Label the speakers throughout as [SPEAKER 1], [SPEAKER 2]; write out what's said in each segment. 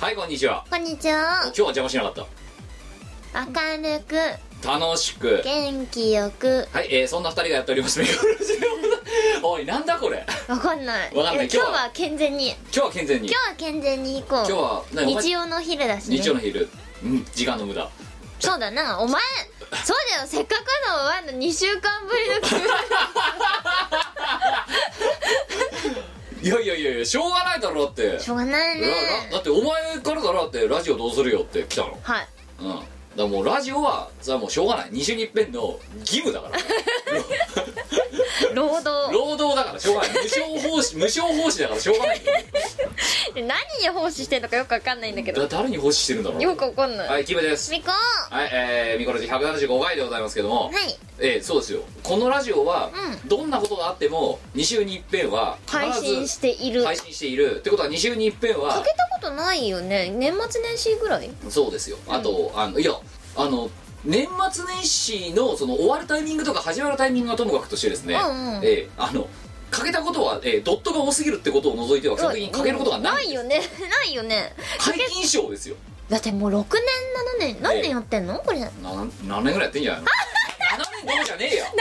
[SPEAKER 1] はいこんにちは
[SPEAKER 2] こんにち
[SPEAKER 1] 今
[SPEAKER 2] は
[SPEAKER 1] 日は邪魔しなかっ
[SPEAKER 2] 明るく
[SPEAKER 1] た楽しく
[SPEAKER 2] 元気よく
[SPEAKER 1] はい、えー、そんな二人がやっておりますメガ ロジオおいなんだこれ
[SPEAKER 2] わかんない
[SPEAKER 1] わかんない今日
[SPEAKER 2] え今日
[SPEAKER 1] は
[SPEAKER 2] は健全に
[SPEAKER 1] 今日は健全に
[SPEAKER 2] 今日は健全に行こう
[SPEAKER 1] 今日は何
[SPEAKER 2] 日曜の昼だし、ね、
[SPEAKER 1] 日曜の昼うん時間の無駄
[SPEAKER 2] そうだなお前そうだよせっかくのお前の2週間ぶりの休
[SPEAKER 1] いやいやいやいやしょうがないだろだって
[SPEAKER 2] 暇しょうがない
[SPEAKER 1] い
[SPEAKER 2] ね
[SPEAKER 1] やだだってお前からだろだってラジオどうするよって来たの
[SPEAKER 2] はい
[SPEAKER 1] うんだからもうラジオはそれはもうしょうがない二週に一遍の義務だ から
[SPEAKER 2] 労働
[SPEAKER 1] 労働だからしょうがない無償奉仕無償奉仕だからしょうがないんだよ
[SPEAKER 2] で何に奉仕してんのかよくわかんないんだけど
[SPEAKER 1] だ誰に奉仕してるんだろ
[SPEAKER 2] よ
[SPEAKER 1] う
[SPEAKER 2] くわかんない、
[SPEAKER 1] はいキムです
[SPEAKER 2] みこは
[SPEAKER 1] はいえー、ミコラジ175回でございますけども、
[SPEAKER 2] い
[SPEAKER 1] えー、そうですよこのラジオは、どんなことがあっても2週に一遍は必ず
[SPEAKER 2] 配信しているか
[SPEAKER 1] 配信しているってことは2週に一遍は
[SPEAKER 2] けたことないよね年末年始ぐらい
[SPEAKER 1] そうですよあと、あのいやあの年末年始のその終わるタイミングとか始まるタイミングはともかくとしてですね、
[SPEAKER 2] うんうん
[SPEAKER 1] えーあのかけたことは、えードットが多すぎるってことを除いては基本的にかけることがない
[SPEAKER 2] ないよね ないよね
[SPEAKER 1] 皆勤賞ですよ
[SPEAKER 2] だってもう6年7年何年やってんの、これ7年
[SPEAKER 1] な何年ぐらいやってんじゃないの 7年どころじゃねえよ
[SPEAKER 2] どこ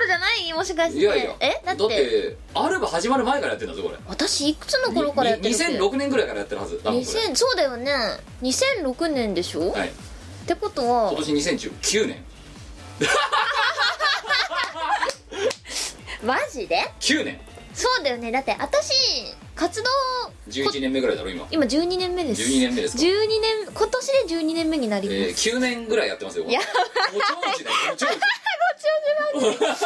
[SPEAKER 2] ろじゃないもしかして
[SPEAKER 1] いやいや
[SPEAKER 2] えだって
[SPEAKER 1] アルバ始まる前からやってんだぞこれ
[SPEAKER 2] 私いくつの頃からやってるっけ
[SPEAKER 1] 2006年ぐらいからやってるはず多分これ
[SPEAKER 2] 2000そうだよね2006年でしょ、
[SPEAKER 1] は
[SPEAKER 2] っ
[SPEAKER 1] い
[SPEAKER 2] てことは
[SPEAKER 1] 今年2019年
[SPEAKER 2] マジで
[SPEAKER 1] 9年
[SPEAKER 2] そうだよねだって私活動
[SPEAKER 1] 11年目ぐらいだろ今、
[SPEAKER 2] 今12年目です
[SPEAKER 1] 12年目ですか
[SPEAKER 2] 12年今年で12年目になります、
[SPEAKER 1] えー、9年ぐらいやってますよこれ
[SPEAKER 2] や
[SPEAKER 1] ご長寿だよご長寿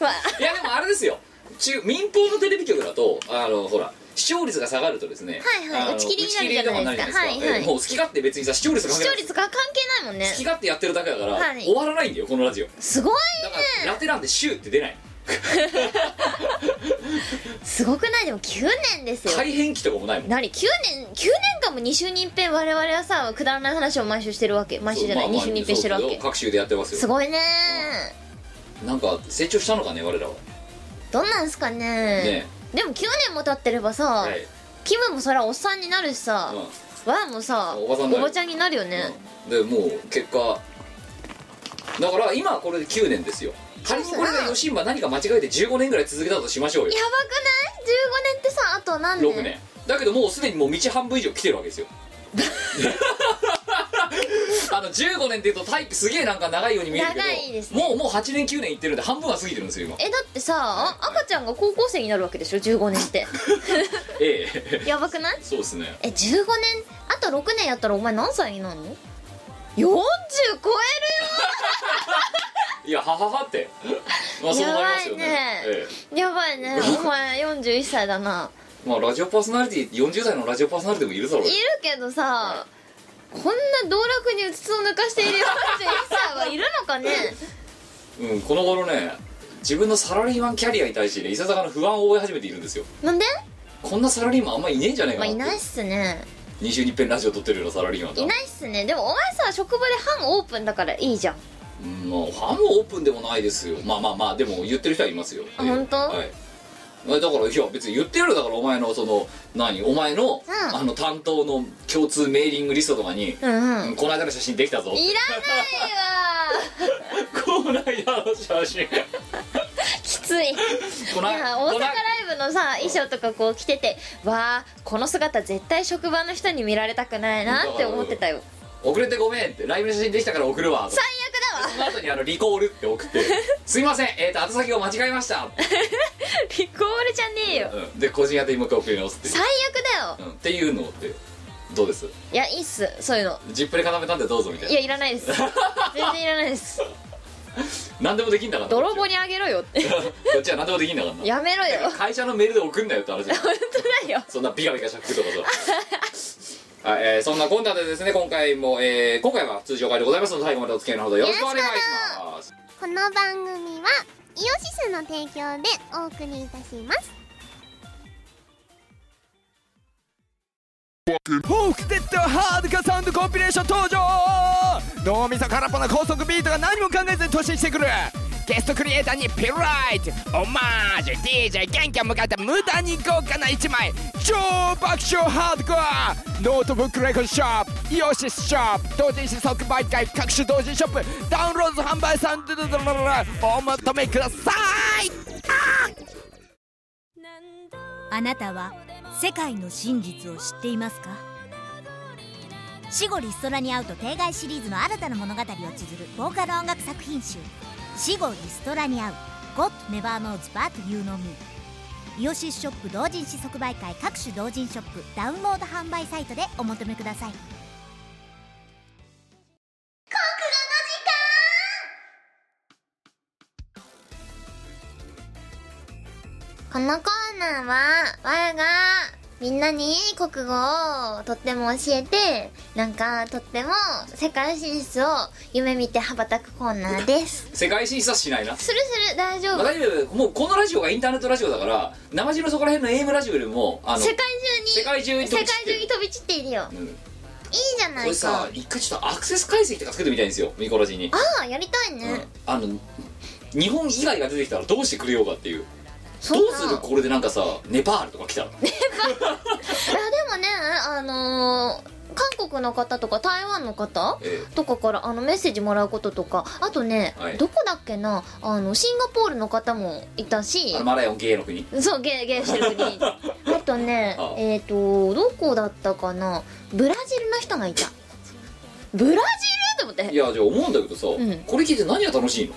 [SPEAKER 2] まあ
[SPEAKER 1] いやでもあれですよ中民放のテレビ局だとあのほら視聴率が下がるとですね
[SPEAKER 2] はいはい
[SPEAKER 1] あの
[SPEAKER 2] 打ち切りになるじゃないですか
[SPEAKER 1] 打ち切りとなるじゃな
[SPEAKER 2] はいはい
[SPEAKER 1] えもう好き勝手別にさ視聴率が
[SPEAKER 2] 視
[SPEAKER 1] 関係
[SPEAKER 2] 聴
[SPEAKER 1] ない
[SPEAKER 2] 率が関係ないもんね
[SPEAKER 1] 好き勝手やってるだけだから、
[SPEAKER 2] はい
[SPEAKER 1] 終わらないんだよこのラジオだ
[SPEAKER 2] すごい
[SPEAKER 1] からラテなんで「シュー」って出ない
[SPEAKER 2] すごくないでも9年ですよ
[SPEAKER 1] 改変期とかもないもん
[SPEAKER 2] 何9年9年間も2週に一遍我々はさくだらない話を毎週してるわけ毎週じゃない、
[SPEAKER 1] そうまあまあ
[SPEAKER 2] 2週に一遍してるわ
[SPEAKER 1] そう
[SPEAKER 2] け
[SPEAKER 1] そう各週でやってます
[SPEAKER 2] す
[SPEAKER 1] よ
[SPEAKER 2] ごいね
[SPEAKER 1] なんか成長したのかね我らは
[SPEAKER 2] どんなんすかね
[SPEAKER 1] ね
[SPEAKER 2] でも9年も経ってればさ、
[SPEAKER 1] はい、
[SPEAKER 2] キムもそりゃおっさんになるしさ、
[SPEAKER 1] う
[SPEAKER 2] わもさ
[SPEAKER 1] おばさんだよ
[SPEAKER 2] ばちゃんになるよね、
[SPEAKER 1] んでもう結果だから今これで9年ですよ仮にこれが吉村何か間違えて15年ぐらい続けたとしましょうよ
[SPEAKER 2] やばくない15年ってさあと何年
[SPEAKER 1] 6年だけどもうすでにもう道半分以上来てるわ けですよあの15年っていうとタイプすげえなんか長いように見えるけど
[SPEAKER 2] 長いですね
[SPEAKER 1] もうもう8年9年いってるんで半分は過ぎてるんですよ今
[SPEAKER 2] えだってさあ赤ちゃんが高校生になるわけでしょ15年って
[SPEAKER 1] ええ
[SPEAKER 2] やばくない
[SPEAKER 1] そうですね
[SPEAKER 2] え15年あと6年やったらお前何歳になるの40超
[SPEAKER 1] いやはははってまあそうなりますよね
[SPEAKER 2] やばいね
[SPEAKER 1] え
[SPEAKER 2] えるよやばいねお前41歳だな
[SPEAKER 1] えまあラジオパーソナリティ40代のラジオパーソナリティもいるだろう
[SPEAKER 2] いるけどさこんな道楽にうつつを抜かしている41歳はいるのかね
[SPEAKER 1] うんこの頃ね自分のサラリーマンキャリアに対してねいささかの不安を覚え始めているんですよ
[SPEAKER 2] なんで
[SPEAKER 1] こんなサラリーマンあんまいねえんじゃないか
[SPEAKER 2] まあ
[SPEAKER 1] なって、
[SPEAKER 2] いないっすね
[SPEAKER 1] 2週に一遍ラジオ撮ってるようなサラリーマンと
[SPEAKER 2] いないっすねでもお前さ職場で半オープンだからいいじゃん
[SPEAKER 1] うんまあファンもオープンでもないですよまあまあまあでも言ってる人はいますよ
[SPEAKER 2] あ本当
[SPEAKER 1] はいえだからいや別に言ってやるよだからお前のその何お前の、
[SPEAKER 2] うん
[SPEAKER 1] あの担当の共通メーリングリストとかに、
[SPEAKER 2] うんうん
[SPEAKER 1] うんこの間の写真できたぞ
[SPEAKER 2] いらないわ
[SPEAKER 1] この間の写真
[SPEAKER 2] ーきついい
[SPEAKER 1] この
[SPEAKER 2] や大阪
[SPEAKER 1] この
[SPEAKER 2] ライブのさ衣装とかこう着ててわあこの姿絶対職場の人に見られたくないなって思ってたよ
[SPEAKER 1] 遅れてごめんってライブの写真できたから送るわと
[SPEAKER 2] 最悪だわ
[SPEAKER 1] その後にあのリコールって送 って「すいませんえっ、と後先を間違えました」
[SPEAKER 2] リコールじゃねえよ
[SPEAKER 1] うん、で個人宛てにもう一回送り直すっていう
[SPEAKER 2] 最悪だよ
[SPEAKER 1] うん、っていうのってどうです
[SPEAKER 2] いやいいっすそういうの
[SPEAKER 1] ジップで固めたんでどうぞみたい
[SPEAKER 2] い
[SPEAKER 1] な
[SPEAKER 2] やいらないです全然いらないです
[SPEAKER 1] 何でもできんだから
[SPEAKER 2] 泥棒にあげろよっ て
[SPEAKER 1] こっちは何でもできんだからな
[SPEAKER 2] やめろよ本
[SPEAKER 1] 会社のメールで送んなよって話だよ
[SPEAKER 2] 当だよ
[SPEAKER 1] そんなビカビカした服とかさはい、えーそんなこんなでですね今回も、えー今回は通常会でございますので最後までお付き合いのほどよろしくお願いします
[SPEAKER 3] この番組はイオシスの提供でお送りいたします
[SPEAKER 4] フォークテッドハードカサウンドコンピレーション登場脳みそ空っぽな高速ビートが何も考えずに突進してくるゲストクリエイターにピライトオマージュ DJ 元気を迎えた無駄に豪華な1枚超爆笑ハードコアノートブックレコードショップイオシスショップ同人誌即売会各種同人ショップダウンロード販売サンドゥドゥドゥお求めください
[SPEAKER 5] あなたは世界の真実を知っていますか死後リストラに会うと定外シリーズの新たな物語を綴るボーカル音楽作品集「死後リストラに会う God Never Knows But You Know Me」イオシスショップ同人誌即売会各種同人ショップダウンロード販売サイトでお求めください
[SPEAKER 3] このコーナーは、わらが、みんなに国語をとっても教えて、なんか、とっても世界進出を夢見て羽ばたくコーナー です。
[SPEAKER 1] 世界進出はしないな
[SPEAKER 3] するする、大丈
[SPEAKER 1] まあ
[SPEAKER 3] 夫。
[SPEAKER 1] 大丈夫もうこのラジオがインターネットラジオだから生地のそこら辺の AM ラジオよりもあの
[SPEAKER 3] 世界
[SPEAKER 1] 世
[SPEAKER 3] 中に、
[SPEAKER 1] 界中に飛
[SPEAKER 3] 世界
[SPEAKER 1] び散って
[SPEAKER 3] 中
[SPEAKER 1] る
[SPEAKER 3] に飛び散っているよ。いい
[SPEAKER 1] うん
[SPEAKER 3] じゃな
[SPEAKER 1] こ
[SPEAKER 3] い
[SPEAKER 1] れさ
[SPEAKER 3] か。
[SPEAKER 1] 一回ちょっとアクセス解析とかつけてみたいんですよミコラジに
[SPEAKER 3] ああ、やりたいね。
[SPEAKER 1] あの日本以外が出てきたらどうしてくれようかっていうど
[SPEAKER 3] う
[SPEAKER 1] う
[SPEAKER 3] か
[SPEAKER 1] するこれでなんかさネパールとか来たら
[SPEAKER 3] いやでもねあのー韓国の方とか台湾の方、
[SPEAKER 1] え
[SPEAKER 3] とかからあのメッセージもらうこととかあとね、
[SPEAKER 1] はい
[SPEAKER 3] どこだっけなあのシンガポールの方もいたし
[SPEAKER 1] あのマラヤオン芸の国
[SPEAKER 3] そうゲーゲーしてる国あとね
[SPEAKER 1] あ
[SPEAKER 3] えっ、とどこだったかなブラジルの人がいたブラジルと思っ
[SPEAKER 1] い
[SPEAKER 3] て
[SPEAKER 1] やじゃあ思うんだけどさ、
[SPEAKER 3] ん
[SPEAKER 1] これ聞いて何が楽しいの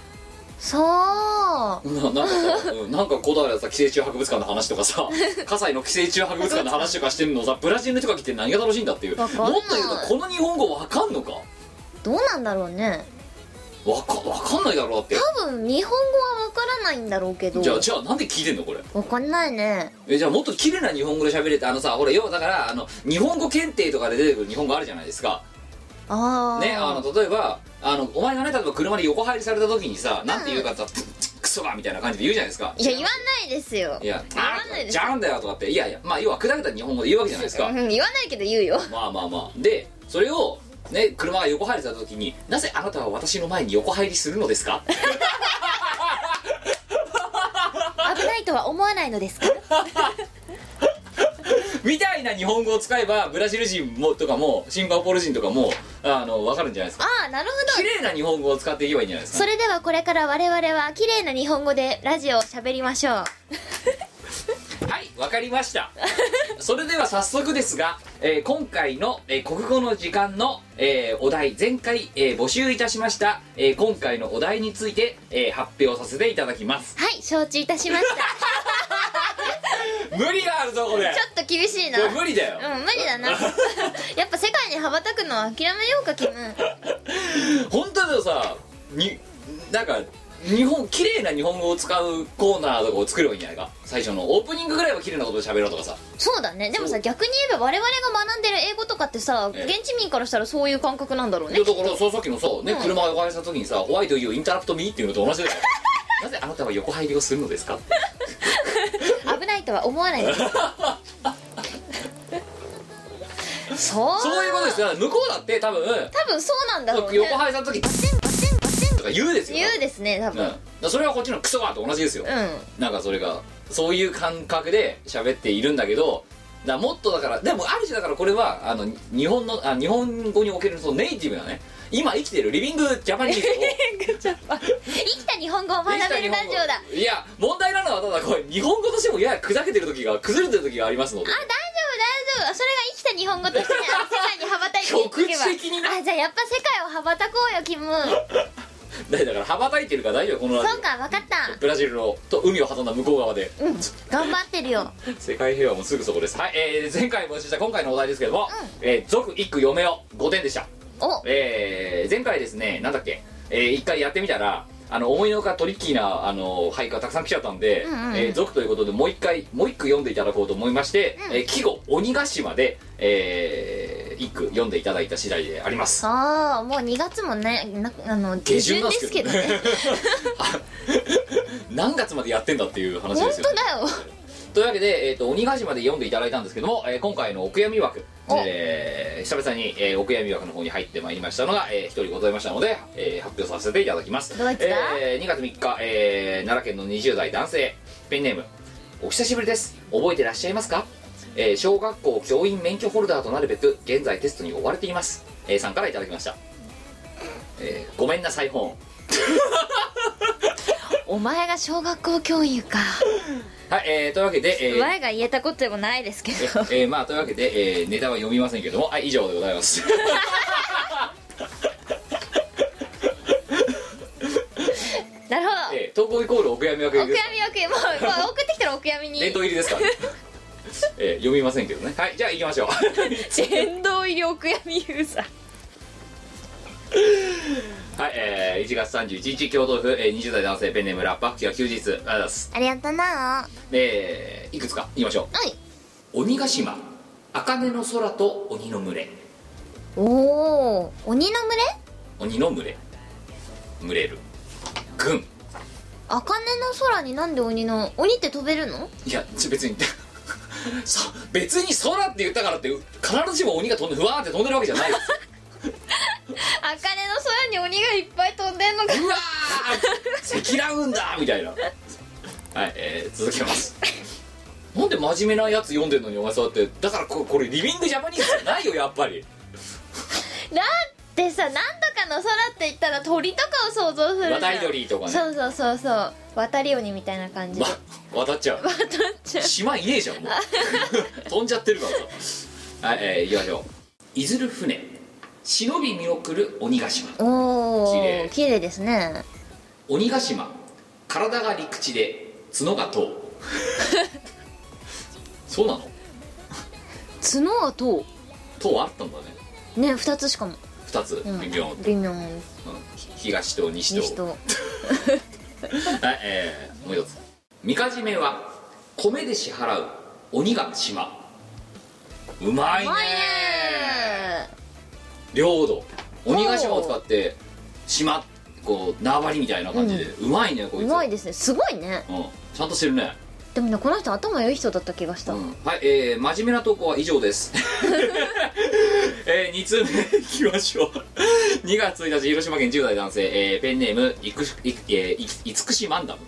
[SPEAKER 3] そうあ
[SPEAKER 1] ななんかさ、うんなんか小平さ寄生虫博物館の話とか さ葛西の寄生虫博物館の話とかしてるのさブラジルの人が来て何が楽しいんだっていうも
[SPEAKER 3] わ
[SPEAKER 1] っと
[SPEAKER 3] かん
[SPEAKER 1] 言
[SPEAKER 3] ないう
[SPEAKER 1] とこの日本語わかんのか
[SPEAKER 3] どうなんだろうね
[SPEAKER 1] わかわかんないだろうだって
[SPEAKER 3] 多分日本語はわからないんだろうけど
[SPEAKER 1] じゃあじゃあなんで聞いてんのこれ
[SPEAKER 3] わかんないね
[SPEAKER 1] えじゃあもっと綺麗な日本語で喋れてあのさほら要はだからあの日本語検定とかで出てくる日本語あるじゃないですか
[SPEAKER 3] ああ
[SPEAKER 1] ねあの例えばあのお前がね例えば車で横入りされた時にさなんて言うかってさクソがみたいな感じで言うじゃないですか
[SPEAKER 3] いや言わないですよ
[SPEAKER 1] いや「
[SPEAKER 3] 言わ
[SPEAKER 1] あ
[SPEAKER 3] ないです
[SPEAKER 1] じゃあんだよ」とかっていやいやまあ要は砕けた日本語で言うわけじゃないですか
[SPEAKER 3] うん、言わないけど言うよ
[SPEAKER 1] まあまあまあでそれをね車が横入りした時になぜあなたは私の前に横入りするのです か
[SPEAKER 2] 危ないとは思わないのですか
[SPEAKER 1] みたいな日本語を使えばブラジル人もとかもシンガポール人とかもあの分かるんじゃないですか
[SPEAKER 2] ああなるほ
[SPEAKER 1] 綺麗な日本語を使っていけばいいんじゃないです
[SPEAKER 2] そ
[SPEAKER 1] か
[SPEAKER 2] れではこれから我々は綺麗な日本語でラジオを喋りましょう
[SPEAKER 1] はいわかりました それでは早速ですが、えー今回の、えー国語の時間の、えーお題前回、えー募集いたしました、えー今回のお題について、えー発表させていただきます
[SPEAKER 2] はい承知いたしました
[SPEAKER 1] 無理があるぞこれ
[SPEAKER 2] ちょっと厳しいな
[SPEAKER 1] こ
[SPEAKER 2] う
[SPEAKER 1] れ
[SPEAKER 2] ん無
[SPEAKER 1] 無理だよ、
[SPEAKER 2] 理だな やっぱ世界に羽ばたくのは諦めようかキム
[SPEAKER 1] 本当だよさになんか日本綺麗な日本語を使うコーナーとかを作ればいいんじゃないか最初のオープニングぐらいは綺麗なことで喋ろうとかさ
[SPEAKER 2] そうだねでも
[SPEAKER 1] そ
[SPEAKER 2] さ
[SPEAKER 1] う
[SPEAKER 2] 逆に言えば我々が学んでる英語とかってさ
[SPEAKER 1] ええ
[SPEAKER 2] 現地民からしたらそういう感覚なんだろう
[SPEAKER 1] い
[SPEAKER 2] ね
[SPEAKER 1] やだからそうさっきのさ、ね車を横入りした時にさ「ホワイト・ユー・インタラプト・ミー」っていうのと同じだよ なぜあなたは横入りをするのですか
[SPEAKER 2] 危ないとは思 わないですそう
[SPEAKER 1] そういうことですよ向こうだって多分
[SPEAKER 2] 多分そうなんだろうね
[SPEAKER 1] 横入りした時「ガチンガチンガチン」とか言うですよ
[SPEAKER 2] 言う
[SPEAKER 1] で
[SPEAKER 2] ですね多分
[SPEAKER 1] うん、だからそれはこっちのクソがと同じですよ、
[SPEAKER 2] うん
[SPEAKER 1] なんかそれがそういう感覚で喋っているんだけどだからもっとだからでもある種だからこれはあのに日本のあ日本語におけるそのネイティブなね今生きてるリビングジャパニーズを
[SPEAKER 2] 生きた日本 語を学べるラジオだ
[SPEAKER 1] いや問題なのはただこれ日本語としてもやや砕けてる時が崩れてる時がありますので
[SPEAKER 2] あ大丈夫大丈夫それが生きた日本語としてあの世界に羽ばたいて い
[SPEAKER 1] 局
[SPEAKER 2] けば
[SPEAKER 1] 地的にね
[SPEAKER 2] あじゃあやっぱ世界を羽ばたこうよキム
[SPEAKER 1] だだから羽ばたいてるから大丈夫このラジ
[SPEAKER 2] そうか分かった
[SPEAKER 1] オブラジルのと海を挟んだ向こう側で、
[SPEAKER 2] 頑張ってるよ
[SPEAKER 1] 世界平和もすぐそこですはい、えー前回募集した今回のお題ですけども「えー続一句嫁よ」5点でした
[SPEAKER 2] お
[SPEAKER 1] えー前回ですねなんだっけ、えー一回やってみたらあの思いのほかトリッキーなあの俳句がたくさん来ちゃったんで「
[SPEAKER 2] んうんうん
[SPEAKER 1] えー続」ということでもう一回もう一句読んでいただこうと思いまして、えー季語「鬼ヶ島で」えー一句読んでいただいた次第であります
[SPEAKER 2] ああもう2月もねなあの
[SPEAKER 1] 下
[SPEAKER 2] 下
[SPEAKER 1] 旬なん
[SPEAKER 2] 旬で
[SPEAKER 1] です
[SPEAKER 2] す
[SPEAKER 1] け
[SPEAKER 2] け
[SPEAKER 1] ど
[SPEAKER 2] ど
[SPEAKER 1] ね
[SPEAKER 2] ね
[SPEAKER 1] 何月までやってんだっていう話
[SPEAKER 2] 本
[SPEAKER 1] です
[SPEAKER 2] 当
[SPEAKER 1] よ
[SPEAKER 2] だよ
[SPEAKER 1] というわけで、えー、と鬼ヶ島で読んでいただいたんですけども、えー今回のお悔やみ枠、えー久々に、えーお悔やみ枠の方に入ってまいりましたのが、えー、1人ございましたので、えー発表させていただきます
[SPEAKER 2] どういつだ
[SPEAKER 1] えー2月3日、えー奈良県の20代男性ペンネームお久しぶりです覚えてらっしゃいますか、えー小学校教員免許ホルダーとなるべく現在テストに追われています、A さんからいただきました、えーごめんなさい本
[SPEAKER 2] お前が小学校教諭か
[SPEAKER 1] はい、えーというわけで、えー
[SPEAKER 2] 我が言えたことでもないですけど
[SPEAKER 1] えーまあというわけで、えーネタは読みませんけどもはい以上でございます
[SPEAKER 2] なるほど
[SPEAKER 1] えー投稿イコールお悔やみ枠
[SPEAKER 2] お悔やみお悔やみもう もう送ってきたらお悔やみに
[SPEAKER 1] 伝統入りです からね、えー読みませんけどねはいじゃあ行きましょう
[SPEAKER 2] 殿堂入りお悔やみユーザー
[SPEAKER 1] はい、えー1月31日京都府、えー20代男性ペンネームラッパクティア休日ありがとうございます
[SPEAKER 3] ありがとうな
[SPEAKER 1] えーいくつか言いましょう
[SPEAKER 3] はい
[SPEAKER 1] 鬼ヶ島茜の空と鬼の群れ
[SPEAKER 3] おお鬼の群れ
[SPEAKER 1] 鬼の群れ群れる軍
[SPEAKER 3] 茜の空になんで鬼の鬼って飛べるの
[SPEAKER 1] いやち 別にさ別に空って言ったからって必ずしも鬼が飛んでふわーって飛んでるわけじゃないです
[SPEAKER 2] 茜の空に鬼がいっぱい飛んでんのか
[SPEAKER 1] うわー積乱雲だみたいなはい、えー続けますなんで真面目なやつ読んでんのにお前そうやってだからここれリビングジャパニーズじゃないよやっぱり
[SPEAKER 2] だってさ何とかの空って言ったら鳥とかを想像するじゃん
[SPEAKER 1] 渡り鳥とかね
[SPEAKER 2] そうそうそうそう渡り鬼みたいな感じで
[SPEAKER 1] わ渡っちゃう
[SPEAKER 2] 渡っちゃう
[SPEAKER 1] 島いねえじゃんもう 飛んじゃってるからさはいえー、行きましょう「いずる船忍び見送る鬼ヶ島」
[SPEAKER 3] お
[SPEAKER 1] 綺麗
[SPEAKER 3] お綺麗ですね
[SPEAKER 1] 鬼ヶ島体が陸地で角が 遠そうなの
[SPEAKER 3] 角はと
[SPEAKER 1] 遠あったんだね
[SPEAKER 3] ね二つしかも
[SPEAKER 1] 2つ
[SPEAKER 3] うん
[SPEAKER 1] 微妙、うん
[SPEAKER 3] 微妙
[SPEAKER 1] 東と西と
[SPEAKER 3] 西と
[SPEAKER 1] はいえー、もう一つみかじめは米で支払う鬼が島うまいね
[SPEAKER 3] いね
[SPEAKER 1] 領土鬼ヶ島を使って島こう縄張りみたいな感じで、うまいねこいつ
[SPEAKER 3] うまいですねすごいね
[SPEAKER 1] うん、ちゃんとしてるね
[SPEAKER 3] でもねこの人頭良い人だった気がした、
[SPEAKER 1] うんはい、えー、真面目な投稿は以上 です。えー、2通目いきましょう。2月1日、広島県10代男性、えーペンネーム、いくし、い、えー、い、いつくしマンダム。は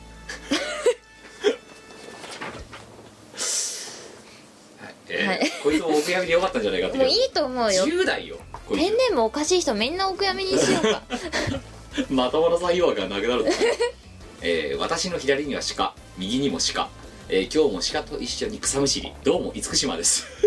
[SPEAKER 1] い、えー
[SPEAKER 2] はい
[SPEAKER 1] こいつもお悔やみでよかったんじゃないかって
[SPEAKER 2] もういいと思うよ
[SPEAKER 1] 10代よ。こい
[SPEAKER 2] ペンネームおかしい人みんなお悔やみにしようか
[SPEAKER 1] つまともな作業がなくなるんだえー、私の左には鹿、右にも鹿、えー、今日も鹿と一緒に草むしり、どうも、いつくしまです。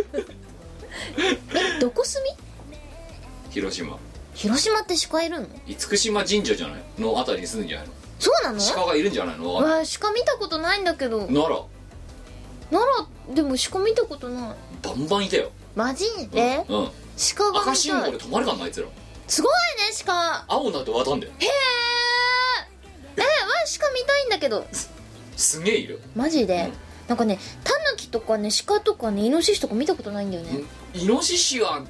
[SPEAKER 3] どこ住み
[SPEAKER 1] 広島。
[SPEAKER 3] 広島って鹿いるの
[SPEAKER 1] 厳島神社じゃないのあたりに住んでんじゃないの
[SPEAKER 3] そうなの
[SPEAKER 1] 鹿がいるんじゃないのわかん
[SPEAKER 3] わあ鹿見たことないんだけど
[SPEAKER 1] ない奈
[SPEAKER 3] 奈良でも鹿見たことない
[SPEAKER 1] 良バンバンいたよ
[SPEAKER 3] マジ
[SPEAKER 1] うん
[SPEAKER 3] で、
[SPEAKER 1] うん
[SPEAKER 3] 鹿が
[SPEAKER 1] 赤
[SPEAKER 3] 見
[SPEAKER 1] 信号
[SPEAKER 3] た
[SPEAKER 1] で
[SPEAKER 3] い
[SPEAKER 1] 止まるかんなあいつら
[SPEAKER 3] すごいね鹿
[SPEAKER 1] 青になって渡んだよ
[SPEAKER 3] へええわ鹿見たいんだけど
[SPEAKER 1] すげえいる
[SPEAKER 3] マジで、
[SPEAKER 1] うん
[SPEAKER 3] なんかねタヌキとかね鹿とかねイノシシとか見たことないんだよね、
[SPEAKER 1] イノシシは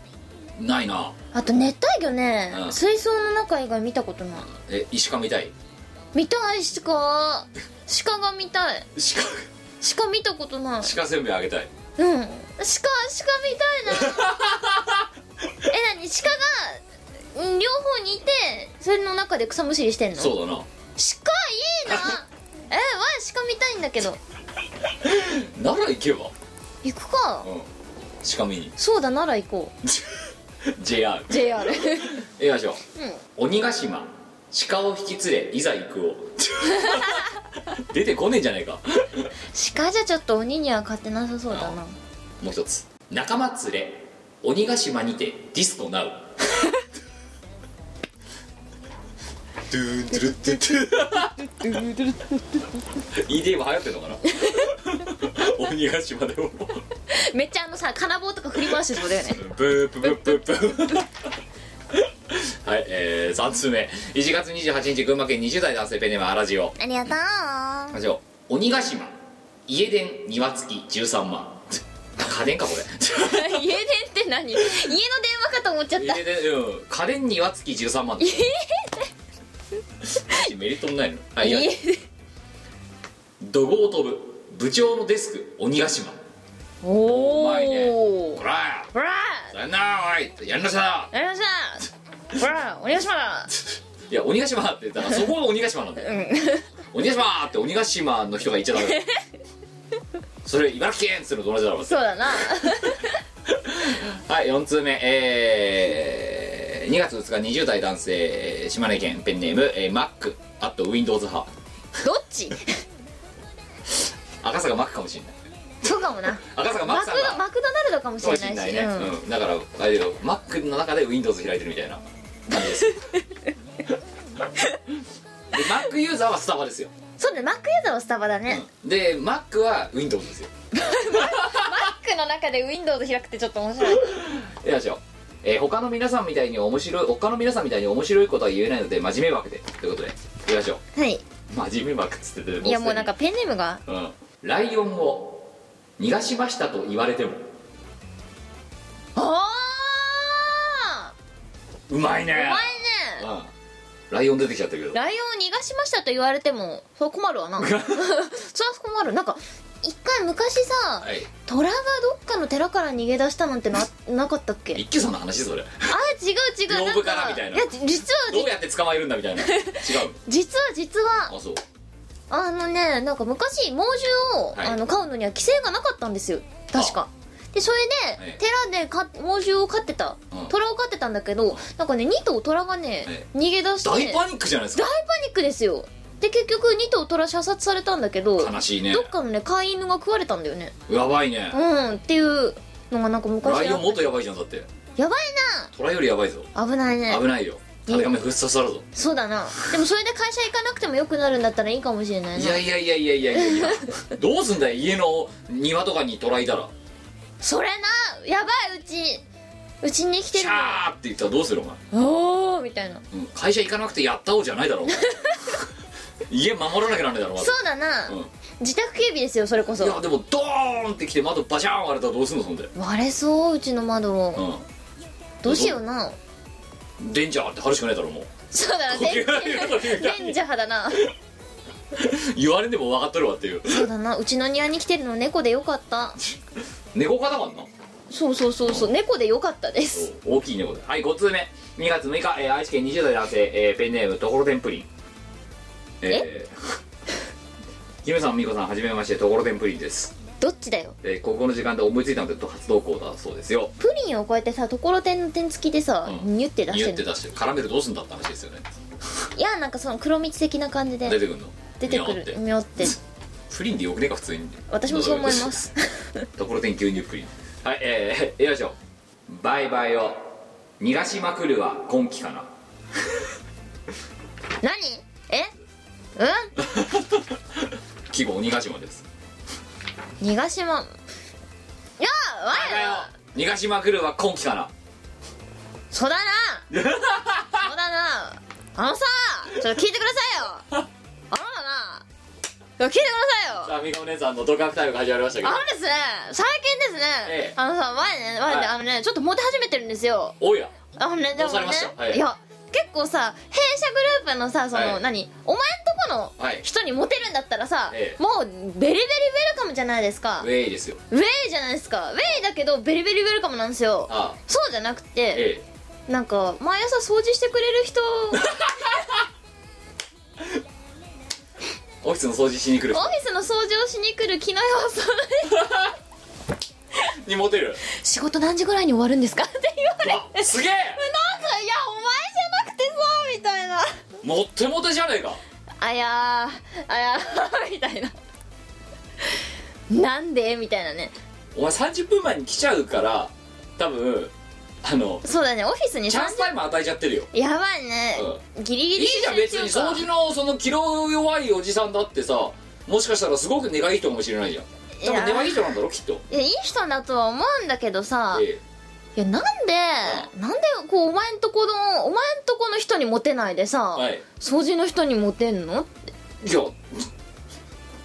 [SPEAKER 1] ないな
[SPEAKER 3] あと熱帯魚ね、
[SPEAKER 1] うん
[SPEAKER 3] 水槽の中以外見たことない
[SPEAKER 1] え石鹿みたい
[SPEAKER 3] 見たい鹿鹿が見たい鹿見たことない
[SPEAKER 1] 鹿鹿せんべいあげたい
[SPEAKER 3] う ん鹿鹿見たいなえなに鹿がうん両方にいてそれの中で草むしりしてんの鹿い
[SPEAKER 1] そうだない
[SPEAKER 3] なえわ鹿見たいんだけど
[SPEAKER 1] 奈良行けば
[SPEAKER 3] 行くか、
[SPEAKER 1] うん鹿見に
[SPEAKER 3] そうだなら行こ
[SPEAKER 1] JR
[SPEAKER 3] う JR
[SPEAKER 1] 行きましょ
[SPEAKER 3] うん
[SPEAKER 1] う鬼ヶ島鹿を引き連れいざ行 くを出てこねえんじゃねえか
[SPEAKER 3] 鹿じゃちょっと鬼には勝てなさそうだな
[SPEAKER 1] もう一つ仲間連れ鬼ヶ島にてディスコナウドゥーンドゥルッドゥドゥ EDM 流行ってんのかな鬼ヶ島でも
[SPEAKER 3] めっちゃあのさ金棒とか振り回してそうだよね
[SPEAKER 1] ブーブーブーブーブーはい、えー、3通目1月28日群馬県20代男性ペンネームアラジオ
[SPEAKER 3] ありがとう
[SPEAKER 1] ラジオ鬼ヶ島家電庭付き13万家電かこれ
[SPEAKER 2] 家電って何家の電話かと思っちゃった
[SPEAKER 1] 家でうん家電庭付き13万だメリットもないのあいや怒号飛ぶ部長のデスク鬼ヶ島
[SPEAKER 2] お
[SPEAKER 1] うまいね
[SPEAKER 2] お
[SPEAKER 1] ほら
[SPEAKER 2] ほら
[SPEAKER 1] さよならおいってやりなさ
[SPEAKER 2] やりましたほらお願いします
[SPEAKER 1] いいや鬼ヶ島ってだからそこが鬼ヶ島なんだよ
[SPEAKER 2] うん
[SPEAKER 1] 鬼ヶ島って鬼ヶ島の人が言っちゃダメだよ それ茨城県っつうのと同じだろ
[SPEAKER 2] そうだ な
[SPEAKER 1] はい4通目えー、2月2日20代男性えー島根県ペンネーム、えー、Mac あと Windows 派
[SPEAKER 2] どっち
[SPEAKER 1] 赤坂 Mac かもしれない
[SPEAKER 2] そうかもな
[SPEAKER 1] 赤坂
[SPEAKER 2] マ
[SPEAKER 1] Mac
[SPEAKER 2] ク
[SPEAKER 1] さんが
[SPEAKER 2] マクドナルドかもし
[SPEAKER 1] かも
[SPEAKER 2] れ
[SPEAKER 1] しれ
[SPEAKER 2] な
[SPEAKER 1] ないい
[SPEAKER 2] し
[SPEAKER 1] ね、
[SPEAKER 2] うん
[SPEAKER 1] うんだからあれだけど Mac の中で Windows 開いてるみた いな感じですで Mac ユーザーはスタバですよ、
[SPEAKER 2] そうだねマックユーザーはスタバだね
[SPEAKER 1] で Mac は Windows ですよ
[SPEAKER 2] マックの中で Windows 開くってちょっと面白い
[SPEAKER 1] よいしょ、えー他の皆さんみたいに面白い他の皆さんみたいに面白いことは言えないので真面目枠でということでよいしょ
[SPEAKER 2] はい
[SPEAKER 1] 真面目枠っつってて
[SPEAKER 2] いやもうなんか
[SPEAKER 1] す
[SPEAKER 2] ペンネームが
[SPEAKER 1] でにうんライオンを逃がしましたと言われても
[SPEAKER 2] ああ
[SPEAKER 1] うまいね
[SPEAKER 2] うまいね
[SPEAKER 1] うんライオン出てきちゃったけど
[SPEAKER 2] ライオンを逃がしましたと言われてもそう困るわ なそれは困るなんか一回昔さ
[SPEAKER 1] はい
[SPEAKER 2] 虎がどっかの寺から逃げ出したな んてななかったっけあ
[SPEAKER 1] 一休さんの話それ
[SPEAKER 2] 違う違うなん
[SPEAKER 1] 屏風からみたいない
[SPEAKER 2] や実
[SPEAKER 1] どう
[SPEAKER 2] は
[SPEAKER 1] やって捕まえるんだみたいな違う
[SPEAKER 2] 実は実は
[SPEAKER 1] あそう
[SPEAKER 2] あのねなんか昔猛獣を、
[SPEAKER 1] はい
[SPEAKER 2] あの飼うのには規制がなかったんですよ確かでそれで、
[SPEAKER 1] はい
[SPEAKER 2] 寺でか猛獣を飼ってた
[SPEAKER 1] うん
[SPEAKER 2] 虎を飼ってたんだけど、なんかね2頭虎がね、
[SPEAKER 1] え
[SPEAKER 2] 逃げ出して
[SPEAKER 1] 大パニックじゃないです
[SPEAKER 2] 大
[SPEAKER 1] か
[SPEAKER 2] パニックですよで結局2頭虎射殺されたんだけど
[SPEAKER 1] 悲しいね
[SPEAKER 2] どっかのね飼い犬が食われたんだよね
[SPEAKER 1] やばいね
[SPEAKER 2] うんっていうのがなんか昔あっ
[SPEAKER 1] ラ
[SPEAKER 2] た
[SPEAKER 1] イオンもっとやばいじゃんだって
[SPEAKER 2] やばい
[SPEAKER 1] 虎よりやばいぞ
[SPEAKER 2] な危ないね
[SPEAKER 1] 危ないよ壁紙ふっささるぞ
[SPEAKER 2] そうだなでもそれで会社行かなくてもよくなるんだったらいいかもしれない
[SPEAKER 1] い
[SPEAKER 2] な
[SPEAKER 1] やいやいやいやいやいやい やどうすんだよ家の庭とかに虎いたら
[SPEAKER 2] それなやばいうちうちに来て
[SPEAKER 1] シ
[SPEAKER 2] る
[SPEAKER 1] ャーって言ったらどうするお前、
[SPEAKER 2] のおーみたいな
[SPEAKER 1] うん会社行かなくてやったおうじゃないだ ろお前家守らなきゃなんないだろまず
[SPEAKER 2] そうだな、
[SPEAKER 1] うん
[SPEAKER 2] 自宅警備ですよそれこ
[SPEAKER 1] いや
[SPEAKER 2] そ
[SPEAKER 1] でもドーンって来て窓バシャーン割れたらどうすんのそんで
[SPEAKER 2] 割れそううちの窓を、
[SPEAKER 1] う
[SPEAKER 2] どうしような
[SPEAKER 1] んデンジャーって貼るしかないだろもう
[SPEAKER 2] そうだな
[SPEAKER 1] 呼吸
[SPEAKER 2] 全
[SPEAKER 1] が出る時みたい
[SPEAKER 2] 然
[SPEAKER 1] に
[SPEAKER 2] じゃだな
[SPEAKER 1] 言われても分かっとるわっていう
[SPEAKER 2] そうだなうちの庭に来てるの猫でよかった
[SPEAKER 1] 猫科だからな
[SPEAKER 2] そうそうそうそう猫でよかったです
[SPEAKER 1] 大きい猫ではい5通目2月6日、えー愛知県20代男性、えーペンネームところてんプリン えー姫さん美子さんはじめましてところてんプリンです
[SPEAKER 2] どっちだよ
[SPEAKER 1] えー高校の時間で思いついたので初投稿だそうですよ
[SPEAKER 2] プリンをこうやってさところてんの点付きでさ、
[SPEAKER 1] うん
[SPEAKER 2] ニュって出し
[SPEAKER 1] ニュ
[SPEAKER 2] て
[SPEAKER 1] って
[SPEAKER 2] る
[SPEAKER 1] 出して絡めるどうすんだって話ですよね
[SPEAKER 2] いやなんかその黒蜜的な感じ
[SPEAKER 1] 出
[SPEAKER 2] で
[SPEAKER 1] てくるの
[SPEAKER 2] 出てく
[SPEAKER 1] ニャー
[SPEAKER 2] る
[SPEAKER 1] って
[SPEAKER 2] みょって
[SPEAKER 1] プリンでよくねえか普通に
[SPEAKER 2] 私もそう思います
[SPEAKER 1] ところてん牛乳プリンはいえー、よいしょバイバイを逃がしまくるは今期かな
[SPEAKER 2] 何えう
[SPEAKER 1] 季語鬼ヶ島です
[SPEAKER 2] ん逃がしまいや
[SPEAKER 1] バイバ
[SPEAKER 2] わ
[SPEAKER 1] イを
[SPEAKER 2] よ
[SPEAKER 1] 逃がしまくるは今期か な
[SPEAKER 2] そうだ なそうだなあのさちょっと聞いてくださいよあの だなちょっと聞いてくださいよ
[SPEAKER 1] さあみかお姉さんの独学タイムが始まりましたけど
[SPEAKER 2] あのですね最近ですね、
[SPEAKER 1] ええ
[SPEAKER 2] あのさ前ね前ね、
[SPEAKER 1] はい
[SPEAKER 2] あのねちょっとモテ始めてるんですよ
[SPEAKER 1] おや
[SPEAKER 2] あのねで
[SPEAKER 1] どう
[SPEAKER 2] も
[SPEAKER 1] さ
[SPEAKER 2] ね
[SPEAKER 1] れましたはい
[SPEAKER 2] や結構さ弊社グループのさその、
[SPEAKER 1] はい
[SPEAKER 2] 何お前んとこの
[SPEAKER 1] はい
[SPEAKER 2] 人にモテるんだったらさ、
[SPEAKER 1] ええ
[SPEAKER 2] もうベリベリウェルカムじゃないですか
[SPEAKER 1] ウェイですよ
[SPEAKER 2] ウェイじゃないですかウェイだけどベリベリウェルカムなんですよ
[SPEAKER 1] ああ
[SPEAKER 2] そうじゃなくて、
[SPEAKER 1] え
[SPEAKER 2] なんか毎朝掃除してくれ る人オフ
[SPEAKER 1] えオフィスの掃除しに来る人
[SPEAKER 2] ィスの掃除をしに来る気の様子
[SPEAKER 1] にモテる
[SPEAKER 2] 仕事何時ぐらいに終わるんですかって言われてなんか
[SPEAKER 1] わすげえ
[SPEAKER 2] いやお前じゃなくてさみたいな
[SPEAKER 1] モッテモテじゃねえか
[SPEAKER 2] あやーあやー みたいななんでみたいなね
[SPEAKER 1] お前30分前に来ちゃうから多分あの
[SPEAKER 2] そうだねオフィスに
[SPEAKER 1] チャンスタイム与えちゃってるよ
[SPEAKER 2] 30やばいね、ギリギ
[SPEAKER 1] い
[SPEAKER 2] リ
[SPEAKER 1] いじゃん別に掃除のその気の弱いおじさんだってさもしかしたらすごく根がいい人かもしれないじゃん多分根がいい人なんだろきっと
[SPEAKER 2] いやいい人だとは思うんだけどさ、
[SPEAKER 1] え
[SPEAKER 2] いやなんで、なんでこうお前んとこのお前んとこの人にモテないでさ、
[SPEAKER 1] えはい
[SPEAKER 2] 掃除の人にモテんの
[SPEAKER 1] いや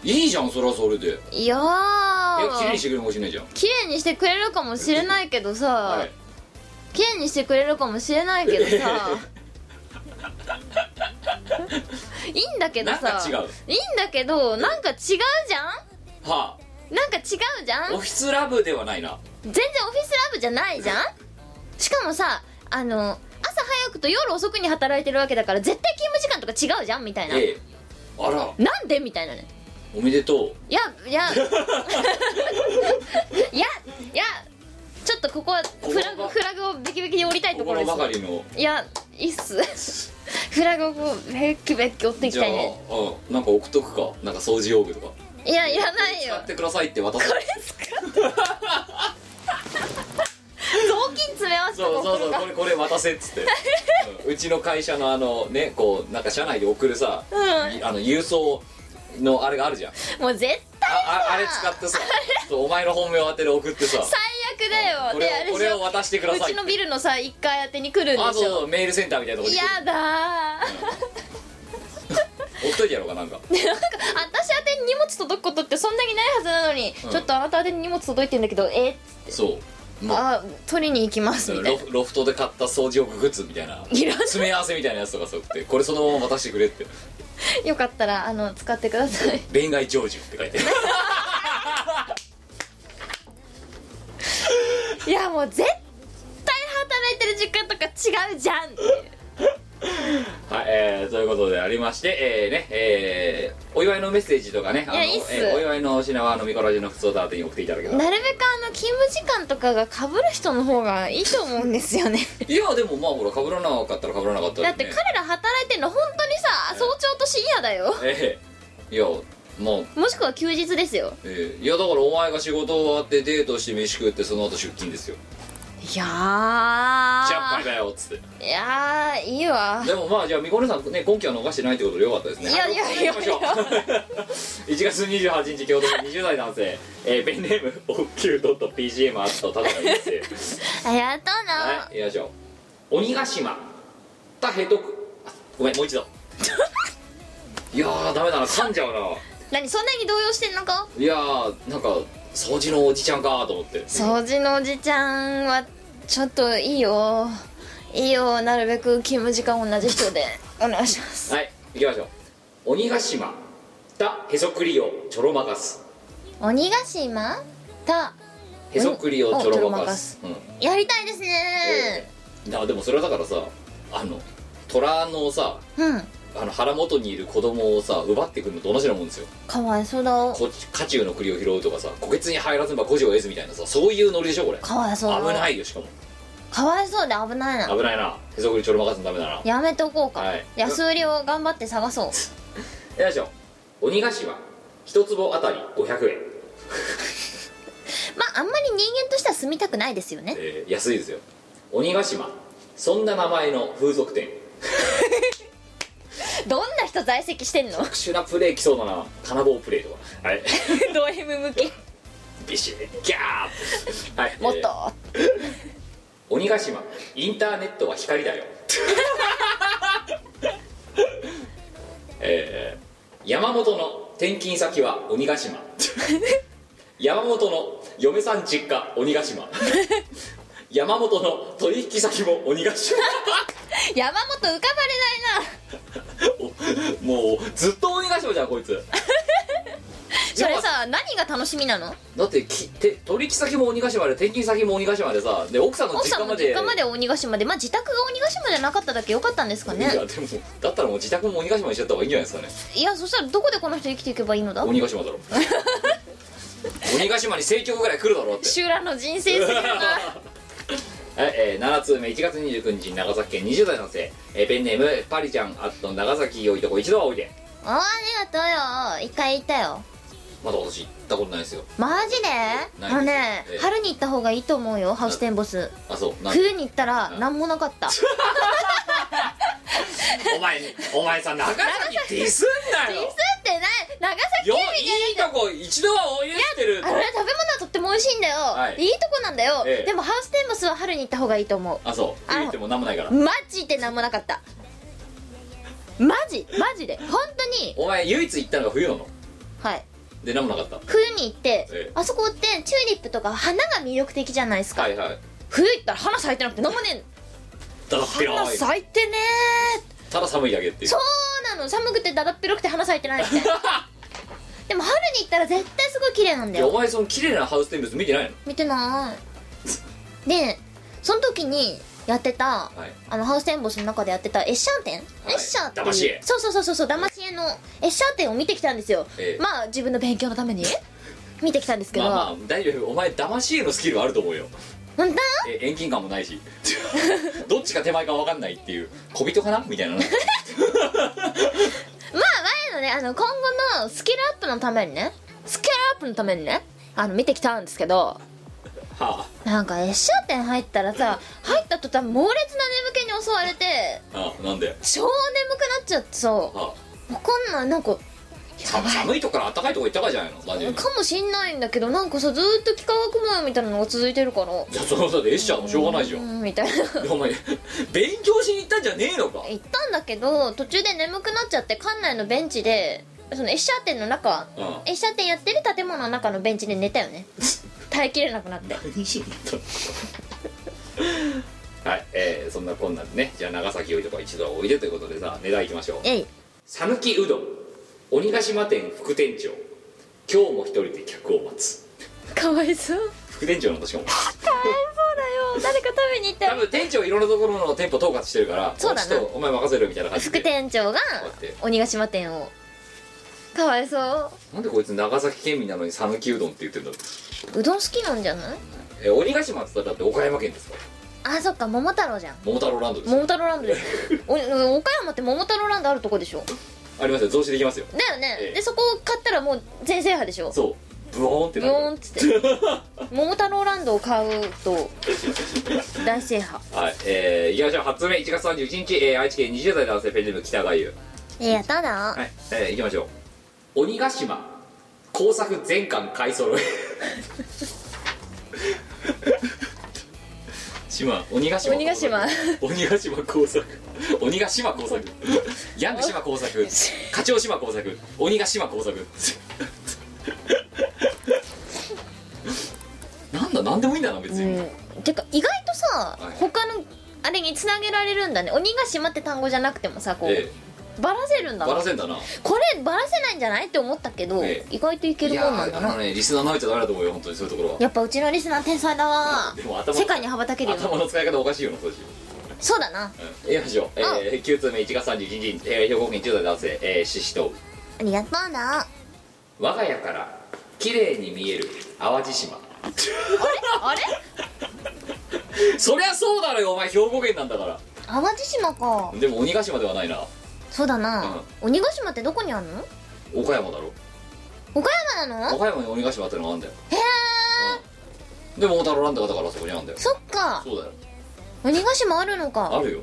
[SPEAKER 1] いいじゃんそれはそれでいや
[SPEAKER 2] いやー
[SPEAKER 1] 綺麗にしてくれるかもしれないじゃん
[SPEAKER 2] 綺麗にしてくれるかもしれないけどさ、
[SPEAKER 1] はい
[SPEAKER 2] 綺麗にしてくれるかもしれないけどさいいんだけどさ
[SPEAKER 1] なんか違う
[SPEAKER 2] いいんだけどなんか違うじゃん
[SPEAKER 1] は
[SPEAKER 2] なんか違うじゃん
[SPEAKER 1] あオフィスラブではないな
[SPEAKER 2] 全然オフィスラブじゃないじゃんしかもさあの朝早くと夜遅くに働いてるわけだから絶対勤務時間とか違うじゃんみたいな、
[SPEAKER 1] ええあら
[SPEAKER 2] なんでみたいなね
[SPEAKER 1] おめでと
[SPEAKER 2] いや いやいやいやちょっとここはフラグフラグをベキベキに折りたいうと
[SPEAKER 1] こ
[SPEAKER 2] こ
[SPEAKER 1] こ
[SPEAKER 2] ろ
[SPEAKER 1] の
[SPEAKER 2] です
[SPEAKER 1] ばかりの
[SPEAKER 2] いやいいっす フラグをこうベッキベッキ折っていき
[SPEAKER 1] じゃ
[SPEAKER 2] た
[SPEAKER 1] あ
[SPEAKER 2] いね
[SPEAKER 1] うんなんか送っとくかなんか掃除用具とか
[SPEAKER 2] いやいらないよ
[SPEAKER 1] 使ってくださいって渡す
[SPEAKER 2] 雑巾詰め合わせとか
[SPEAKER 1] そうそう
[SPEAKER 2] 送
[SPEAKER 1] そ
[SPEAKER 2] る
[SPEAKER 1] う
[SPEAKER 2] か
[SPEAKER 1] これこれ渡せっつって、うんうちの会社のあのねこうなんか社内で送るさ、いあの郵送のあれがあるじゃん
[SPEAKER 2] もう絶
[SPEAKER 1] あ
[SPEAKER 2] 対
[SPEAKER 1] ああれ使ってさそうお前の本名当てで送ってさ
[SPEAKER 2] 最悪だよ
[SPEAKER 1] こ
[SPEAKER 2] で
[SPEAKER 1] れ
[SPEAKER 2] あれ
[SPEAKER 1] をこ
[SPEAKER 2] し
[SPEAKER 1] れ
[SPEAKER 2] よ
[SPEAKER 1] を渡してくだ
[SPEAKER 2] う
[SPEAKER 1] さい
[SPEAKER 2] ちのビルのさ1階宛てに来るんで
[SPEAKER 1] あ
[SPEAKER 2] し
[SPEAKER 1] そうそ
[SPEAKER 2] ょ
[SPEAKER 1] うメールセンターみたいなとこに来る
[SPEAKER 2] やだー
[SPEAKER 1] 送っといてやろうかなんか
[SPEAKER 2] 私宛てに荷物届くことってそんなにないはずなのに、
[SPEAKER 1] うん
[SPEAKER 2] ちょっとあなた宛てに荷物届いてんだけどえ
[SPEAKER 1] そうもう
[SPEAKER 2] あ取りに行きますみたい
[SPEAKER 1] ロ
[SPEAKER 2] な
[SPEAKER 1] フロフトで買った掃除用具グッズみたいない
[SPEAKER 2] らない
[SPEAKER 1] 詰め合わせみたいなやつとかそうってこれそのまま渡してくれって
[SPEAKER 2] よかったらあの使ってください
[SPEAKER 1] 恋愛成就って書いて ある
[SPEAKER 2] いやもう絶対働いてる時間とか違うじゃんっていう
[SPEAKER 1] はい、えー、ということでありましてえー、ねえー、お祝いのメッセージとかねあの
[SPEAKER 2] いやいいっす
[SPEAKER 1] えーお祝いの品はあのミコラジの靴をダートに送っていただけたら
[SPEAKER 2] なるべくあの勤務時間とかが被る人の方がいいと思うんですよね
[SPEAKER 1] いやでもまあほら被らなかったら被らなかった
[SPEAKER 2] だ
[SPEAKER 1] ら、
[SPEAKER 2] って
[SPEAKER 1] ね、
[SPEAKER 2] 彼ら働いてるの本当にさ早朝と深夜だよ
[SPEAKER 1] ええいやまあ
[SPEAKER 2] もしくは休日ですよ
[SPEAKER 1] ええいやだからお前が仕事終わってデートして飯食ってその後出勤ですよ
[SPEAKER 2] いや
[SPEAKER 1] じゃっぱり
[SPEAKER 2] ー
[SPEAKER 1] だよっつって
[SPEAKER 2] いやーいい わ
[SPEAKER 1] でもまあじゃあみこねさんね今期は逃してないってことでよかったですね
[SPEAKER 2] いやいやいやいや
[SPEAKER 1] は行きましょう1月28日共同20代男性、えー、ペンネームおっきゅう .pgm あったただの一世
[SPEAKER 3] ありがとうな、
[SPEAKER 1] はいよいしょ鬼ヶ島たへとくあごめんもう一度いやーダメだな噛んじゃうな
[SPEAKER 2] 何そんなに動揺してんのか
[SPEAKER 1] いやーなんか掃除のおじちゃんかーと思って
[SPEAKER 2] 掃除のおじちゃんはちょっといいよいいよなるべく勤務時間同じ人でお願いします
[SPEAKER 1] はい行きましょう鬼ヶ島たへそくりをちょろまかす
[SPEAKER 2] 鬼ヶ島た
[SPEAKER 1] へそくりをちょろまかす、うん
[SPEAKER 2] やりたいですね
[SPEAKER 1] だでもそれはだからさあの虎のさ
[SPEAKER 2] うん
[SPEAKER 1] あの腹元にいる子供をさ奪ってくるのと同じなもんですよ
[SPEAKER 2] かわいそうだ
[SPEAKER 1] こ家中の栗を拾うとかさ虎穴に入らずば孤児を得ずみたいなさそういうノリでしょこれ
[SPEAKER 2] かわいそうだ
[SPEAKER 1] 危ないよしかも
[SPEAKER 2] かわいそうで危ないな
[SPEAKER 1] 危ないなへそくりちょろまかすのダメだな
[SPEAKER 2] やめとこうか、
[SPEAKER 1] はい
[SPEAKER 2] 安売りを頑張って探そう
[SPEAKER 1] よいしょ鬼菓子は一坪あたり500円、
[SPEAKER 2] まああんまり人間としては住みたくないですよね
[SPEAKER 1] えー安いですよ鬼ヶ島そんな名前の風俗店
[SPEAKER 2] どんな人在 籍してんの
[SPEAKER 1] 特殊なプレイ来そうだな金棒プレイとかはい
[SPEAKER 2] ド M 向き
[SPEAKER 1] ビシッギャーはい
[SPEAKER 2] もっ
[SPEAKER 1] えー
[SPEAKER 2] と
[SPEAKER 1] 鬼ヶ島インターネットは光だよ えー山本の転勤先は鬼ヶ 島山本の嫁さん実家鬼ヶ島 山本の取引先も鬼ヶ島
[SPEAKER 2] 山本浮かばれないな
[SPEAKER 1] おもうずっと鬼ヶ島じゃんこいつ
[SPEAKER 2] それさ何が楽しみなの
[SPEAKER 1] だってきて取引先も鬼ヶ島で転勤先も鬼ヶ島でさで奥さんの
[SPEAKER 2] 奥
[SPEAKER 1] 実
[SPEAKER 2] さ
[SPEAKER 1] 家
[SPEAKER 2] ん
[SPEAKER 1] ま
[SPEAKER 2] の
[SPEAKER 1] で
[SPEAKER 2] 実家まで鬼ヶ島でまあ自宅が鬼ヶ島じゃなかっただけ良かったんですか
[SPEAKER 1] い
[SPEAKER 2] ね
[SPEAKER 1] やでもだったらもう自宅も鬼ヶ島にしちゃった方がいいんじゃないですかね
[SPEAKER 2] いやそしたらどこでこの人生きていけばいいのだ
[SPEAKER 1] 鬼ヶ島だ ろ鬼ヶ島に政局ぐらい来るだろうって
[SPEAKER 2] 修羅の人生すぎ るな
[SPEAKER 1] はい、えー、7通目1月29日長崎県20代男性、えーペンネームパリちゃんあと長崎よいとこ一度はおいで
[SPEAKER 3] おーありがとうよ一回行ったよ
[SPEAKER 1] まだ私行ったことないですよ
[SPEAKER 3] マジで
[SPEAKER 1] ない
[SPEAKER 3] あのね
[SPEAKER 1] ええ
[SPEAKER 3] 春に行った方がいいと思うよハウステンボス
[SPEAKER 1] あそう なん
[SPEAKER 3] 冬に行ったら
[SPEAKER 1] うん
[SPEAKER 3] 何もなかった
[SPEAKER 1] お前お前さ長崎ディスんなよ
[SPEAKER 2] ってね長崎
[SPEAKER 1] よいいとこ一度はおいでってる
[SPEAKER 2] あれ食べ物はとっても美味しいんだよ、
[SPEAKER 1] はい
[SPEAKER 2] い、いとこなんだよ、
[SPEAKER 1] ええ
[SPEAKER 2] でもハウステンボスは春に行った方がいいと思
[SPEAKER 1] あそう
[SPEAKER 2] あ
[SPEAKER 1] 言ってもなんもないから
[SPEAKER 2] うマジで何もなかったマジマジで本当に
[SPEAKER 1] お前唯一行ったのが冬なの
[SPEAKER 2] はい
[SPEAKER 1] でなんもなかった
[SPEAKER 2] 冬に行っ
[SPEAKER 1] え
[SPEAKER 2] て、
[SPEAKER 1] え
[SPEAKER 2] あそこってチューリップとか花が魅力的じゃないですか、
[SPEAKER 1] はいはい
[SPEAKER 2] 冬行ったら花咲いてなくて何もねえん
[SPEAKER 1] だだっぴろ
[SPEAKER 2] 花
[SPEAKER 1] い
[SPEAKER 2] 咲いてね
[SPEAKER 1] ただ寒いだけっていう
[SPEAKER 2] そうなの寒くてだだっ広くて花咲いてないみたいなででも春に行ったら絶対すごい綺麗なんだ
[SPEAKER 1] いやお
[SPEAKER 2] よ
[SPEAKER 1] 前その綺麗なハウステンボス見てないの
[SPEAKER 2] 見てないでその時にやってた
[SPEAKER 1] はい
[SPEAKER 2] あのハウステンボスの中でやってたエッシャー展、
[SPEAKER 1] はい
[SPEAKER 2] エッシャーって
[SPEAKER 1] 騙し
[SPEAKER 2] いう
[SPEAKER 1] 絵
[SPEAKER 2] そうそうそうそうそう騙し絵のエッシャー展を見てきたんですよ、
[SPEAKER 1] ええ
[SPEAKER 2] まあ自分の勉強のために見てきたんですけど、
[SPEAKER 1] まあまあ大丈夫お前騙し絵のスキルはあると思うよ
[SPEAKER 2] 本当
[SPEAKER 1] え遠近感もないし どっちか手前か分かんないっていう小人かなみたい な
[SPEAKER 2] まあ前のねあの今後のスキルアップのためにねスキルアップのためにねあの見てきたんですけど
[SPEAKER 1] は
[SPEAKER 2] なんかエッシャー店入ったらさ入った途端猛烈な眠気に襲われて
[SPEAKER 1] ああなんで
[SPEAKER 2] 超眠くなっちゃってさわ
[SPEAKER 1] は
[SPEAKER 2] かんないなんか
[SPEAKER 1] あさ寒いとこから暖かいとこ行ったからじゃないのマジで
[SPEAKER 2] かもしんないんだけどなんかさずーっと幾何学模様みたいなのが続いてるから
[SPEAKER 1] じゃあそのさでエッシャーもしょうがないじゃ
[SPEAKER 2] うんんみたいな
[SPEAKER 1] でお前勉強しに行ったんじゃねえの か
[SPEAKER 2] 行ったんだけど途中で眠くなっちゃって館内のベンチでそのエッシャー店の中
[SPEAKER 1] うん
[SPEAKER 2] エッシャー店やってる建物の中のベンチで寝たよ ね耐えきれなくなって
[SPEAKER 1] 何しに行ったのはいえー、そんなこんなんでねじゃあ長崎よりとか一度はおいでということでさ値段いきましょう
[SPEAKER 2] えい
[SPEAKER 1] 讃岐うどん鬼ヶ島店副店長今日も一人で客を待つ
[SPEAKER 2] かわいそう
[SPEAKER 1] 副店長なんだしかも
[SPEAKER 2] そうだよ誰か食べに行った
[SPEAKER 1] 多
[SPEAKER 2] ら
[SPEAKER 1] 分店長いろんなところの店舗統括してるから
[SPEAKER 2] そうだな
[SPEAKER 1] ちょっとお前任せるみたいな感じで
[SPEAKER 2] 副店長が
[SPEAKER 1] うやって
[SPEAKER 2] 鬼ヶ島店をかわいそ
[SPEAKER 1] なんでこいつ長崎県民なのに讃岐うどんって言ってるんだろ
[SPEAKER 2] ううどん好きなんじゃないう
[SPEAKER 1] えー鬼ヶ島って言ったらだって岡山県ですから
[SPEAKER 2] あそっか桃太郎じゃん
[SPEAKER 1] 桃太郎ランドですよ
[SPEAKER 2] 桃太郎ランドですお うん岡山って桃太郎ランドあるとこでしょ
[SPEAKER 1] ありますよ増資できますよ
[SPEAKER 2] だよね、
[SPEAKER 1] ええ
[SPEAKER 2] でそこを買ったらもう全制覇でしょ
[SPEAKER 1] そうブオーンって
[SPEAKER 2] ブ
[SPEAKER 1] なる
[SPEAKER 2] ヨーンっつ って桃太郎ランドを買うと大制覇
[SPEAKER 1] はいえー、いきましょう初目1月31日、えー愛知県20代男性ペンネーム北川優
[SPEAKER 2] いやただ
[SPEAKER 1] はい、えー、いきましょう鬼ヶ島工作全巻買い揃え島鬼ヶ島
[SPEAKER 2] 鬼ヶ島
[SPEAKER 1] 鬼ヶ島工作鬼ヶ島工 作ヤング島工作課長島工作鬼ヶ島工作なんだ何でもいいんだな別に、
[SPEAKER 2] うんてか意外とさ、
[SPEAKER 1] はい
[SPEAKER 2] 他のあれにつなげられるんだね鬼ヶ島って単語じゃなくてもさこう、
[SPEAKER 1] え
[SPEAKER 2] バラせるん
[SPEAKER 1] ー、
[SPEAKER 2] だ
[SPEAKER 1] バ
[SPEAKER 2] な
[SPEAKER 1] ラせんだな
[SPEAKER 2] これバラせないんじゃないって思ったけど、
[SPEAKER 1] え
[SPEAKER 2] 意外といけるもんなん
[SPEAKER 1] いやー
[SPEAKER 2] だ
[SPEAKER 1] あ
[SPEAKER 2] な
[SPEAKER 1] のねリスナーなめちゃダメだと思うよ本当にそういうところは
[SPEAKER 2] やっぱうちのリスナー天才だわ
[SPEAKER 1] でも頭の
[SPEAKER 2] 世界に羽ばたけるよな
[SPEAKER 1] 頭の使い方おかしいよなそうしよう
[SPEAKER 2] そうだな
[SPEAKER 1] うん、いきましょう、えー、9通目1月31日、えー、兵庫県10代男性、えー、ししと
[SPEAKER 2] ありがとうな
[SPEAKER 1] 我が家から綺麗に見える淡路島
[SPEAKER 2] あれ
[SPEAKER 1] そりゃそうだろよお前兵庫県なんだから
[SPEAKER 2] 淡路島か
[SPEAKER 1] でも鬼ヶ島ではないな
[SPEAKER 2] そうだな、鬼ヶ島ってどこにあるの
[SPEAKER 1] 岡山だろ
[SPEAKER 2] 岡山なの
[SPEAKER 1] 岡山に鬼ヶ島ってのがあるんだよへえ、うんでも桃太郎ランドがだからそこにあるんだよ
[SPEAKER 2] そっか
[SPEAKER 1] そうだよ
[SPEAKER 2] 鬼ヶ島あるの
[SPEAKER 1] あ
[SPEAKER 2] か
[SPEAKER 1] るよ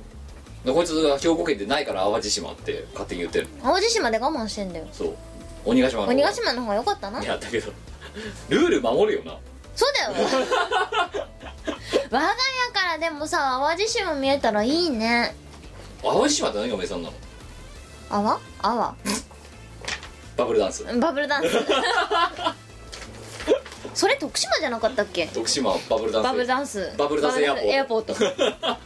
[SPEAKER 1] でこいつが兵庫県でないから淡路島って勝手に言ってる
[SPEAKER 2] 淡路島で我慢してんだよ
[SPEAKER 1] そう鬼ヶ島の方
[SPEAKER 2] 鬼ヶ島の方が良かったない
[SPEAKER 1] やだけど ルール守るよな
[SPEAKER 2] そうだよ 我が家からでもさ淡路島見えたらいいね
[SPEAKER 1] 淡路島って何が名産なの
[SPEAKER 2] あわあわ
[SPEAKER 1] バブルダンス
[SPEAKER 2] バブ ルダンスそれ徳島じゃなかったっけ
[SPEAKER 1] 徳島バブルダンス
[SPEAKER 2] バブルダンス
[SPEAKER 1] バブルダンスエアポート
[SPEAKER 2] バブルダンスエアポート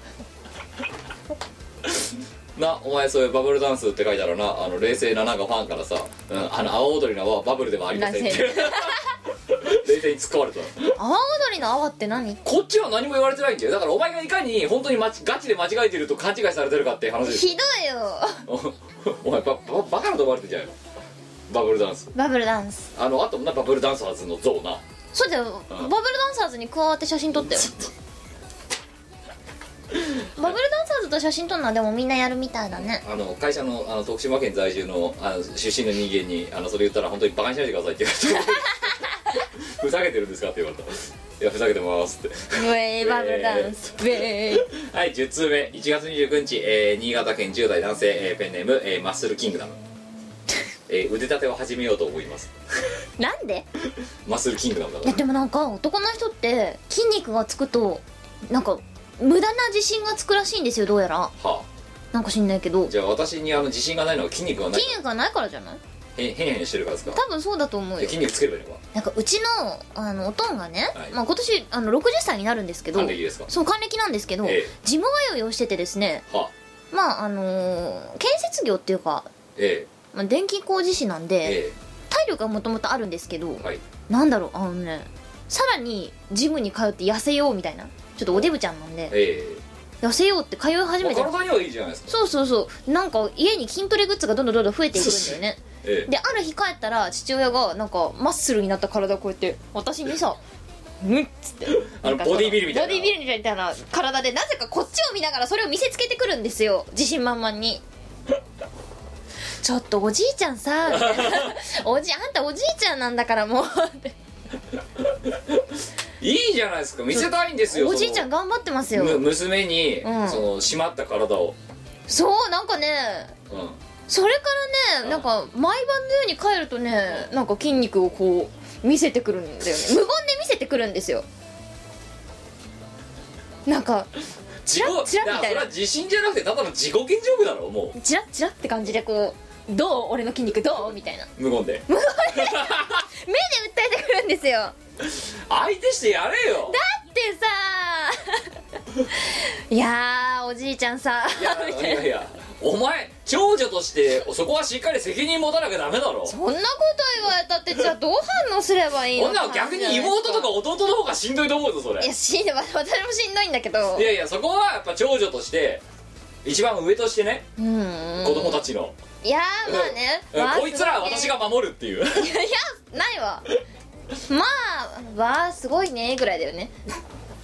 [SPEAKER 1] なお前そういうバブルダンスって書いたらなあの冷静ななんかファンからさ「うん、あの阿波踊りのはバブルではありません」って 冷静に突っ込まれた
[SPEAKER 2] 阿波踊りの阿波って何
[SPEAKER 1] こっちは何も言われてないんだよだからお前がいかに本当にまちガチで間違えてると勘違いされてるかって話です
[SPEAKER 2] ひどいよ
[SPEAKER 1] おお前バババカなと思われてんじゃないのバブルダンス
[SPEAKER 2] バブルダンス
[SPEAKER 1] あのあとなバブルダンサーズの像な
[SPEAKER 2] そうだよバブルダンサーズに加わって写真撮ったよバブルダンサーズと写真撮るのはでもみんなやるみたいだね
[SPEAKER 1] あの会社のあの徳島県在住のあの出身の人間にあのそれ言ったら本当にバカにしないでくださいって言わ れてふざけてるんですかって言われたいやふざけてますって
[SPEAKER 2] ウェイバブルダンスウェイ
[SPEAKER 1] はい10通目1月29日、えー新潟県10代男性、えーペンネーム、えーマッスルキング ダム、えー腕立てを始めようと思います
[SPEAKER 2] なんで
[SPEAKER 1] マッスルキングダムだか
[SPEAKER 2] いや
[SPEAKER 1] ら
[SPEAKER 2] でもなんか男の人って筋肉がつくとなんか無駄な自信がつくらしいんですよどうやら
[SPEAKER 1] は
[SPEAKER 2] なんか知んないけど
[SPEAKER 1] あ、じゃあ私にあの自信がないのは筋肉がない
[SPEAKER 2] 筋肉がないからじゃない
[SPEAKER 1] へへんへんしてるからですか
[SPEAKER 2] 多分そうだと思う
[SPEAKER 1] で
[SPEAKER 2] よ
[SPEAKER 1] 筋肉つければいいのか
[SPEAKER 2] なんかうちのあのおとんがね、
[SPEAKER 1] はい
[SPEAKER 2] まあ、今年あの60歳になるんですけど
[SPEAKER 1] 還暦ですか
[SPEAKER 2] そう還暦なんですけど、
[SPEAKER 1] ええ
[SPEAKER 2] ジム通いをしててですね
[SPEAKER 1] はあ
[SPEAKER 2] まああのー建設業っていうか、
[SPEAKER 1] え
[SPEAKER 2] まあ、電気工事士なん
[SPEAKER 1] え
[SPEAKER 2] で、
[SPEAKER 1] ええ
[SPEAKER 2] 体体力はもともとあるんですけど
[SPEAKER 1] はい
[SPEAKER 2] なんだろうあのねさらにジムに通って痩せようみたいなちょっとおデブちゃんなんで
[SPEAKER 1] え
[SPEAKER 2] 痩せようって通い
[SPEAKER 1] え
[SPEAKER 2] 始めて
[SPEAKER 1] 体にはいいじゃないですか
[SPEAKER 2] そうそうそうなんか家に筋トレグッズがどんどんどんどん増えていくんだよね
[SPEAKER 1] え
[SPEAKER 2] である日帰ったら父親がなんかマッスルになった体をこうやって私に さ「むっ」つって
[SPEAKER 1] あの
[SPEAKER 2] なんかそ
[SPEAKER 1] ボディービルみたいな
[SPEAKER 2] ボディービルみたいな体でなぜかこっちを見ながらそれを見せつけてくるんですよ自信満々にちょっとおじいちゃんさ みたいなおじあんたおじいちゃんなんだからもうって
[SPEAKER 1] えいいじゃないですか見せたいんですよ
[SPEAKER 2] おじいちゃん
[SPEAKER 1] が
[SPEAKER 2] 頑張ってますよ
[SPEAKER 1] 娘に、
[SPEAKER 2] うん
[SPEAKER 1] その締まった体を、
[SPEAKER 2] そうなんかね
[SPEAKER 1] うん、
[SPEAKER 2] それからねなんか毎晩のように帰るとねなんか筋肉をこう見せてくるんだよね無言で見せてくるんですよなんかチラッチラッみ
[SPEAKER 1] だから
[SPEAKER 2] た
[SPEAKER 1] そ
[SPEAKER 2] い
[SPEAKER 1] れ
[SPEAKER 2] な
[SPEAKER 1] は自信じゃなくてただの自己顕示欲だろも
[SPEAKER 2] チラッチラッって感じでこう「どう俺の筋肉どう?」みたいな
[SPEAKER 1] う無言で
[SPEAKER 2] 目で訴えてくるんですよだ
[SPEAKER 1] 相手してやれよ
[SPEAKER 2] ってさいやーお じいちゃんさ
[SPEAKER 1] いやいやいやお前長女としてそこはしっかり責任持たなきゃダメだろ
[SPEAKER 2] そんなこと言われたってじゃあどう反応すればいいの
[SPEAKER 1] 女は逆に妹とか弟の方がしんどいと思うぞそれ
[SPEAKER 2] いやしんどい私もしんどいんだけど
[SPEAKER 1] いやいやそこはやっぱ長女として一番上としてね
[SPEAKER 2] うん
[SPEAKER 1] 子供たちの、
[SPEAKER 2] いやーまあね、
[SPEAKER 1] うん
[SPEAKER 2] わー
[SPEAKER 1] こいつらは私が守るっていう
[SPEAKER 2] すごいねいやないわまあわあすごいねぐらいだよね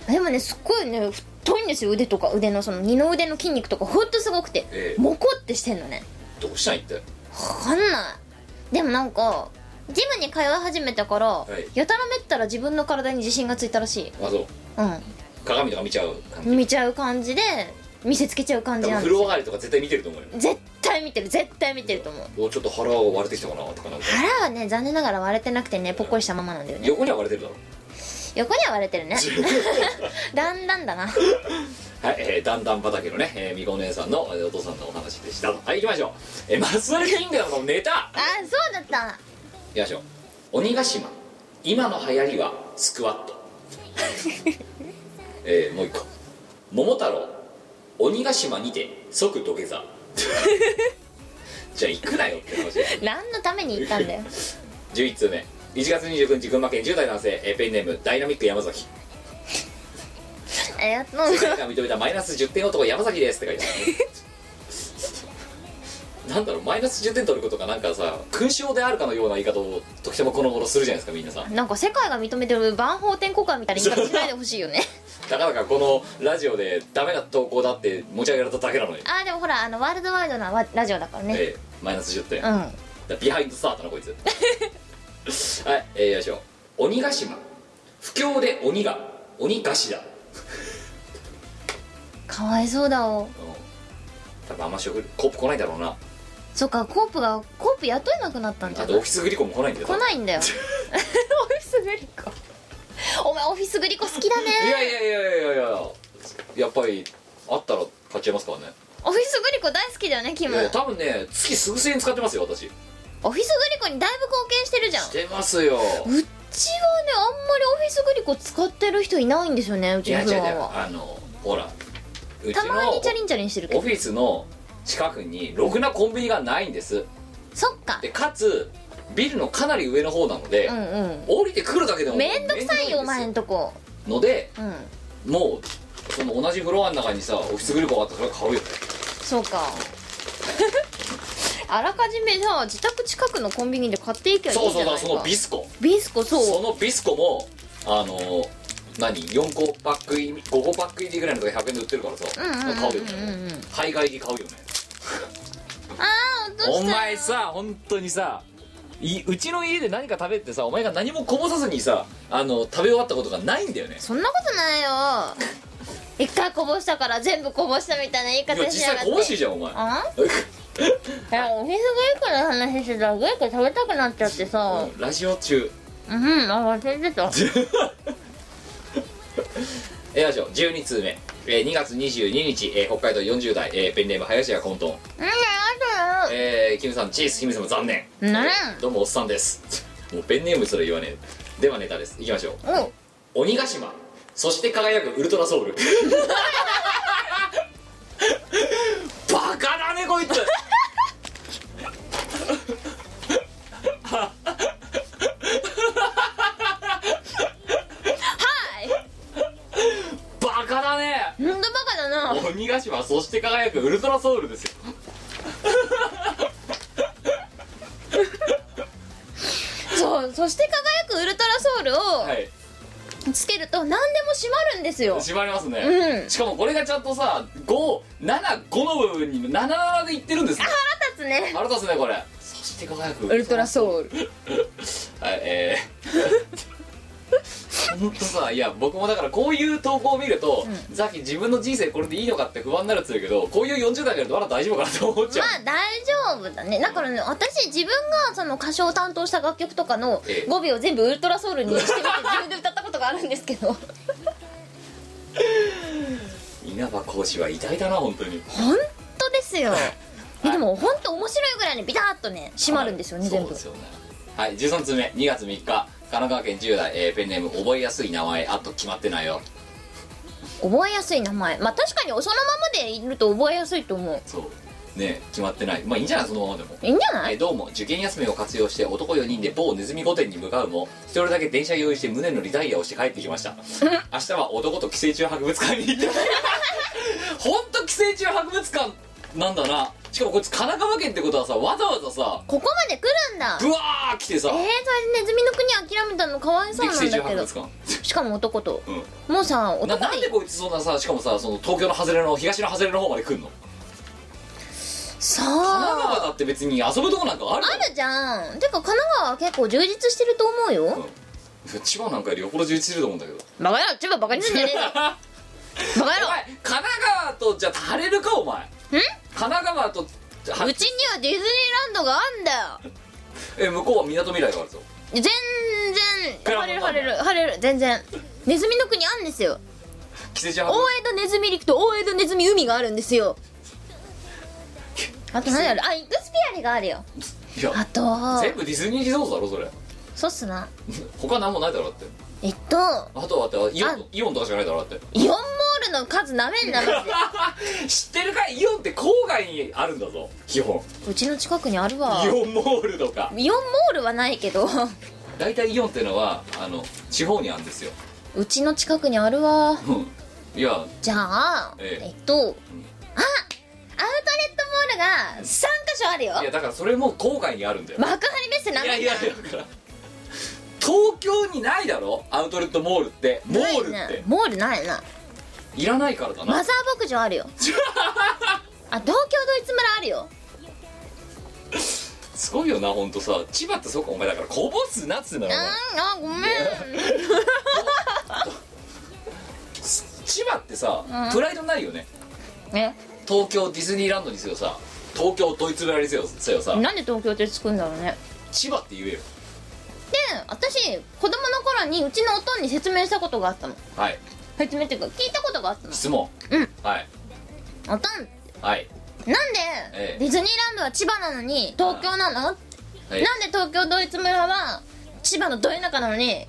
[SPEAKER 2] でもねすっごいね太いんですよ腕とか腕のその二の腕の筋肉とかほんとすごくて、
[SPEAKER 1] ええ
[SPEAKER 2] モコってしてんのね
[SPEAKER 1] どうしたいって
[SPEAKER 2] わかんないでもなんかジムに通い始めたから、
[SPEAKER 1] い
[SPEAKER 2] やたらめったら自分の体に自信がついたらしい
[SPEAKER 1] あそう
[SPEAKER 2] う
[SPEAKER 1] 鏡とか見ちゃう感じ
[SPEAKER 2] ん見ちゃう感じで見せつけちゃう感
[SPEAKER 1] 多
[SPEAKER 2] じ
[SPEAKER 1] 分
[SPEAKER 2] なん
[SPEAKER 1] 風
[SPEAKER 2] です
[SPEAKER 1] 呂上
[SPEAKER 2] よ
[SPEAKER 1] がりとか絶対見てると思うよ
[SPEAKER 2] 絶対見てる絶対見てると思う
[SPEAKER 1] おちょっと腹が割れてきたかなとかなんか
[SPEAKER 2] 腹はね残念ながら割れてなくてねぽっこりしたままなんだよね
[SPEAKER 1] 横には割れてるだ
[SPEAKER 2] 横には割 れてるねだんだんだな
[SPEAKER 1] ろはい、えー、だんだん畑のね、えー、みこお姉さんの、えーお父さんのお話でしたはい行きましょう、えー、マスダキングダムのネタ
[SPEAKER 2] あそうだった
[SPEAKER 1] いきましょう鬼ヶ島今の流行りはスクワット えー、もう一個桃太郎鬼ヶ島にて即土下座 じゃあ行くなよって話です
[SPEAKER 2] 何のために行ったんだよ
[SPEAKER 1] 11通目1月29日群馬県10代男性えーペンネームダイナミック山崎
[SPEAKER 2] ありがとう
[SPEAKER 1] 世界が認めたマイナス10点男山崎ですって書いて あるなんだろうマイナス10点取ることがなんかさ勲章であるかのような言い方をときてもこの頃するじゃないですかみんなさ
[SPEAKER 2] なんか世界が認めてる万法天国家みたいな言い方しないでほしい よね
[SPEAKER 1] なかなかこのラジオでダメな投稿だって持ち上げられただけなのに、
[SPEAKER 2] あーでもほらあのワールドワイドなわラジオだからね、
[SPEAKER 1] えーマイナス10点、
[SPEAKER 2] う
[SPEAKER 1] だ
[SPEAKER 2] ん
[SPEAKER 1] ビハインドスタートなこいつ はいえー、よいしょ鬼ヶ島不況で鬼が鬼ヶ島
[SPEAKER 2] かわいそうだお
[SPEAKER 1] 多分あんま食コープ来ないだろうな
[SPEAKER 2] そっかコープがコープ雇えなくなったんじ
[SPEAKER 1] あ
[SPEAKER 2] ゃ
[SPEAKER 1] とオ
[SPEAKER 2] ない
[SPEAKER 1] フィスグリコも来ないんだよ
[SPEAKER 2] 来ないんだよ オフィスグリコお前オフィスグリコ好きだ
[SPEAKER 1] い
[SPEAKER 2] ね
[SPEAKER 1] やいやいやいやいやいややっぱりあったら買っちゃいますからね
[SPEAKER 2] オフィスグリコ大好きだよねキ
[SPEAKER 1] い
[SPEAKER 2] ム
[SPEAKER 1] やいや多分ね月数千円使ってますよ私し
[SPEAKER 2] オフィスグリコにだいぶ貢献してるじゃん
[SPEAKER 1] てますよ
[SPEAKER 2] うちはねあんまりオフィスグリコ使ってる人いないんですよねう
[SPEAKER 1] い
[SPEAKER 2] ちの
[SPEAKER 1] や違う
[SPEAKER 2] フ
[SPEAKER 1] 違
[SPEAKER 2] ロア
[SPEAKER 1] う
[SPEAKER 2] は
[SPEAKER 1] あのほらうち
[SPEAKER 2] たまにチャリ
[SPEAKER 1] の
[SPEAKER 2] ンチャリンしてるけ
[SPEAKER 1] オ
[SPEAKER 2] ど
[SPEAKER 1] フィスの近くにろくなコンビニがないんです
[SPEAKER 2] そっか
[SPEAKER 1] でかつビルのかなり上の方なので、
[SPEAKER 2] うん
[SPEAKER 1] 降りてくるだけで
[SPEAKER 2] う
[SPEAKER 1] も
[SPEAKER 2] んめんどくさいよお
[SPEAKER 1] め
[SPEAKER 2] 前
[SPEAKER 1] ん
[SPEAKER 2] ん
[SPEAKER 1] ど
[SPEAKER 2] とこ
[SPEAKER 1] いんですので
[SPEAKER 2] うん
[SPEAKER 1] もうその同じフロアの中にさオフィスグリコあったらそれ買うよ
[SPEAKER 2] そうか あらかじめさ自宅近くのコンビニで買っていけばい
[SPEAKER 1] そ
[SPEAKER 2] いうじ
[SPEAKER 1] そ
[SPEAKER 2] ゃ
[SPEAKER 1] う
[SPEAKER 2] ない
[SPEAKER 1] だ
[SPEAKER 2] か
[SPEAKER 1] そのビスコ
[SPEAKER 2] ビスコ
[SPEAKER 1] そ
[SPEAKER 2] そ
[SPEAKER 1] のビスコもあの何4個パック入り5個パック入りぐらいのとか100円で売ってるからさ、
[SPEAKER 2] ううんうんうん
[SPEAKER 1] 買うよ
[SPEAKER 2] うん
[SPEAKER 1] ね
[SPEAKER 2] うんうん
[SPEAKER 1] 海外に買うよね
[SPEAKER 2] ああ落と
[SPEAKER 1] お
[SPEAKER 2] した
[SPEAKER 1] 前さ本当にさいうちの家で何か食べてさお前が何もこぼさずにさあの食べ終わったことがないんだよね
[SPEAKER 2] そんなことないよ一回こぼしたから全部こぼしたみたいな言い
[SPEAKER 1] いや
[SPEAKER 2] 方し
[SPEAKER 1] 実
[SPEAKER 2] やがっ
[SPEAKER 1] 際
[SPEAKER 2] て
[SPEAKER 1] こぼしてるじゃんお前
[SPEAKER 2] あんいやお水グリコの話してたらグリコ食べたくなっちゃって さ
[SPEAKER 1] うんラジオ中
[SPEAKER 2] うん、あ忘れてた
[SPEAKER 1] えよいしょ12通目、えー2月22日、えー北海道40代、えーペンネーム林家混沌
[SPEAKER 2] うんあと
[SPEAKER 1] えー、キムさんチーズキム様残念、
[SPEAKER 2] うん
[SPEAKER 1] えーどうもおっさんですもうペンネームすら言わねえではネタですいきましょう
[SPEAKER 2] お
[SPEAKER 1] 鬼ヶ島そして輝くウルトラソウルバカだねこいつカだね
[SPEAKER 2] ほんとバカだな
[SPEAKER 1] 鬼ヶ島そして輝くウルトラソウルですよ
[SPEAKER 2] そうそして輝くウルトラソウル
[SPEAKER 1] は
[SPEAKER 2] を
[SPEAKER 1] い
[SPEAKER 2] つけると何でも閉まるんですよ、
[SPEAKER 1] 縛りますね、
[SPEAKER 2] うん
[SPEAKER 1] しかもこれがちゃんとさ575の部分に77でいってるんですよ
[SPEAKER 2] 二つね
[SPEAKER 1] 腹立つねこれそして輝く
[SPEAKER 2] ウルトラソウル
[SPEAKER 1] はいえー ほんとさいや僕もだからこういう投稿を見ると、ザキ自分の人生これでいいのかって不安になるっつうけどこういう40代がいるとまだ大丈夫かなって思っちゃう、
[SPEAKER 2] まあ大丈夫だねだからね私自分がその歌唱を担当した楽曲とかの
[SPEAKER 1] ええ
[SPEAKER 2] 語尾を全部ウルトラソウルにしてみて自分で歌ったことがあるんですけど
[SPEAKER 1] 稲葉講師は偉大だな本当に
[SPEAKER 2] 本当ですよでも本当面白いぐらいにビタッとね閉まるんですよね、全
[SPEAKER 1] そう
[SPEAKER 2] 部
[SPEAKER 1] ですよねはい13通目2月3日神奈川県10代、えーペンネーム覚えやすい名前あと決まってないよ
[SPEAKER 2] 覚えやすい名前まあ確かにそのままでいると覚えやすいと思う
[SPEAKER 1] そうね決まってないまあいいんじゃないそのままでも
[SPEAKER 2] いいんじゃな
[SPEAKER 1] えー
[SPEAKER 2] い
[SPEAKER 1] どうも受験休みを活用して男4人で某ネズミ御殿に向かうも一人だけ電車用意して胸のリタイアをして帰ってきました明日は男と寄生虫博物館 に行ってほんと寄生虫博物館なんだなしかもこいつ神奈川県ってことはさわざわざさ
[SPEAKER 2] ここまで来るんだ
[SPEAKER 1] ブワー来てさ
[SPEAKER 2] えー、それでネズミの国諦めたのかわいそ
[SPEAKER 1] で
[SPEAKER 2] う
[SPEAKER 1] 寄
[SPEAKER 2] な
[SPEAKER 1] 生
[SPEAKER 2] ん
[SPEAKER 1] 虫
[SPEAKER 2] だけ
[SPEAKER 1] 博
[SPEAKER 2] ど
[SPEAKER 1] 物館
[SPEAKER 2] しかも男と
[SPEAKER 1] うん
[SPEAKER 2] もうさ
[SPEAKER 1] な
[SPEAKER 2] 男
[SPEAKER 1] な
[SPEAKER 2] で
[SPEAKER 1] ん
[SPEAKER 2] い
[SPEAKER 1] で
[SPEAKER 2] い
[SPEAKER 1] こいつそんなさしかもさその東京の外れの東の外れの方まで来んの
[SPEAKER 2] さ
[SPEAKER 1] 神奈川
[SPEAKER 2] あ
[SPEAKER 1] だって別に遊ぶとこなんかあるの
[SPEAKER 2] あるじゃんてか神奈川は結構充実してると思うよ
[SPEAKER 1] うん千葉なんかよりよほど充実してると思うんだけど
[SPEAKER 2] バカ野郎千葉バカにすん じゃねえぞバカ
[SPEAKER 1] お前神奈川とじゃ足れるかお前ん神奈川と
[SPEAKER 2] 野
[SPEAKER 1] は
[SPEAKER 2] 郎うちにはディズニーランドがあんだよ
[SPEAKER 1] え向こうはみなとみらいがあるぞ
[SPEAKER 2] 全然晴れる晴れる晴れる全然ネズミの国あんですよ
[SPEAKER 1] 寄生虫博
[SPEAKER 2] 大
[SPEAKER 1] 物
[SPEAKER 2] 江戸ネズミ陸と大江戸ネズミ海があるんですよあと何やるあイグスピアリがあるよ
[SPEAKER 1] いや
[SPEAKER 2] あと
[SPEAKER 1] 全部ディズニーリゾートだろそれ
[SPEAKER 2] そうっすな
[SPEAKER 1] 他何もないだろだって
[SPEAKER 2] えっと
[SPEAKER 1] あとはだってイオ
[SPEAKER 2] あ
[SPEAKER 1] ンイオンとかしかないだろだっ
[SPEAKER 2] イオンモールの数なめんな マジで
[SPEAKER 1] て 知ってるかいイオンって郊外にあるんだぞ基本
[SPEAKER 2] うちの近くにあるわ
[SPEAKER 1] イオンモールとか
[SPEAKER 2] イオンモールはないけど
[SPEAKER 1] 大体イオンっていうのはあの地方にあるんですよ
[SPEAKER 2] うちの近くにあるわ
[SPEAKER 1] うんいや
[SPEAKER 2] じゃあ
[SPEAKER 1] え
[SPEAKER 2] え
[SPEAKER 1] え
[SPEAKER 2] っとあアウトレットモールが3箇所あるよ
[SPEAKER 1] いやだからそれも郊外にあるんだよ
[SPEAKER 2] 幕張メッセないめん
[SPEAKER 1] や
[SPEAKER 2] ない
[SPEAKER 1] やだから東京にないだろアウトレットモールってモール
[SPEAKER 2] な
[SPEAKER 1] っ
[SPEAKER 2] いね
[SPEAKER 1] て
[SPEAKER 2] モールないない
[SPEAKER 1] らないからだな
[SPEAKER 2] マザー牧場あるよあ東京ドイツ村あるよ
[SPEAKER 1] すごいよなほんとさ千葉ってそこお前だからこぼすなっつうのよ
[SPEAKER 2] うんあごめん
[SPEAKER 1] 千葉ってさ、プライドないよね
[SPEAKER 2] え
[SPEAKER 1] 東京ディズニーランドにせよさ東京ドイツ村にせよせよさ
[SPEAKER 2] なんで東京ってつくんだろうね
[SPEAKER 1] 千葉って言えよ
[SPEAKER 2] で私子供の頃にうちのおとんに説明したことがあったの
[SPEAKER 1] はい
[SPEAKER 2] 説明っていうか聞いたことがあったの
[SPEAKER 1] 質問
[SPEAKER 2] うん
[SPEAKER 1] はい
[SPEAKER 2] おとん
[SPEAKER 1] はい
[SPEAKER 2] なんで
[SPEAKER 1] ええ
[SPEAKER 2] ディズニーランドは千葉なのに東京なの、
[SPEAKER 1] はい
[SPEAKER 2] なんで東京ドイツ村は千葉のど田舎なのに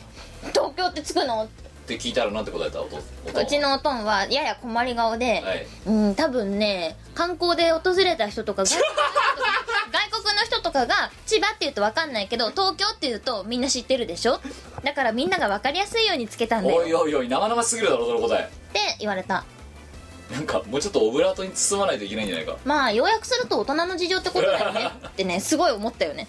[SPEAKER 2] 東京ってつくの
[SPEAKER 1] って聞いたらなんて答えたお父お父
[SPEAKER 2] うちのおとんはやや困り顔で、
[SPEAKER 1] はい
[SPEAKER 2] うん多分ね観光で訪れた人と か外国の人外国の人とかが千葉って言うと分かんないけど東京って言うとみんな知ってるでしょだからみんなが分かりやすいようにつけたんだよ
[SPEAKER 1] おいおいおい生々しすぎるだろその答え
[SPEAKER 2] って言われた
[SPEAKER 1] なんかもうちょっとオブラートに包まないといけないんじゃないか
[SPEAKER 2] まあ要約すると大人の事情ってことだよねってねすごい思ったよね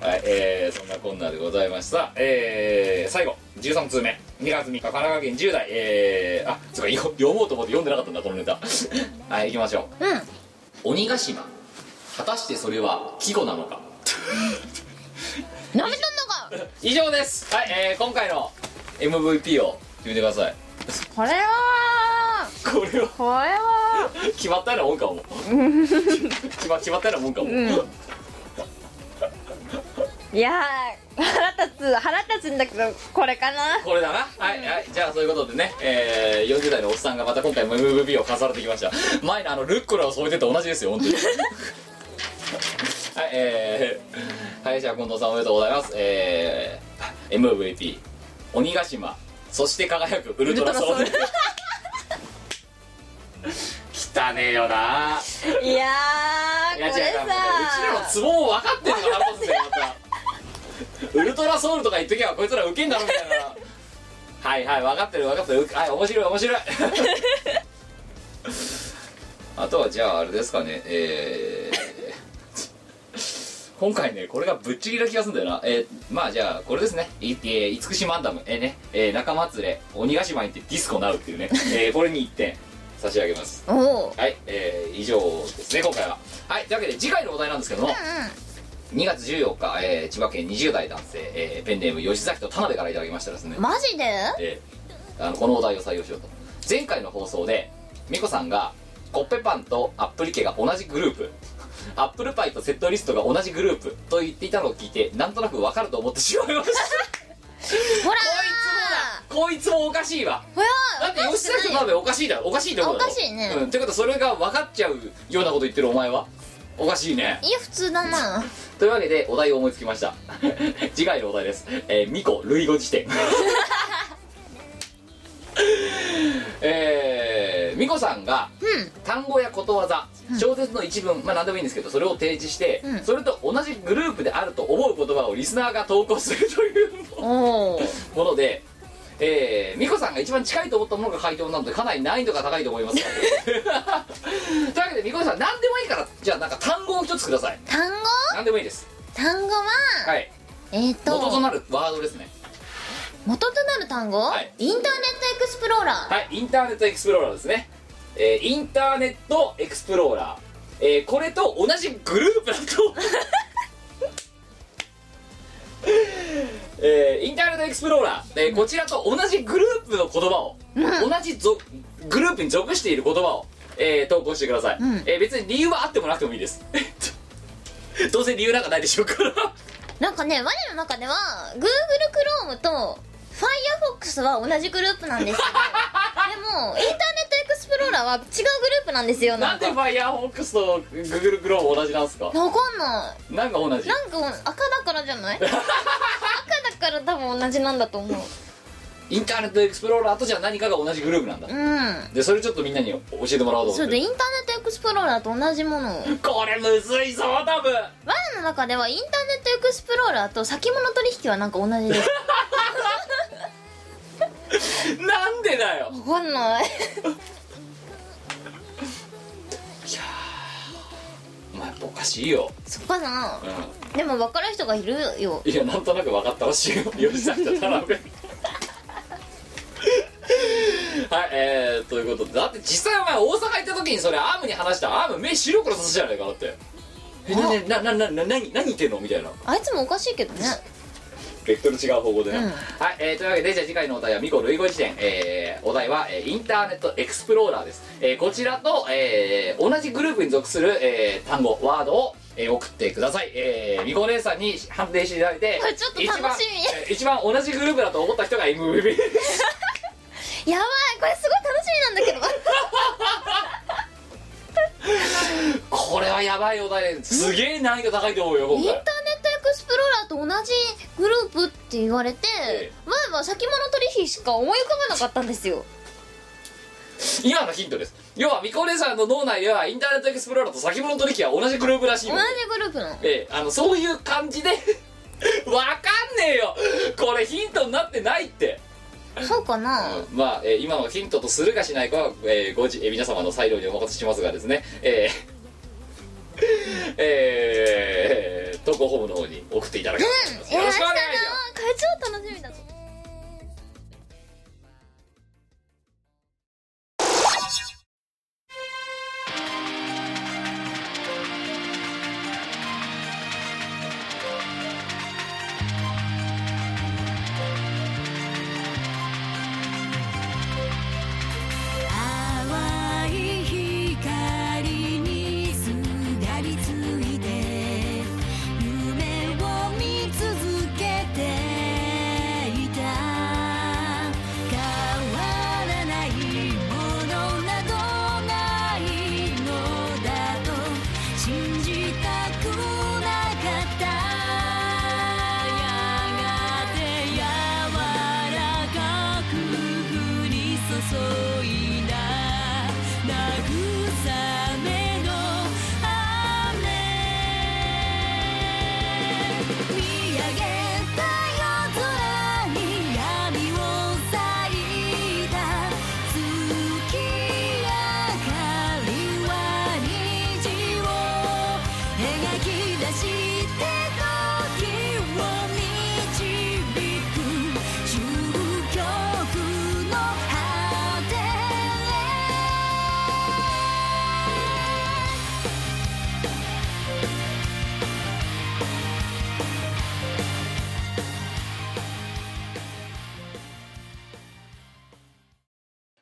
[SPEAKER 1] はい、えー、そんなこんなでございました。えー、最後、13通目。2月3日、神奈川県10代。えー、あ、そうか、よ読もうと思って読んでなかったんだ、このネタ。 はい、行きましょ
[SPEAKER 2] うん
[SPEAKER 1] う。鬼ヶ島。果たしてそれは季語なのか。
[SPEAKER 2] なめとんのか
[SPEAKER 1] 以上です。はい、えー、今回の MVP を決めてください。
[SPEAKER 2] これは
[SPEAKER 1] これは、
[SPEAKER 2] これは
[SPEAKER 1] 決まったようなもんかも。決ま決まったようなもんかも。
[SPEAKER 2] いやー腹立つ腹立つんだけどこれかな
[SPEAKER 1] これだなはい、はい、じゃあそういうことでね、えー、40代のおっさんがまた今回も MVP を飾られてきました前のあのルッコラを添えてと同じですよ本当に はいえー、 はいじゃあ近藤さんおめでとうございますえー、MVP 鬼ヶ島そして輝くウルトラソウル 汚ねえよない
[SPEAKER 2] や
[SPEAKER 1] い
[SPEAKER 2] ー
[SPEAKER 1] や違う
[SPEAKER 2] これ
[SPEAKER 1] 違うもうう
[SPEAKER 2] さ
[SPEAKER 1] ちらのツボを分かってんのかなと思ってたよまたウルトラソウルとか言っときゃこいつらウケんだろみたいなはいはい分かってる分かってるはい面白い面白い あとはじゃああれですかねえー今回ねこれがぶっちぎりな気がするんだよなえーまあじゃあこれですねい、えー、厳島マンダムえーね、えー仲間連れ鬼ヶ島に行ってディスコなうっていうね、えーこれに1点差し上げます
[SPEAKER 2] おお
[SPEAKER 1] はい、えー以上ですね今回ははいというわけで次回のお題なんですけども、2月14日、えー千葉県20代男性、えーペンネーム吉崎と田辺からいただきましたですね、
[SPEAKER 2] マジで
[SPEAKER 1] えーあのこのお題を採用しようと前回の放送で美子さんがコッペパンとアップリケが同じグループアップルパイとセットリストが同じグループと言っていたのを聞いてなんとなく分かると思ってしまいました
[SPEAKER 2] ほら
[SPEAKER 1] こいつもおかしいわ
[SPEAKER 2] ほら
[SPEAKER 1] だって吉崎と田辺おかしいだろおかしいってことだろ
[SPEAKER 2] おかしいね
[SPEAKER 1] うん、ってことはそれが分かっちゃうようなこと言ってるお前はおかしいね
[SPEAKER 2] いや普通だな
[SPEAKER 1] というわけでお題を思いつきました 次回のお題ですえー、ミコ類語 辞典えー、ミコさんが単語やことわざ小説の一文、まあ何でもいいんですけどそれを提示して、
[SPEAKER 2] うん
[SPEAKER 1] それと同じグループであると思う言葉をリスナーが投稿するという
[SPEAKER 2] おお
[SPEAKER 1] もので、えー、美子さんが一番近いと思ったものが回答なのでかなり難易度が高いと思いますというわけで美子さん何でもいいからじゃあなんか単語を一つください
[SPEAKER 2] 単語
[SPEAKER 1] 何でもいいです
[SPEAKER 2] 単語は
[SPEAKER 1] はい
[SPEAKER 2] えっ、と
[SPEAKER 1] 元となるワードですね
[SPEAKER 2] 元となる単語、
[SPEAKER 1] はい
[SPEAKER 2] インターネットエクスプローラー、
[SPEAKER 1] はいインターネットエクスプローラーですねえーインターネットエクスプローラー、えーこれと同じグループだと えーインターネットエクスプローラー、えーこちらと同じグループの言葉を、同じぞグループに属している言葉を、えー投稿してください、
[SPEAKER 2] ん
[SPEAKER 1] えー別に理由はあってもなくてもいいですどうせ理由なんかないでしょうから
[SPEAKER 2] なんかね我の中では Google Chrome と Firefox は同じグループなん ですけどでもインターネットエクスプローラーは違うグループなんですよ
[SPEAKER 1] な
[SPEAKER 2] なんん
[SPEAKER 1] で
[SPEAKER 2] か
[SPEAKER 1] Firefox と Google Chrome 同じなんですか
[SPEAKER 2] わかんな
[SPEAKER 1] なんか同
[SPEAKER 2] い
[SPEAKER 1] じ
[SPEAKER 2] なんか赤だからじゃ ない赤だから多分同じなんだと思う
[SPEAKER 1] インターネットエクスプローラーとじゃあ何かが同じグループなんだ
[SPEAKER 2] うん
[SPEAKER 1] でそれちょっとみんなに教えてもらおうと
[SPEAKER 2] そ
[SPEAKER 1] 思っ
[SPEAKER 2] れ
[SPEAKER 1] て
[SPEAKER 2] でインターネットエクスプローラーと同じものを
[SPEAKER 1] これむずいぞ多分
[SPEAKER 2] 我の中ではインターネットエクスプローラーと先物取引はなんか同じです
[SPEAKER 1] なんでだよ
[SPEAKER 2] わかんない
[SPEAKER 1] お前やっぱおかしいよ、
[SPEAKER 2] そっかな
[SPEAKER 1] う
[SPEAKER 2] でも分かる人がいるよ
[SPEAKER 1] ん、いやなんとなく分かったら しいよ吉崎と 田辺はいえー、ということでだって実際お前大阪行った時にそれアームに話したアーム目白黒させじゃないかだってえなになななな何何言ってんのみたいな
[SPEAKER 2] あいつもおかしいけどね
[SPEAKER 1] ベクトル違う方向でね、
[SPEAKER 2] うん
[SPEAKER 1] はい、えーというわけでじゃあ次回のお題は「ミコ類語辞典」えーお題は、えーインターネットエクスプローラー」です、えーこちらと、えー同じグループに属する、えー単語ワードを、えー送ってください、えー、ミコ姉さんに判定していただいて
[SPEAKER 2] はいちょっと
[SPEAKER 1] 一
[SPEAKER 2] 楽しみ
[SPEAKER 1] 番,、えー一番同じグループだと思った人が MVP
[SPEAKER 2] やばいこれすごい楽しみなんだけ ど
[SPEAKER 1] これはやばいお題ですすげえ難易度高いと思うよ
[SPEAKER 2] イン
[SPEAKER 1] 今
[SPEAKER 2] ターネ
[SPEAKER 1] 回
[SPEAKER 2] ットエクスプローラーと同じグループって言われて
[SPEAKER 1] ええ
[SPEAKER 2] 前は先物取引しか思い浮かばなかったんですよ
[SPEAKER 1] 今のヒントです要はミコ姉さんの脳内ではインターネットエクスプローラーと先物取引は同じグループらしい
[SPEAKER 2] 同
[SPEAKER 1] の
[SPEAKER 2] じ
[SPEAKER 1] で
[SPEAKER 2] グループなの
[SPEAKER 1] ええあのそういう感じで わかんねえよこれヒントになってないって、
[SPEAKER 2] そうかな、
[SPEAKER 1] うんまあ、えー今のヒントとするかしないかは、えーごじえー皆様の裁量にお任せしますがですねえー えー投稿ホームの方に送っていただければと思います、よろしくお願いします
[SPEAKER 2] あこれ超楽しみだぞ
[SPEAKER 5] 淡い光にすがりついて夢を見続けてい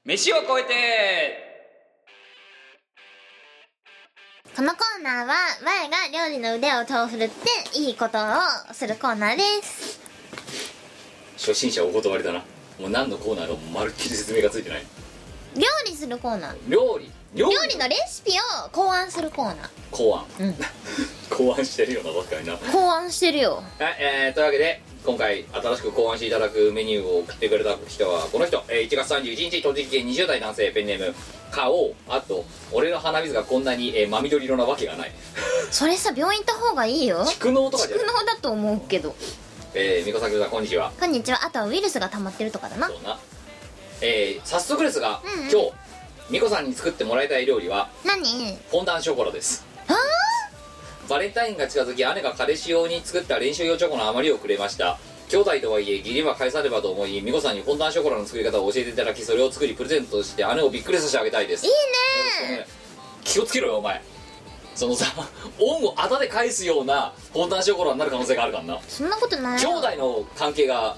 [SPEAKER 1] 飯を超えて
[SPEAKER 3] このコーナーは、我が料理の腕を手を振るって、いいことをするコーナーです。
[SPEAKER 1] 初心者お断りだなもう何のコーナーのまるっきり説明がついてない
[SPEAKER 3] 料理するコーナー。
[SPEAKER 1] 料理料
[SPEAKER 3] 料理のレシピを考案するコーナ
[SPEAKER 1] 考案、
[SPEAKER 3] うん
[SPEAKER 1] 考案してるようなばっかりなは
[SPEAKER 3] ー。考案してるよ。
[SPEAKER 1] い、えー、というわけで今回新しく考案していただくメニューを送ってくれた人はこの人、えー1月31日栃木県20代男性ペンネーム花王あと俺の鼻水がこんなに、えー真緑色なわけがない
[SPEAKER 3] それさ、病院行った方がいいよ。
[SPEAKER 1] 蓄能とかじゃ
[SPEAKER 3] 蓄
[SPEAKER 1] ない
[SPEAKER 3] 能だと思うけど。
[SPEAKER 1] えー、みこさきさんこんにちは
[SPEAKER 3] こんにちは。あとはウイルスが溜まってるとかだな
[SPEAKER 1] そ。うなえー、早速ですが、
[SPEAKER 3] うんうん
[SPEAKER 1] 今日みこさんに作ってもらいたい料理は
[SPEAKER 3] 何
[SPEAKER 1] フォンダンショコラです
[SPEAKER 3] あー
[SPEAKER 1] バレンタインが近づき姉が彼氏用に作った練習用チョコの余りをくれました兄弟とはいえ義理は返さねばと思い美子さんにフォンダンショコラの作り方を教えていただきそれを作りプレゼントとして姉をびっくりさせてあげたいですいいね気をつけろよお前そのさ恩をあだで返すようなフォンダンショコラになる可能性があるからな
[SPEAKER 3] そんなことない
[SPEAKER 1] 兄
[SPEAKER 3] よ
[SPEAKER 1] 弟の関係が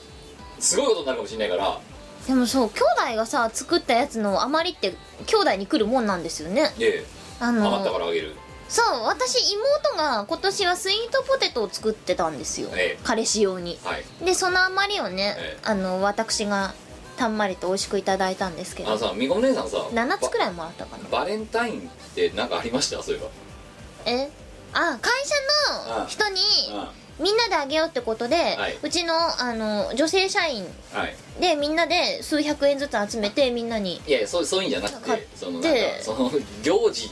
[SPEAKER 1] すごいことになるかもしれないから
[SPEAKER 3] でもそう兄弟がさ作ったやつの余りって兄弟に来るもんなんですよね
[SPEAKER 1] で
[SPEAKER 3] あの
[SPEAKER 1] 余ったからあげる
[SPEAKER 3] そう私妹が今年はスイートポテトを作ってたんですよ、
[SPEAKER 1] ええ
[SPEAKER 3] 彼氏用に
[SPEAKER 1] はい
[SPEAKER 3] でその余りをね、
[SPEAKER 1] ええ
[SPEAKER 3] あの私がたんまりと美味しくいただいたんですけ
[SPEAKER 1] あの
[SPEAKER 3] ど
[SPEAKER 1] さ美子お姉さんさ
[SPEAKER 3] 7つくらいもらったかな
[SPEAKER 1] ババレンタインって何かありましたそういえば
[SPEAKER 3] えあ会社
[SPEAKER 1] ああ
[SPEAKER 3] の人に
[SPEAKER 1] あ
[SPEAKER 3] みんなであげようってことで、
[SPEAKER 1] いう
[SPEAKER 3] ちのあの女性社員
[SPEAKER 1] はい
[SPEAKER 3] でみんなで数百円ずつ集めてみんなに
[SPEAKER 1] いやいやそうそういうんじゃなく
[SPEAKER 3] 買ってて
[SPEAKER 1] そのなんかその行事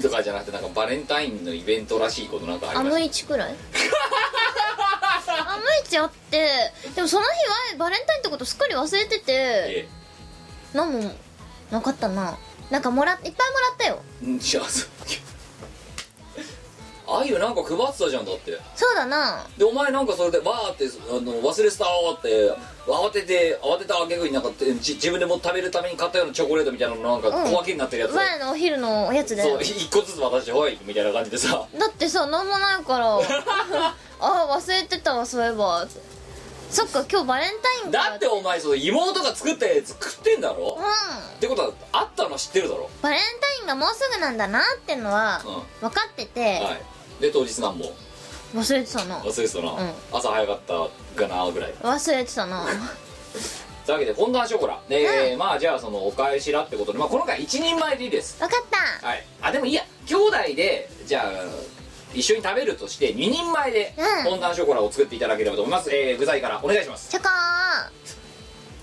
[SPEAKER 1] とかじゃなくてなんかバレンタインのイベントらしいことなんかあ
[SPEAKER 3] ア
[SPEAKER 1] りま
[SPEAKER 3] ム
[SPEAKER 1] し
[SPEAKER 3] イチくらいアムイチあってでもその日はバレンタインってことすっかり忘れて
[SPEAKER 1] た
[SPEAKER 3] て
[SPEAKER 1] え
[SPEAKER 3] 何もなかったななんかもらっいっぱいもらったよ
[SPEAKER 1] えうんじ ゃあそうあゆなんか配ってたじゃんだって
[SPEAKER 3] そうだな
[SPEAKER 1] でお前なんかそれでわーってあの忘れてたーって慌てて慌てたあげくになんかてじ自分でも食べるために買ったようなチョコレートみたいなのなんか
[SPEAKER 3] うん
[SPEAKER 1] 小分けになってるやつ、
[SPEAKER 3] 前のお昼のおやつだ
[SPEAKER 1] そ
[SPEAKER 3] よ
[SPEAKER 1] う一個ずつ渡してほいみたいな感じでさ
[SPEAKER 3] だってさ何もな いからあ忘れてたわそういえばそっか今日バレンタインか
[SPEAKER 1] だってお前その妹が作ったやつ食ってんだろ、
[SPEAKER 3] う
[SPEAKER 1] っ
[SPEAKER 3] ん
[SPEAKER 1] てことはあったの知ってるだろ
[SPEAKER 3] バレンタインがもうすぐなんだなってのは分かってて、
[SPEAKER 1] はいで当日なんも
[SPEAKER 3] 忘れてたな
[SPEAKER 1] 忘れてたな、
[SPEAKER 3] うん
[SPEAKER 1] 朝早かったかなぐらい
[SPEAKER 3] 忘れてたな
[SPEAKER 1] というわけでフォンダンショコラで、まあじゃあそのお返しらってことでまあこの回一人前でいいです
[SPEAKER 3] 分かった
[SPEAKER 1] はいあでもいいや兄弟でじゃあ一緒に食べるとして2人前で
[SPEAKER 3] うん
[SPEAKER 1] フォンダンショコラを作っていただければと思います、えー具材からお願いします
[SPEAKER 3] チョコー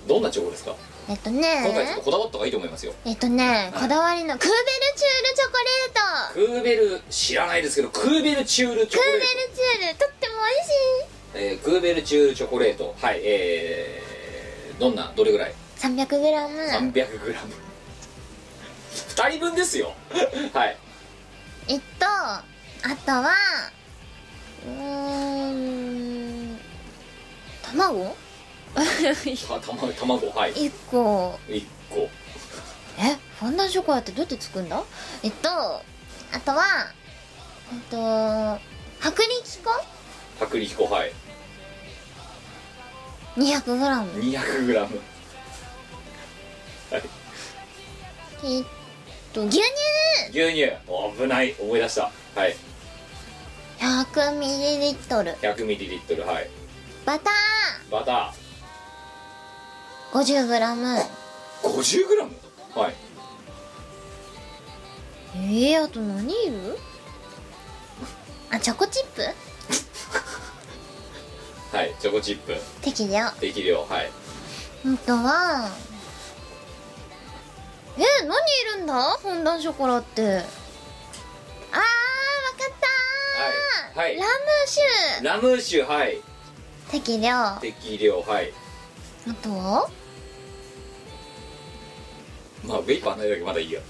[SPEAKER 1] どんなチョコですか、
[SPEAKER 3] えっと
[SPEAKER 1] 今回ちょっ
[SPEAKER 3] ね
[SPEAKER 1] とこだわった方がいいと思いますよ
[SPEAKER 3] えっとねこだわりのクーベルチュールチョコレート
[SPEAKER 1] クーベル知らないですけどクーベルチュールチョ
[SPEAKER 3] ク
[SPEAKER 1] コ
[SPEAKER 3] ー
[SPEAKER 1] レ
[SPEAKER 3] ベ
[SPEAKER 1] ー
[SPEAKER 3] ル
[SPEAKER 1] ト
[SPEAKER 3] チュールとっても美味し
[SPEAKER 1] えークーベルチュールチョコレートはいえー、どんなどれぐらい
[SPEAKER 3] い 300g
[SPEAKER 1] 300g 二人分ですよはい
[SPEAKER 3] えっとあとはうーん卵
[SPEAKER 1] た卵卵はい
[SPEAKER 3] 1個
[SPEAKER 1] 1個
[SPEAKER 3] えフォンダンショコラってどうやって作るんだえっとあとはえっと薄力粉
[SPEAKER 1] 薄力粉はい
[SPEAKER 3] 200g
[SPEAKER 1] 200g
[SPEAKER 3] えっと牛乳
[SPEAKER 1] 牛乳お危ない思い出したはい
[SPEAKER 3] 100ml
[SPEAKER 1] 100ml はい
[SPEAKER 3] バタ
[SPEAKER 1] バタ
[SPEAKER 3] ー 50g
[SPEAKER 1] ー 50g はい
[SPEAKER 3] ええあと何いるあチョコチップ
[SPEAKER 1] はいチョコチップ
[SPEAKER 3] 適量
[SPEAKER 1] 適量はい
[SPEAKER 3] 本当はえ何いるんだフォンダンショコラってあーわかったー、
[SPEAKER 1] はいはい
[SPEAKER 3] ラム酒
[SPEAKER 1] ラム酒はい
[SPEAKER 3] 適量あ
[SPEAKER 1] 適量はい
[SPEAKER 3] とは
[SPEAKER 1] まあウェイパーないだけまだいいや、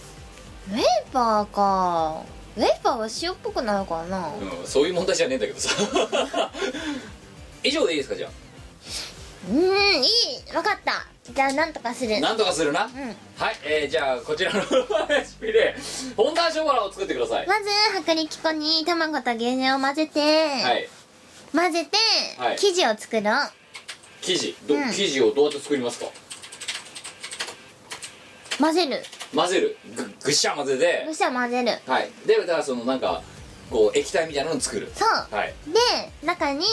[SPEAKER 3] ウェイパーかウェイパーは塩っぽくなるからな
[SPEAKER 1] うん、そういう問題じゃねえんだけどさ 以上でいいですかじゃ
[SPEAKER 3] うんいいわかったじゃあなんとかする
[SPEAKER 1] あなんとかするな
[SPEAKER 3] うん
[SPEAKER 1] はい、えー、じゃあこちらのレシピでフォンダンショコラを作ってください、
[SPEAKER 3] まず薄力粉に卵と牛乳を混ぜて、
[SPEAKER 1] はい
[SPEAKER 3] 混ぜて、
[SPEAKER 1] はい
[SPEAKER 3] 生地を作ろう
[SPEAKER 1] 生地ど、
[SPEAKER 3] うん
[SPEAKER 1] 生地をどうやって作りますか
[SPEAKER 3] 混ぜる
[SPEAKER 1] 混ぜるぐぐっしゃ混ぜて
[SPEAKER 3] そしたら混ぜる
[SPEAKER 1] はいでだからそのなんかこう液体みたいなのを作る
[SPEAKER 3] そう
[SPEAKER 1] はい
[SPEAKER 3] で中に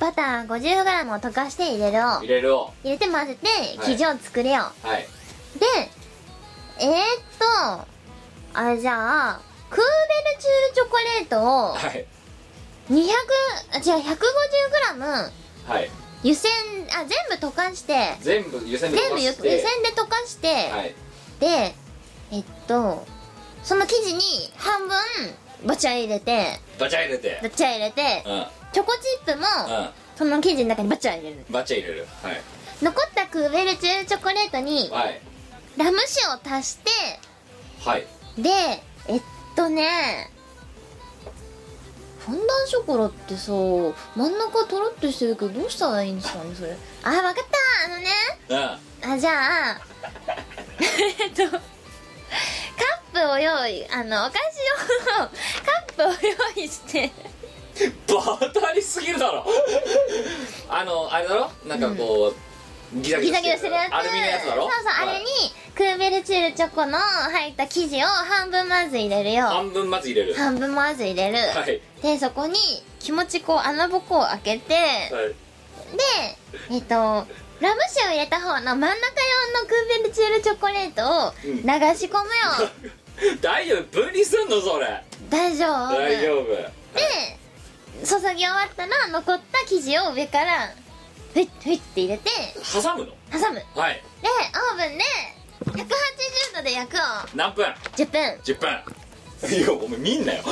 [SPEAKER 3] バター 50g を溶かして入れる
[SPEAKER 1] 入れるを
[SPEAKER 3] 入れて混ぜて
[SPEAKER 1] はい
[SPEAKER 3] 生地を作れよ、
[SPEAKER 1] はい
[SPEAKER 3] でえー、っとあれじゃあクーベルチュールチョコレートを
[SPEAKER 1] はい
[SPEAKER 3] 200あ違う 150g
[SPEAKER 1] はい
[SPEAKER 3] 湯煎あ全部溶かして
[SPEAKER 1] 全部湯煎で
[SPEAKER 3] 全部
[SPEAKER 1] 溶
[SPEAKER 3] 湯
[SPEAKER 1] か
[SPEAKER 3] 湯
[SPEAKER 1] し
[SPEAKER 3] 煎
[SPEAKER 1] て
[SPEAKER 3] で溶かして、
[SPEAKER 1] はい
[SPEAKER 3] でえっとその生地に半分バチャ入れて
[SPEAKER 1] バチャ入れて
[SPEAKER 3] バチャ入れて
[SPEAKER 1] うん
[SPEAKER 3] チョコチップも
[SPEAKER 1] う
[SPEAKER 3] その生地の中にバチャ入れる
[SPEAKER 1] んバチャ入れるはい
[SPEAKER 3] 残ったクーベルチュールチョコレートに
[SPEAKER 1] はい
[SPEAKER 3] ラム酒を足して
[SPEAKER 1] はい
[SPEAKER 3] でえっとねフォンダンショコラってさ真ん中トロッとしてるけどどうしたらいいんですかねそれあわかったあのね
[SPEAKER 1] うん
[SPEAKER 3] あじゃあえっとカップを用意あのお菓子用のカップを用意して
[SPEAKER 1] バタりすぎるだ ろあのあれだろなんかこう、ギザギ
[SPEAKER 3] ギ
[SPEAKER 1] ザ
[SPEAKER 3] ザ
[SPEAKER 1] し
[SPEAKER 3] ギ
[SPEAKER 1] て
[SPEAKER 3] ザしてるやつ
[SPEAKER 1] アルミのやつだろ
[SPEAKER 3] そうそう、
[SPEAKER 1] はい
[SPEAKER 3] あれにクーベルチュールチョコの入った生地を半分まず入れるよ
[SPEAKER 1] 半分まず入れるは
[SPEAKER 3] 半分まず入れる、
[SPEAKER 1] い
[SPEAKER 3] でそこに気持ちこう穴ぼこを開けて、
[SPEAKER 1] はい
[SPEAKER 3] でえっとラム酒を入れた方の真ん中用のクーベルチュールチョコレートを
[SPEAKER 1] うん
[SPEAKER 3] 流し込むよ、
[SPEAKER 1] 大丈夫分離すんのそれ
[SPEAKER 3] 大丈夫
[SPEAKER 1] 大丈夫
[SPEAKER 3] で注ぎ終わったら残った生地を上からふいっふいって入れて
[SPEAKER 1] 挟むの
[SPEAKER 3] 挟むで
[SPEAKER 1] はい
[SPEAKER 3] オーブンで180度で焼くよ
[SPEAKER 1] 何分
[SPEAKER 3] 10分
[SPEAKER 1] 10分 いやお前見ん なよ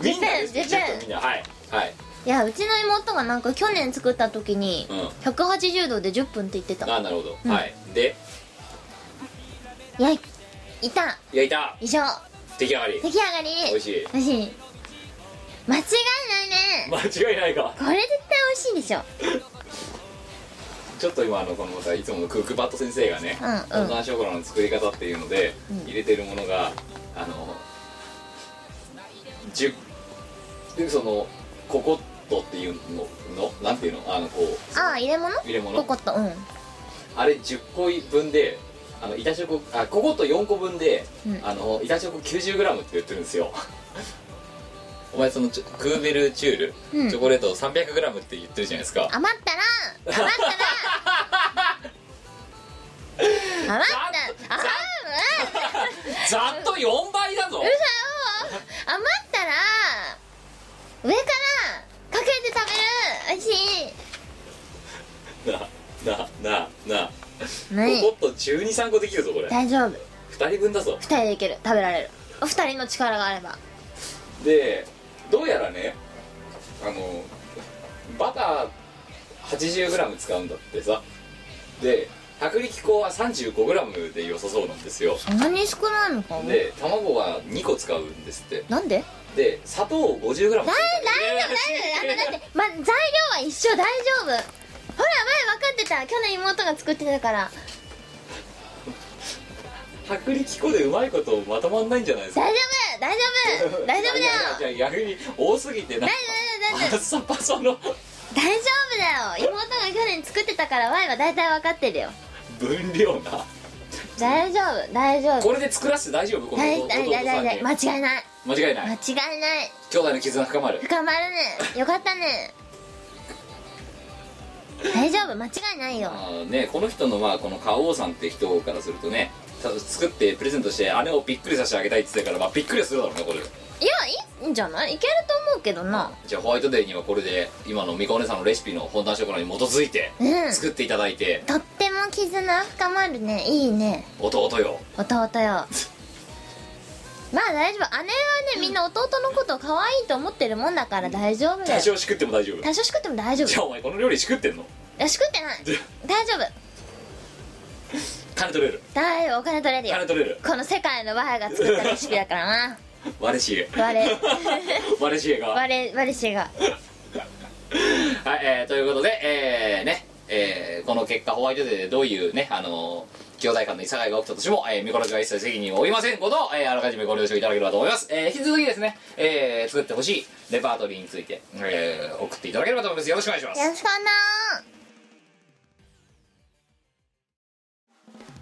[SPEAKER 1] 見んなよ
[SPEAKER 3] 10分10分
[SPEAKER 1] みんなはいはい
[SPEAKER 3] いやうちの妹がなんか去年作った時に
[SPEAKER 1] うん
[SPEAKER 3] 180度で10分って言ってた
[SPEAKER 1] あなるほど、はいで
[SPEAKER 3] やいいた
[SPEAKER 1] 焼いた
[SPEAKER 3] 以上
[SPEAKER 1] 出来上がり
[SPEAKER 3] 出来上がり
[SPEAKER 1] 美味しい
[SPEAKER 3] 美味しい間違いないね
[SPEAKER 1] 間違いないか
[SPEAKER 3] これ絶対美味しいでしょ
[SPEAKER 1] ちょっと今あのこのさいつものクックパッド先生がね
[SPEAKER 3] うんうん
[SPEAKER 1] ダンショコラの作り方っていうので
[SPEAKER 3] うん
[SPEAKER 1] 入れてるものがあの10でそのココットっていうののなんていうのあのこうその
[SPEAKER 3] ああ入れ物
[SPEAKER 1] 入れ物
[SPEAKER 3] ココットうん
[SPEAKER 1] あれ10個分であの板チョコあココット4個分で、
[SPEAKER 3] うん
[SPEAKER 1] あの板チョコ 90g って売ってるんですよ お前そのちょクーベルチュール、
[SPEAKER 3] うん
[SPEAKER 1] チョコレート 300g って言ってるじゃないですか
[SPEAKER 3] 余ったら余ったら余ったああうん
[SPEAKER 1] ざっと4倍だぞ
[SPEAKER 3] 嘘よ余ったら上からかけて食べる美味し
[SPEAKER 1] なななな
[SPEAKER 3] い
[SPEAKER 1] コ
[SPEAKER 3] う何
[SPEAKER 1] コット123個できるぞこれ
[SPEAKER 3] 大丈夫
[SPEAKER 1] 2人分だぞ
[SPEAKER 3] 二人でいける食べられるお二人の力があれば
[SPEAKER 1] でどうやらねあのバター 80g 使うんだってさで薄力粉は 35g で良さそうなんですよ
[SPEAKER 3] そんなに少ないのか
[SPEAKER 1] で卵は2個使うんですって
[SPEAKER 3] なんで
[SPEAKER 1] で砂糖を 50g だいだい
[SPEAKER 3] 大丈夫だって、ま、材料は一緒大丈夫ほら前分かってた去年妹が作ってたから
[SPEAKER 1] 薄力粉でうまいことまとまんないんじゃないですか
[SPEAKER 3] 大丈夫大丈夫大丈夫だ よ
[SPEAKER 1] いやいやいや逆に多すぎてな
[SPEAKER 3] 大丈夫大丈夫大
[SPEAKER 1] パ
[SPEAKER 3] 丈
[SPEAKER 1] ッサパサの
[SPEAKER 3] 夫大丈夫だよ妹が去年作ってたからワイは大体分かってるよ
[SPEAKER 1] 分量な
[SPEAKER 3] 大丈夫大丈夫
[SPEAKER 1] これで作らせて大丈夫この
[SPEAKER 3] 大
[SPEAKER 1] 弟
[SPEAKER 3] 大
[SPEAKER 1] さ
[SPEAKER 3] 大大
[SPEAKER 1] んに
[SPEAKER 3] 大間違いない
[SPEAKER 1] 間違いな
[SPEAKER 3] 間
[SPEAKER 1] い
[SPEAKER 3] 違いない
[SPEAKER 1] 兄弟の絆深まる
[SPEAKER 3] 深まるねよかったね大丈夫間違いないよ
[SPEAKER 1] あーねこの人のまあこの花王さんって人からするとねただ作ってプレゼントして姉をびっくりさせてあげたいって言ってたからまあびっくりはするだろうねこれ
[SPEAKER 3] いやいいんじゃないいけると思うけどな
[SPEAKER 1] じゃあホワイトデーにはこれで今のみかお姉さんのレシピの本田ショコラに基づいて
[SPEAKER 3] うん
[SPEAKER 1] 作っていただいて、
[SPEAKER 3] とっても絆深まるねいいね
[SPEAKER 1] 弟よ
[SPEAKER 3] 弟よまあ大丈夫姉はねみんな弟のことを可愛いと思ってるもんだから大丈夫だ
[SPEAKER 1] 多
[SPEAKER 3] よ
[SPEAKER 1] 少しくっても大丈夫
[SPEAKER 3] 多少しくっても大丈夫
[SPEAKER 1] じゃあお前この料理しくってんの
[SPEAKER 3] いやしくってない大丈夫
[SPEAKER 1] 金取れる
[SPEAKER 3] 大丈夫お金取れるよ
[SPEAKER 1] 金取れる
[SPEAKER 3] この世界の我が作ったレシピだか らな
[SPEAKER 1] 我しえ
[SPEAKER 3] 我
[SPEAKER 1] 我しえ が
[SPEAKER 3] 我我氏が
[SPEAKER 1] はい、えーということで、えーね、えーこの結果、ホワイトデーでどういうね、あのー兄弟間のいさかいが起きたとしても、えー、ミコラジは一切責任を負いませんことを、えーあらかじめご了承いただければと思います。えー引き続きですね、えー作ってほしいレパートリーについて、えー送っていただければと思います。よろしくお願いします。
[SPEAKER 3] よろしくな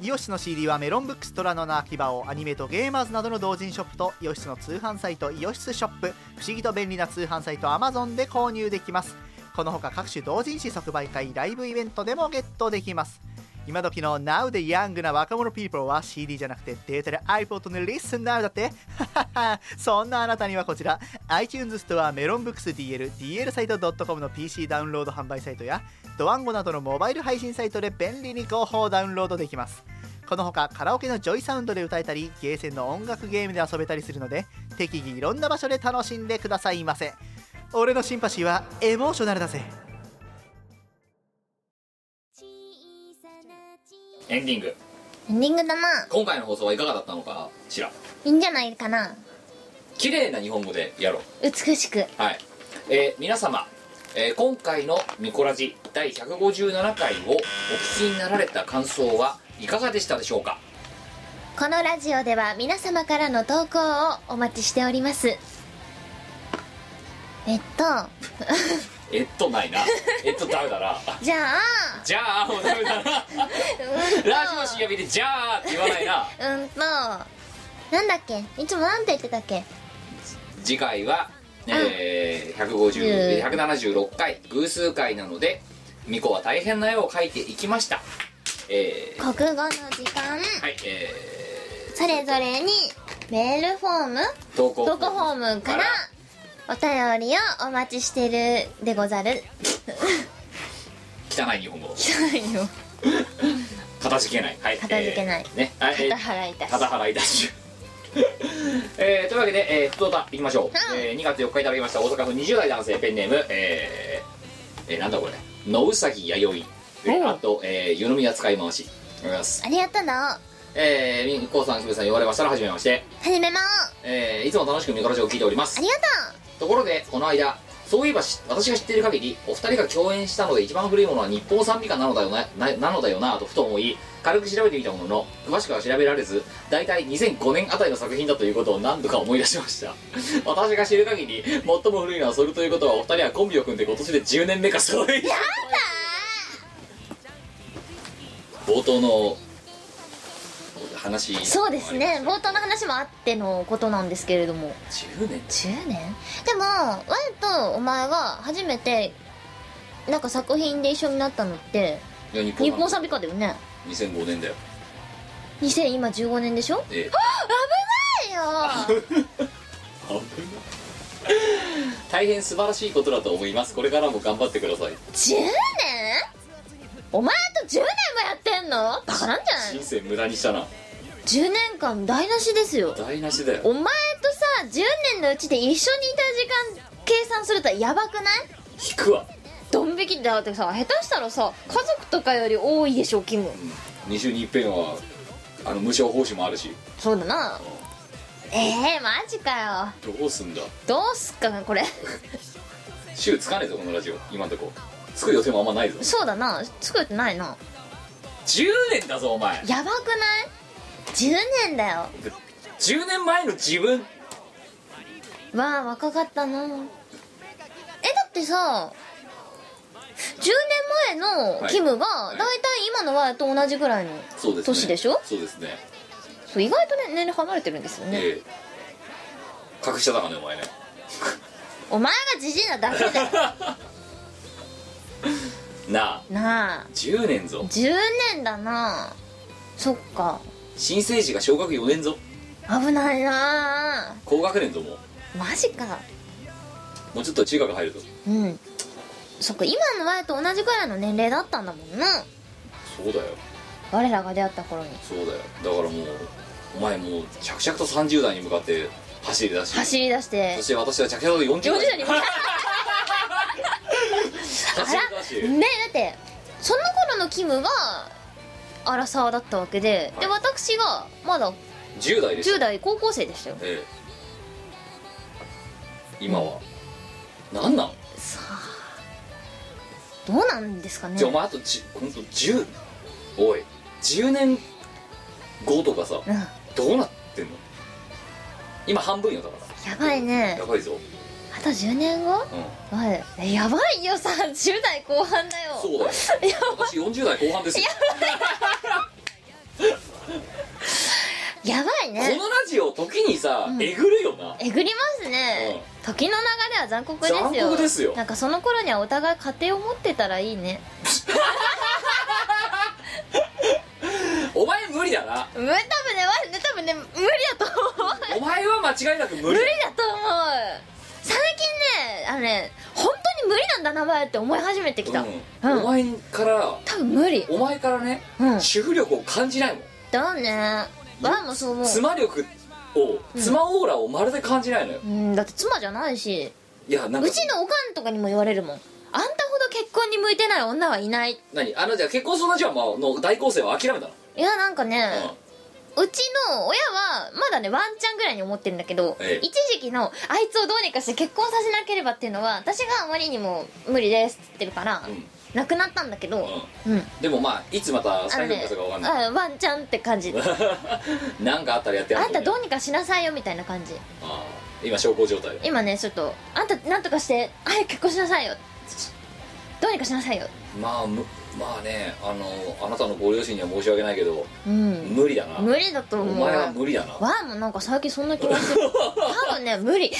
[SPEAKER 6] イオシスの CD はメロンブックストラノの秋葉をアニメとゲーマーズなどの同人ショップとイオシスの通販サイトイオシスショップ不思議と便利な通販サイト Amazon で購入できますこのほか各種同人誌即売会ライブイベントでもゲットできます今時の Now でヤングな若者 people は CD じゃなくてデータで iPod の Listen Now だって そんなあなたにはこちら iTunes ストアメロンブックス DL、DL サイト .com の PC ダウンロード販売サイトやドワンゴなどのモバイル配信サイトで便利に広報ダウンロードできますこのほかカラオケのジョイサウンドで歌えたりゲーセンの音楽ゲームで遊べたりするので適宜いろんな場所で楽しんでくださいませ俺のシンパシーはエモーショナルだぜ
[SPEAKER 1] エンディング
[SPEAKER 3] エンディングだな
[SPEAKER 1] 今回の放送はいかがだったのかしら
[SPEAKER 3] いいんじゃないかな
[SPEAKER 1] 綺麗な日本語でやろう
[SPEAKER 3] 美しく
[SPEAKER 1] はい、えー皆様、えー今回の「ミコラジ」第157回をお聞きになられた感想はいかがでしたでしょうか
[SPEAKER 3] このラジオでは皆様からの投稿をお待ちしておりますえっと
[SPEAKER 1] えっとないなえっとダメだな
[SPEAKER 3] じゃ
[SPEAKER 1] じゃあもうダメだなラジオの CM で「じゃあ」って言わないな
[SPEAKER 3] あうんとなんだっけいつもなんて言ってたっけ
[SPEAKER 1] 次回は、えー150 176回偶数回なのでミコは大変な絵を描いていきましたえー
[SPEAKER 3] 国語の時間
[SPEAKER 1] はいえ
[SPEAKER 3] それぞれにメールフォーム
[SPEAKER 1] ー、投稿
[SPEAKER 3] 投稿フォームからお便りをお待ちしてるでござる
[SPEAKER 1] 汚い日本語
[SPEAKER 3] ないよ
[SPEAKER 1] かたじけない、はい、
[SPEAKER 3] 片付けない
[SPEAKER 1] えーね、はいえー
[SPEAKER 3] 肩払 いたし
[SPEAKER 1] 肩払いダッシュ えー、というわけで、えー、ふつおたいきましょう、えー、2月4日いただきました大阪府20代男性ペンネームえー、えー、なんだこれ野うさぎ弥生、えー、あと、えー、湯飲みや使い回しありがとうございます
[SPEAKER 3] ありがとうな
[SPEAKER 1] えー、みこうさんきぶさん呼ばれましたらはじめまして、
[SPEAKER 3] 始めまー
[SPEAKER 1] えー、いつも楽しくミコラジオを聞いておりま
[SPEAKER 3] あ
[SPEAKER 1] す
[SPEAKER 3] りが
[SPEAKER 1] ところでこの間そういえばし私が知っている限りお二人が共演したので一番古いものは日本賛美歌なのだよなななのだよなとふと思い軽く調べてみたものの詳しくは調べられず大体2005年あたりの作品だということを何度か思い出しました 私が知る限り最も古いのはそれということはお二人はコンビを組んで今年で10年目かそういう冒頭の話
[SPEAKER 3] とうそうですね冒頭の話もあってのことなんですけれども
[SPEAKER 1] 10年
[SPEAKER 3] 10年でもわやとお前が初めてなんか作品で一緒になったのって
[SPEAKER 1] いや日本
[SPEAKER 3] 日本賛美歌だよね
[SPEAKER 1] 2005年だよ
[SPEAKER 3] 2000今15年でしょ
[SPEAKER 1] ええ
[SPEAKER 3] 危ない よ
[SPEAKER 1] 大変素晴らしいことだと思いますこれからも頑張ってください
[SPEAKER 3] 10年お前と10年もやってんのバカなんじゃない
[SPEAKER 1] 人生無駄にしたな
[SPEAKER 3] 10年間台無しですよ
[SPEAKER 1] 台無しだよ
[SPEAKER 3] お前とさ10年のうちで一緒にいた時間計算するとやばくない
[SPEAKER 1] 引くわ
[SPEAKER 3] ドン引きだってさ下手したらさ家族とかより多いでしょキム
[SPEAKER 1] 2週に一遍はあの無償奉仕もあるし
[SPEAKER 3] そうだなえー、マジかよ
[SPEAKER 1] どうすんだ
[SPEAKER 3] どうすっかなこれ
[SPEAKER 1] 週つかねえぞこのラジオ今んとこつく予定もあんまないぞ
[SPEAKER 3] そうだな作ってないな
[SPEAKER 1] 10年だぞお前
[SPEAKER 3] やばくない10年だよ
[SPEAKER 1] 10年前の自分
[SPEAKER 3] わあ若かったなえだってさ10年前のキムが
[SPEAKER 1] い
[SPEAKER 3] 大体今のワイと同じぐらいの
[SPEAKER 1] そうですね
[SPEAKER 3] 年でしょ
[SPEAKER 1] そうですね
[SPEAKER 3] そう意外とね年齢離れてるんですよね、
[SPEAKER 1] ええ格下だからねお前ね
[SPEAKER 3] お前がじじいなだ けだよ
[SPEAKER 1] なあ
[SPEAKER 3] なあ
[SPEAKER 1] 10年ぞ
[SPEAKER 3] 10年だなそっか
[SPEAKER 1] 新生児が小学4年ぞ
[SPEAKER 3] 危ないな
[SPEAKER 1] 高学年ぞもう
[SPEAKER 3] マジか
[SPEAKER 1] もうちょっと中学入るぞ
[SPEAKER 3] うんそっか今の我と同じくらいの年齢だったんだもんな
[SPEAKER 1] そうだよ
[SPEAKER 3] 我らが出会った頃に
[SPEAKER 1] そうだよだからもうお前もう着々と30代に向かって走り出し
[SPEAKER 3] 走り出して
[SPEAKER 1] そして私は着々と40
[SPEAKER 3] 40
[SPEAKER 1] 代
[SPEAKER 3] 代に向かって
[SPEAKER 1] 走り出し
[SPEAKER 3] ねだってその頃のキムがアラサーだったわけで、で
[SPEAKER 1] は
[SPEAKER 3] 私がまだ
[SPEAKER 1] 10代です
[SPEAKER 2] 10代高校生でしたよ
[SPEAKER 1] ええ今は何なん
[SPEAKER 2] さあどうなんですかね
[SPEAKER 1] じゃあお前あとじほんと10おい10年後とかさ
[SPEAKER 2] うん
[SPEAKER 1] どうなってんの今半分よだか
[SPEAKER 2] やばい
[SPEAKER 1] ら
[SPEAKER 2] ね
[SPEAKER 1] やばいぞ、
[SPEAKER 2] あと10年後
[SPEAKER 1] うん、
[SPEAKER 2] はいえやばいよさ10代後半だよ
[SPEAKER 1] そうだよ私40代後半ですよ
[SPEAKER 2] やばい
[SPEAKER 1] このラ
[SPEAKER 2] ね
[SPEAKER 1] ジオ時にさ、えぐるよな
[SPEAKER 2] えぐりますね時の流れは残酷ですよ
[SPEAKER 1] 残酷ですよ
[SPEAKER 2] なんかその頃にはお互い家庭を持ってたらいいね
[SPEAKER 1] お前無理だ な
[SPEAKER 2] うん多分ねわ多分ね無理だと思う
[SPEAKER 1] お前は間違いなく無理
[SPEAKER 2] 無理だと思う最近ねあのね本当に無理なんだ名前って思い始めてきた、
[SPEAKER 1] うん
[SPEAKER 2] うん
[SPEAKER 1] お前から
[SPEAKER 2] 多分無理
[SPEAKER 1] お前からね、
[SPEAKER 2] うん
[SPEAKER 1] 主婦力を感じないもん
[SPEAKER 2] だねわもそう思う
[SPEAKER 1] 妻力を妻オーラをまるで感じないのよ、
[SPEAKER 2] うんだって妻じゃないし
[SPEAKER 1] いやなんか
[SPEAKER 2] うちのおかんとかにも言われるもんあんたほど結婚に向いてない女はいない
[SPEAKER 1] 何あのじゃあ結婚相談所は、まあ、の大構成は諦めたの、
[SPEAKER 2] いやなんかね、
[SPEAKER 1] うん
[SPEAKER 2] うちの親はまだねワンチャンぐらいに思ってるんだけど、
[SPEAKER 1] ええ
[SPEAKER 2] 一時期のあいつをどうにかして結婚させなければっていうのは私があまりにも無理ですって言ってるから、
[SPEAKER 1] うん
[SPEAKER 2] なくなったんだけどうん、
[SPEAKER 1] でもまあいつまた
[SPEAKER 2] あの
[SPEAKER 1] 再
[SPEAKER 2] ね
[SPEAKER 1] 婚するかわかんない
[SPEAKER 2] あワンチャンって 感じ
[SPEAKER 1] なんかあったらやってやる
[SPEAKER 2] あんたど
[SPEAKER 1] う
[SPEAKER 2] うにかしなさいよみたいな感じ
[SPEAKER 1] 今小康状態で
[SPEAKER 2] 今ねちょっとあんたなんとかして早く結婚しなさいよどうにかしなさいよ
[SPEAKER 1] まあむまあねあのあなたのご両親には申し訳ないけど
[SPEAKER 2] うん
[SPEAKER 1] 無理だな
[SPEAKER 2] 無理だと
[SPEAKER 1] お
[SPEAKER 2] 思う
[SPEAKER 1] 前は無理だな
[SPEAKER 2] わあもうなんか最近そんな気 がする多分ね無理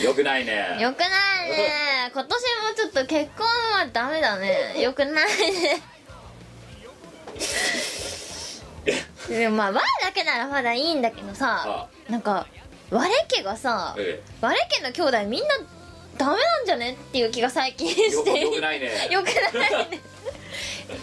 [SPEAKER 1] よくないね
[SPEAKER 2] よくないね今年もちょっと結婚はダメだねよくないねでもまあわあだけならまだいいんだけどさ
[SPEAKER 1] あ
[SPEAKER 2] なんか我家がさ
[SPEAKER 1] え
[SPEAKER 2] 我家の兄弟みんなダメなんじゃねっていう気が最近
[SPEAKER 1] えよ
[SPEAKER 2] して
[SPEAKER 1] よくないね
[SPEAKER 2] よくないね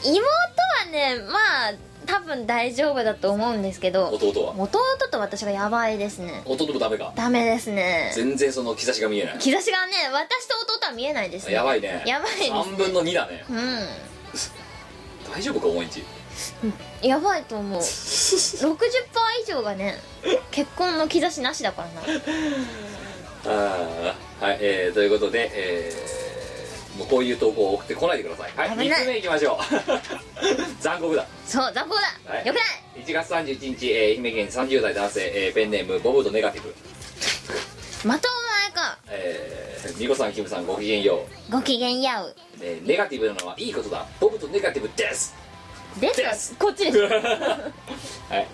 [SPEAKER 2] 妹はねまあ多分大丈夫だと思うんですけど
[SPEAKER 1] 弟は
[SPEAKER 2] 弟と私がやばいですね
[SPEAKER 1] 弟もダメか
[SPEAKER 2] ダメですね
[SPEAKER 1] 全然その兆しが見えない
[SPEAKER 2] 兆しがね私と弟は見えないですね
[SPEAKER 1] やばいね
[SPEAKER 2] やばいですね
[SPEAKER 1] 3分の2だね
[SPEAKER 2] う
[SPEAKER 1] 大丈夫かお前んち
[SPEAKER 2] んやばいと 思う60%以上がね結婚の兆しなしだからな
[SPEAKER 1] あーはいえー、ということで、えー、もうこういう投稿を送ってこないでくださいはい
[SPEAKER 2] 危
[SPEAKER 1] 3
[SPEAKER 2] ない
[SPEAKER 1] つ目いきま しょう残酷だ
[SPEAKER 2] そう雑魚だ、
[SPEAKER 1] はい
[SPEAKER 2] よくない
[SPEAKER 1] 1月31日、えー愛媛県30代男性、えーペンネームボブとネガティブ、
[SPEAKER 2] またお前か
[SPEAKER 1] えー、ニコさんキムさんごきげんよう、
[SPEAKER 2] ご機嫌やう
[SPEAKER 1] えーネガティブなのはいいことだボブとネガティブです
[SPEAKER 2] です
[SPEAKER 1] で
[SPEAKER 2] か
[SPEAKER 1] す
[SPEAKER 2] こっち です
[SPEAKER 1] はい、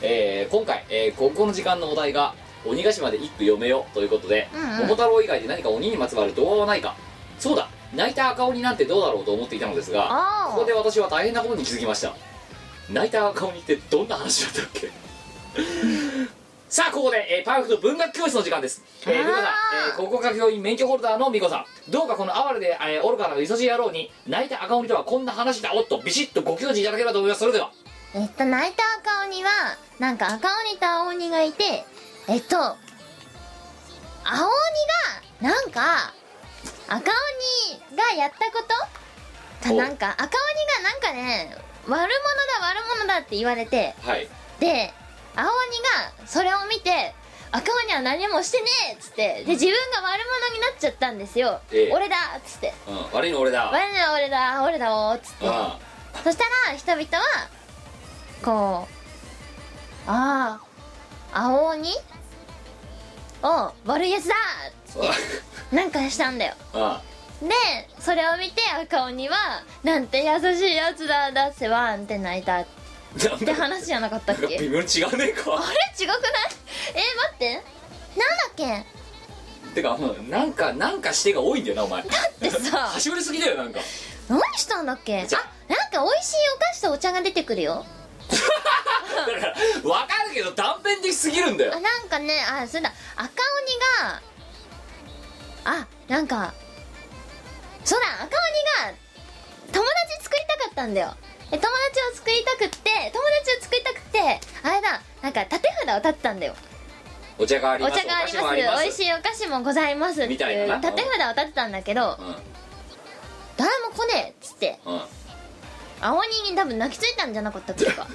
[SPEAKER 1] えー今回、えー、ここの時間のお題が「鬼ヶ島で一句読めよ」ということで、
[SPEAKER 2] うんうん
[SPEAKER 1] 桃太郎以外で何か鬼にまつわる童話はないかそうだ泣いた赤鬼なんてどうだろうと思っていたのですが
[SPEAKER 2] あー
[SPEAKER 1] ここで私は大変なことに気づきました泣いた赤鬼ってどんな話だったっけ さあここで、えーパーフェクト文学教室の時間です、えー、
[SPEAKER 2] あー
[SPEAKER 1] ルカさん、えー、国語科教員免許ホルダーの美子さんどうかこの哀れで、えー愚かな磯じ野郎に泣いた赤鬼とはこんな話だおっとビシッとご教示いただければと思いますそれでは
[SPEAKER 3] えっと泣いた赤鬼はなんか赤鬼と青鬼がいてえっと青鬼がなんか赤鬼がやったことか
[SPEAKER 1] お
[SPEAKER 3] なんか赤鬼がなんかね悪者だ悪者だって言われて
[SPEAKER 1] はい
[SPEAKER 3] で青鬼がそれを見て赤鬼は何もしてねえっつってで自分が悪者になっちゃったんですよ、
[SPEAKER 1] ええ
[SPEAKER 3] 俺だっつって
[SPEAKER 1] うん、悪いの俺だ。
[SPEAKER 3] 悪いのは俺だ俺だおっつって
[SPEAKER 1] あ
[SPEAKER 3] そしたら人々はこうああ青鬼を悪いやつだ なんかしたんだよ
[SPEAKER 1] あ、
[SPEAKER 3] でそれを見て赤鬼は「なんて優しいやつだ」だってわーんって泣いたっ
[SPEAKER 1] なん
[SPEAKER 2] って
[SPEAKER 1] か
[SPEAKER 2] 話じゃなかったっけ
[SPEAKER 1] 微妙に違うねえか。
[SPEAKER 2] あれ違くないえ待って
[SPEAKER 3] けん
[SPEAKER 1] てか、うんなんか、なんかしてが多いんだよな、お前。だって
[SPEAKER 2] さ
[SPEAKER 1] はし折りすぎだよ、なんか。
[SPEAKER 3] 何したんだっけ
[SPEAKER 1] じゃ
[SPEAKER 3] あなんか美味しいお菓子とお茶が出てくるよ
[SPEAKER 1] だから、わかるけど、断片的すぎるんだよ
[SPEAKER 3] あ。なんかねあそうだ赤鬼があなんかそうだ赤鬼が友達作りたかったんだよで友達を作りたくって友達を作りたくってあれだなんか立て札を立てたんだよ
[SPEAKER 1] お茶があり
[SPEAKER 3] お
[SPEAKER 1] ます。
[SPEAKER 3] 茶があります美味し
[SPEAKER 1] い。
[SPEAKER 3] いお菓子もございますってい
[SPEAKER 1] みたいうなな
[SPEAKER 3] 立て札を立てたんだけど誰も来ねえっつって
[SPEAKER 1] うん。うん。
[SPEAKER 3] 青鬼に多分泣きついたんじゃなかったっけか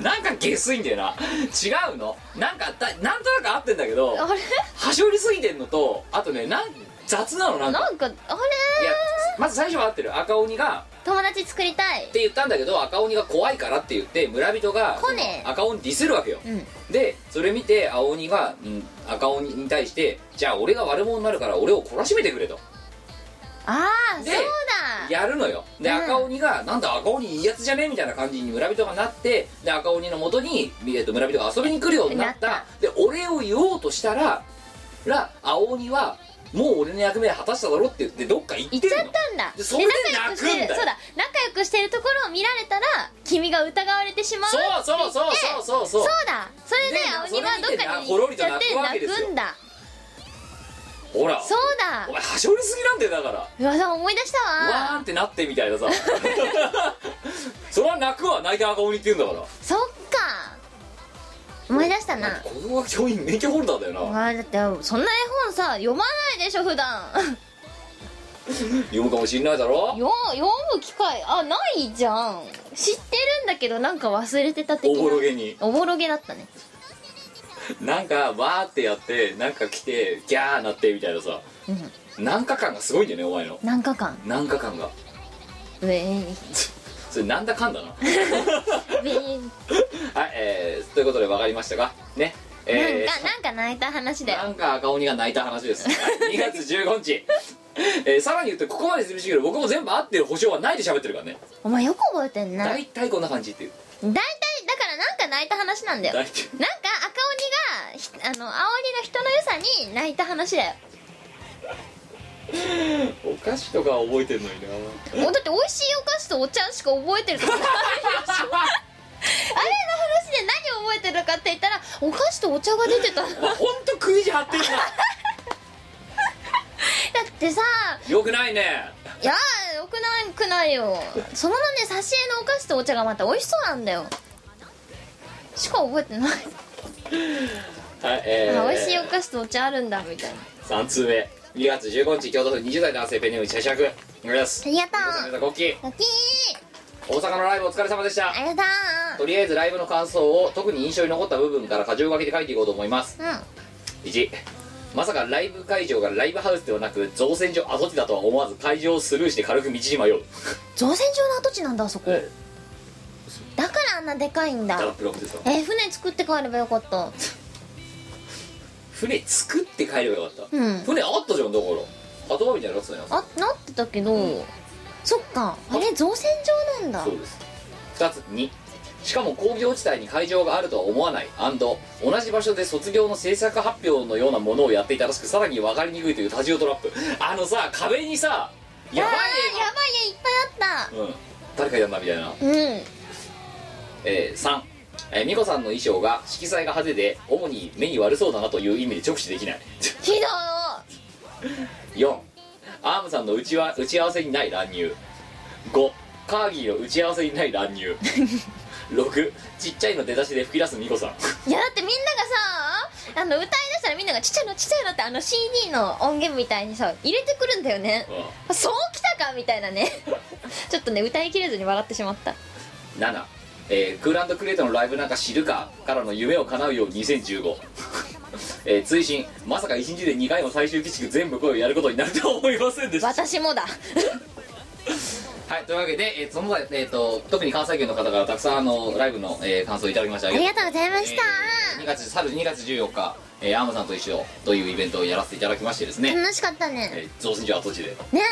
[SPEAKER 1] なんか下水んだよな違うのなんかたなんとなく合ってんだけど
[SPEAKER 2] あれ
[SPEAKER 1] 端折りすぎてんのとあとねなん雑なのなんか
[SPEAKER 2] なんかあれ
[SPEAKER 1] いやまず最初は合ってる赤鬼が
[SPEAKER 3] 友達作りたい
[SPEAKER 1] って言ったんだけど赤鬼が怖いからって言って村人が
[SPEAKER 3] 来ねえ
[SPEAKER 1] その赤鬼ディスるわけよ、
[SPEAKER 2] ん
[SPEAKER 1] でそれ見て青鬼が、うん、赤鬼に対してじゃあ俺が悪者になるから俺を懲らしめてくれと
[SPEAKER 3] ああそう
[SPEAKER 1] で
[SPEAKER 3] だ
[SPEAKER 1] やるのよで、赤鬼がなんだ赤鬼いいやつじゃねみたいな感じに村人がなってで赤鬼のもとに、えっと村人が遊びに来るようになった
[SPEAKER 3] なっ
[SPEAKER 1] でお礼を言おうとしたらら青鬼はもう俺の役目果たしただろって言ってどっか行って
[SPEAKER 3] 行
[SPEAKER 1] る
[SPEAKER 3] っち
[SPEAKER 1] の
[SPEAKER 3] ゃったんだ
[SPEAKER 1] でそれで
[SPEAKER 3] 仲良くし
[SPEAKER 1] 泣くんだよ
[SPEAKER 3] てるそうだ仲良くしてるところを見られたら君が疑われてしまう
[SPEAKER 1] そうそうそうそうそうそう
[SPEAKER 3] そうだそれ
[SPEAKER 1] で
[SPEAKER 3] で青鬼はど
[SPEAKER 1] それ見
[SPEAKER 3] っかに行ってち
[SPEAKER 1] な
[SPEAKER 3] ゃっ
[SPEAKER 1] ほろりと泣くわけ
[SPEAKER 3] て
[SPEAKER 1] ですよ
[SPEAKER 3] 泣くんだ
[SPEAKER 1] ほら
[SPEAKER 3] そうだ
[SPEAKER 1] お前はしょりすぎなんだよだから
[SPEAKER 3] うわでも思い出した
[SPEAKER 1] わ
[SPEAKER 3] わ
[SPEAKER 1] ーんってなってみたいなさ それは泣くわ泣いて赤鬼って言うんだから
[SPEAKER 3] そっか思い出したな
[SPEAKER 1] 子供が教員免許ホルダーだよな
[SPEAKER 3] わだってそんな絵本さ読まないでしょ普段
[SPEAKER 1] 読むかもしんないだろ
[SPEAKER 2] よ読む機会あないじゃん知ってるんだけどなんか忘れてた的
[SPEAKER 1] お
[SPEAKER 2] な
[SPEAKER 1] ぼろげに
[SPEAKER 2] おぼろげだったね
[SPEAKER 1] なんかわーってやってなんか来てギャーなってみたいなさ、なんか感がすごいんだよねお前の
[SPEAKER 2] 何か間
[SPEAKER 1] なんか感が
[SPEAKER 2] ウェイ
[SPEAKER 1] それなんだかん だな
[SPEAKER 2] ウェイ
[SPEAKER 1] はいえー、ということで分かりましたかねえー
[SPEAKER 3] なんかなんか泣いた話だよ
[SPEAKER 1] なんか赤鬼が泣いた話です2月15日えーさらに言ってここまでするしけど僕も全部合ってる保証はないで喋ってるからね
[SPEAKER 3] お前よく覚えてんな大体
[SPEAKER 1] 大体こんな感じっていう
[SPEAKER 3] だからなんか泣いた話なんだよ
[SPEAKER 1] 大体
[SPEAKER 3] なんか赤鬼がひあの青鬼の人の良さに泣いた話だよ
[SPEAKER 1] お菓子とかは覚えてんのにな
[SPEAKER 3] おだって美味しいお菓子とお茶しか覚えてる からないあれの話で何を覚えてるかって言ったらお菓子とお茶が出てただ
[SPEAKER 1] まあ本当食い意地張ってるな
[SPEAKER 3] ってさ
[SPEAKER 1] よくないね
[SPEAKER 3] いやーよくないくないよそのね挿絵のお菓子とお茶がまた美味しそうなんだよしか覚えてない、
[SPEAKER 1] はいえー、
[SPEAKER 3] あ美味しいお菓子とお茶あるんだみたいな
[SPEAKER 1] 3通目2月15日京都府20代男性ペンネーム社酌お願いします
[SPEAKER 3] りがと
[SPEAKER 1] ごき
[SPEAKER 3] うラッキー
[SPEAKER 1] 大阪のライブお疲れ様でした
[SPEAKER 3] ありがと
[SPEAKER 1] とりあえずライブの感想を特に印象に残った部分から箇条書きで書いていこうと思います
[SPEAKER 3] ううん
[SPEAKER 1] 1まさかライブ会場がライブハウスではなく造船所跡地だとは思わず会場をスルーして軽く道に迷う
[SPEAKER 3] 造船所の跡地なんだあそこだからあんなでかいんだ
[SPEAKER 1] ダラプロックですか
[SPEAKER 3] えー船作って帰ればよかった
[SPEAKER 1] 船作って帰ればよかった、
[SPEAKER 3] うん
[SPEAKER 1] 船あったじゃんだから後場みたいになってたじゃん
[SPEAKER 3] あなってたけど、そっかあれ造船場なんだ
[SPEAKER 1] そうです2つ2しかも工業地帯に会場があるとは思わない and 同じ場所で卒業の制作発表のようなものをやっていたらしくさらに分かりにくいという立ちオトラップあのさ壁にさやばい
[SPEAKER 3] あーやばい絵いっぱいあっ
[SPEAKER 1] ねうん誰かやんなみたいな
[SPEAKER 3] たうん
[SPEAKER 1] えー、3、えー、美子さんの衣装が色彩が派手で主に目に悪そうだなという意味で直視できない
[SPEAKER 3] ひどい
[SPEAKER 1] 4アームさんの打ちわ打ち合わせにない乱入5カーギーの打ち合わせにない乱入6ちっちゃいの出だしで吹き出す美子さん
[SPEAKER 3] いやだってみんながさあの歌いだしたらみんなが「ちっちゃいのちっちゃいの」ってあの CD の音源みたいにさ入れてくるんだよねそうきたかみたいなねちょっとね歌いきれずに笑ってしまった
[SPEAKER 1] 7、えークールクレートのライブなんか知るかからの夢を叶うよう2015 えー追伸まさか1日で2回の最終基地全部声をやることになるとは思いませんでした
[SPEAKER 3] 私もだ
[SPEAKER 1] はいというわけで、えーその他、えー、と特に関西圏の方からたくさんあのライブの、えー感想をいただきましたあ
[SPEAKER 3] ありがとうございました、
[SPEAKER 1] えー2月去る2月14日、えーアームさんと一緒というイベントをやらせていただきましてですね、
[SPEAKER 3] 楽しかったね
[SPEAKER 1] えー造船所跡地で
[SPEAKER 3] ね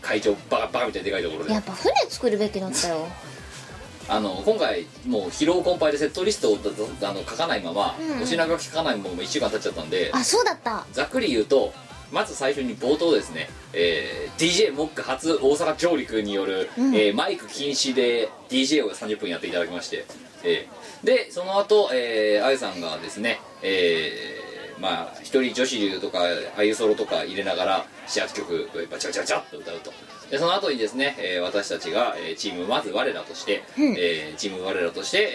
[SPEAKER 1] 会長バカバカみたいなでかいところで
[SPEAKER 3] やっぱ船作るべきだったよ
[SPEAKER 1] あの今回もう疲労困憊でセットリストをどどあの書かないまま、
[SPEAKER 3] うんうん
[SPEAKER 1] お品書き書かないまま1週間経っちゃったんで
[SPEAKER 3] あそうだった
[SPEAKER 1] ざっくり言うとまず最初に冒頭ですね、えー DJ モック初大阪上陸による、えーマイク禁止で DJ を30分やっていただきまして、えーでその後、えー、あゆさんがですね、えーまあ一人女子流とかあゆソロとか入れながら始発曲をバチャバチャバチャっと歌うとでその後にですね、えー私たちが、えーチームまず我らとして、えーチーム我らとして、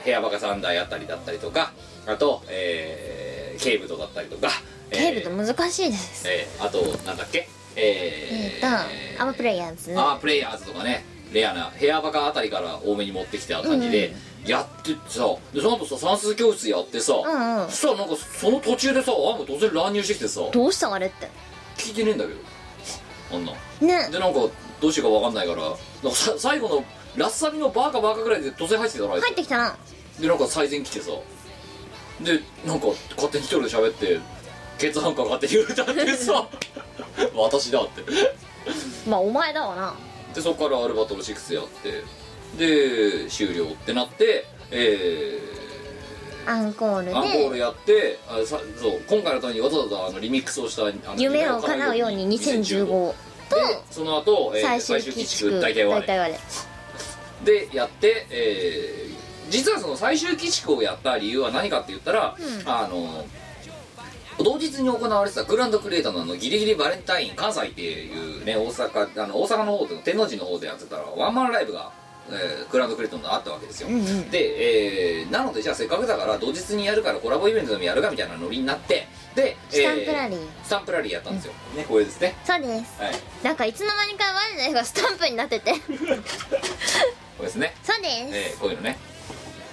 [SPEAKER 1] えーヘアバカサンダーやったりだったりとかあと、えー、ケイブトだったりとか
[SPEAKER 3] ケーブと
[SPEAKER 1] えー
[SPEAKER 3] 難しいです
[SPEAKER 1] えーあとなんだっけ
[SPEAKER 3] え
[SPEAKER 1] え
[SPEAKER 3] っ
[SPEAKER 1] ー
[SPEAKER 3] とアマプレイヤーズ
[SPEAKER 1] アマプレイヤーズとかねレアなヘアバカあたりから多めに持ってきた感じで、やってってさでその後さ算数教室やってさ、
[SPEAKER 3] うんうん
[SPEAKER 1] そしたらなんかその途中でさあも突然乱入してきてさ
[SPEAKER 3] どうしたあれって
[SPEAKER 1] 聞いてねえんだけどあんな
[SPEAKER 3] ね
[SPEAKER 1] でなんかどうしていいか分かんないからなんかさ最後のラッサビのバーカバーカぐらいで突然入ってきたのあいつ
[SPEAKER 3] 入ってきたな
[SPEAKER 1] でなんか最善来てさでなんか勝手に一人で喋ってケツハンカー勝手に歌って さ私だって
[SPEAKER 3] まあお前だわな
[SPEAKER 1] でそこからアルバトル6やってで終了ってなってえ
[SPEAKER 3] アンコールで
[SPEAKER 1] ーアンコールやってあさそう今回のためにわざわざあのリミックスをしたあの
[SPEAKER 3] 夢を叶うように2015と
[SPEAKER 1] でその後、えー
[SPEAKER 3] 最
[SPEAKER 1] 最
[SPEAKER 3] 終
[SPEAKER 1] 終
[SPEAKER 3] 基
[SPEAKER 1] 基
[SPEAKER 3] 地区
[SPEAKER 1] 地大
[SPEAKER 3] 大
[SPEAKER 1] 体
[SPEAKER 3] 体
[SPEAKER 1] 割れ
[SPEAKER 3] 割れ
[SPEAKER 1] でやって、えー実はその最終基地区をやった理由は何かって言ったら、
[SPEAKER 3] うん
[SPEAKER 1] あの同日に行われてたグランドクリエイターのあのギリギリバレンタイン関西っていうね大阪あの大阪の方で天王寺の方でやってたらワンマンライブが、えーグランドクリエイターのあったわけですよ、で、えーなのでじゃあせっかくだから同日にやるからコラボイベントでもやるかみたいなノリになってで、
[SPEAKER 3] スタンプラリー
[SPEAKER 1] えスタンプラリーやったんですよ、ねこれですね
[SPEAKER 3] そうです
[SPEAKER 1] はい
[SPEAKER 3] なんかいつの間にか我の絵がスタンプになってて
[SPEAKER 1] これですね
[SPEAKER 3] そうです
[SPEAKER 1] えーこういうのね、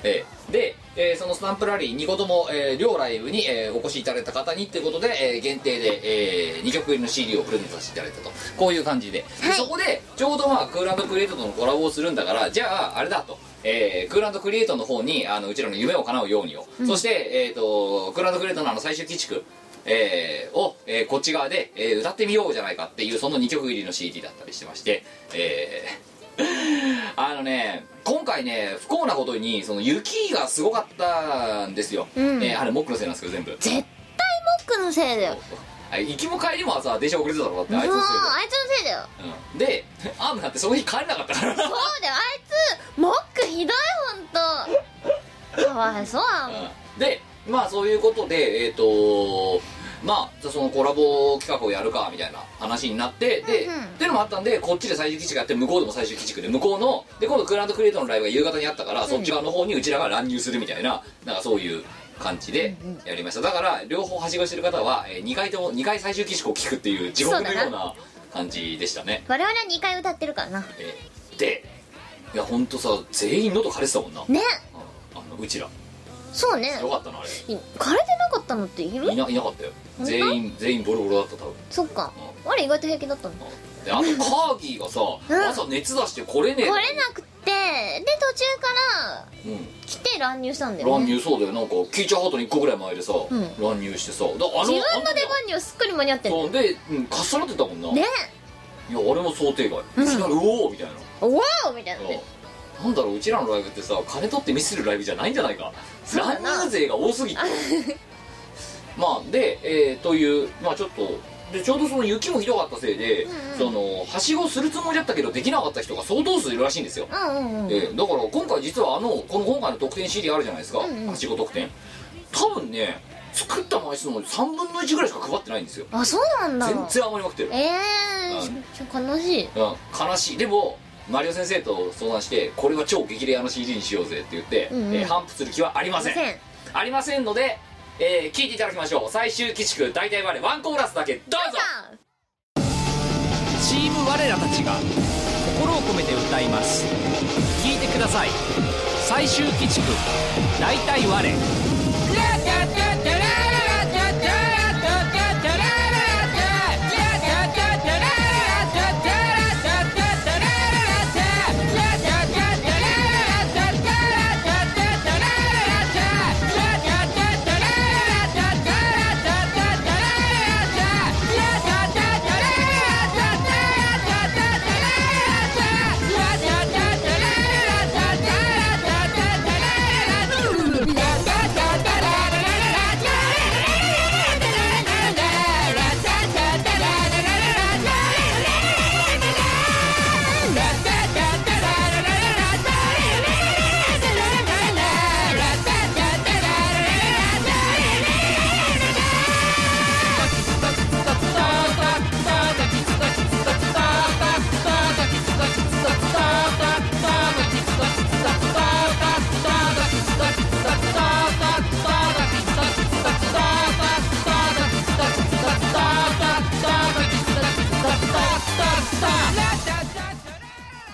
[SPEAKER 1] えーで、えーそのスタンプラリー2個とも、えー両ライブに、えーお越しいただいた方にっていうことで、えー限定で、え2曲入りの CD をプレゼントさせていただいたとこういう感じで,で、そこでちょうどまあクーランドクリエイトとのコラボをするんだからじゃああれだと。えークーランドクリエイトの方にあのうちらの夢を叶うようにを、そして、えー、とクーランドクリエイトのあの最終基地区、えーを、えーこっち側で、えー歌ってみようじゃないかっていうその2曲入りの CD だったりしてまして、えー あのね今回ね不幸なことにその雪がすごかったんですよ、
[SPEAKER 3] うん
[SPEAKER 1] えーあれモックのせいなんですけど全部
[SPEAKER 3] 絶対モックのせいだよ
[SPEAKER 1] あ行きも帰りもさ電車遅れてたろだって
[SPEAKER 3] もう
[SPEAKER 1] あ
[SPEAKER 3] あ
[SPEAKER 1] い
[SPEAKER 3] い
[SPEAKER 1] つ
[SPEAKER 3] つの
[SPEAKER 1] のせいで
[SPEAKER 3] せいだよ
[SPEAKER 1] うんでアームだってその日帰れなかったから
[SPEAKER 3] そうだよあいつモックひどいほんとかわいそうあんま
[SPEAKER 1] うんでまあそういうことでえっ、とまあじゃあそのコラボ企画をやるかみたいな話になってで、
[SPEAKER 3] うんうん
[SPEAKER 1] っていうのもあったんでこっちで最終基地区やって向こうでも最終基地区で向こうので今度クラウンドクリエイトのライブが夕方にあったから、そっち側の方にうちらが乱入するみたいななんかそういう感じでやりましただから両方はしごしてる方は、え2回とも2回最終基地区を聞くっていう地獄のような感じでしたね、
[SPEAKER 3] 我々は2回歌ってるからな
[SPEAKER 1] えーでいやほんとさ全員喉枯れてたもんな、
[SPEAKER 3] ね
[SPEAKER 1] うんあのうちら
[SPEAKER 3] そうね
[SPEAKER 1] よかったなあれ
[SPEAKER 3] い枯れてなかったのっている
[SPEAKER 1] いないなかったよ
[SPEAKER 3] 本当
[SPEAKER 1] 全員全員ボロボロだった多分
[SPEAKER 3] そっかあれ意外と平気だったの来
[SPEAKER 1] であとカーギーがさ、
[SPEAKER 3] ん
[SPEAKER 1] 朝熱出して来れねえ
[SPEAKER 3] れなくてで途中から
[SPEAKER 1] う
[SPEAKER 3] 来て乱入したんだ
[SPEAKER 1] ん、
[SPEAKER 3] よ
[SPEAKER 1] 乱
[SPEAKER 3] ね
[SPEAKER 1] 入そうだよなんかキーチャーハートに1個ぐらい前でさ、
[SPEAKER 3] ん
[SPEAKER 1] 乱入してさだあの
[SPEAKER 3] 自分の出番にはすっかり間に合って
[SPEAKER 1] あ
[SPEAKER 3] る
[SPEAKER 1] のそうで、うん、かっさらってたもんな、
[SPEAKER 3] ね
[SPEAKER 1] いや俺も想定外うちらうおーみたいな、
[SPEAKER 3] わおみたいなね
[SPEAKER 1] うんなんだろううちらのライブってさ金取ってミスるライブじゃないんじゃないか
[SPEAKER 3] そうだ
[SPEAKER 1] 乱
[SPEAKER 3] な
[SPEAKER 1] 入勢が多すぎてまあで、えーというまあちょっとでちょうどその雪もひどかったせいで、そのはしごするつもりだったけどできなかった人が相当数いるらしいんですよ、
[SPEAKER 3] うんうんうん
[SPEAKER 1] えーだから今回実はあのこの今回の特典 CD あるじゃないですか、
[SPEAKER 3] うんうん
[SPEAKER 1] はしご特典多分ね作った枚数の3分の1ぐらいしか配ってないんですよ
[SPEAKER 3] あそうなんだ
[SPEAKER 1] 全然余りまくってる
[SPEAKER 3] ええー、悲しい
[SPEAKER 1] うん、悲しいでもマリオ先生と相談してこれは超激レアの CD にしようぜって言って、
[SPEAKER 3] うんうん
[SPEAKER 1] えー反復する気はありません
[SPEAKER 3] せん
[SPEAKER 1] ありませんので、えー聞いていただきましょう最終基地区大体我ワンコーラスだけどうぞ
[SPEAKER 7] チーム我らたちが心を込めて歌います聞いてください最終基地区大体我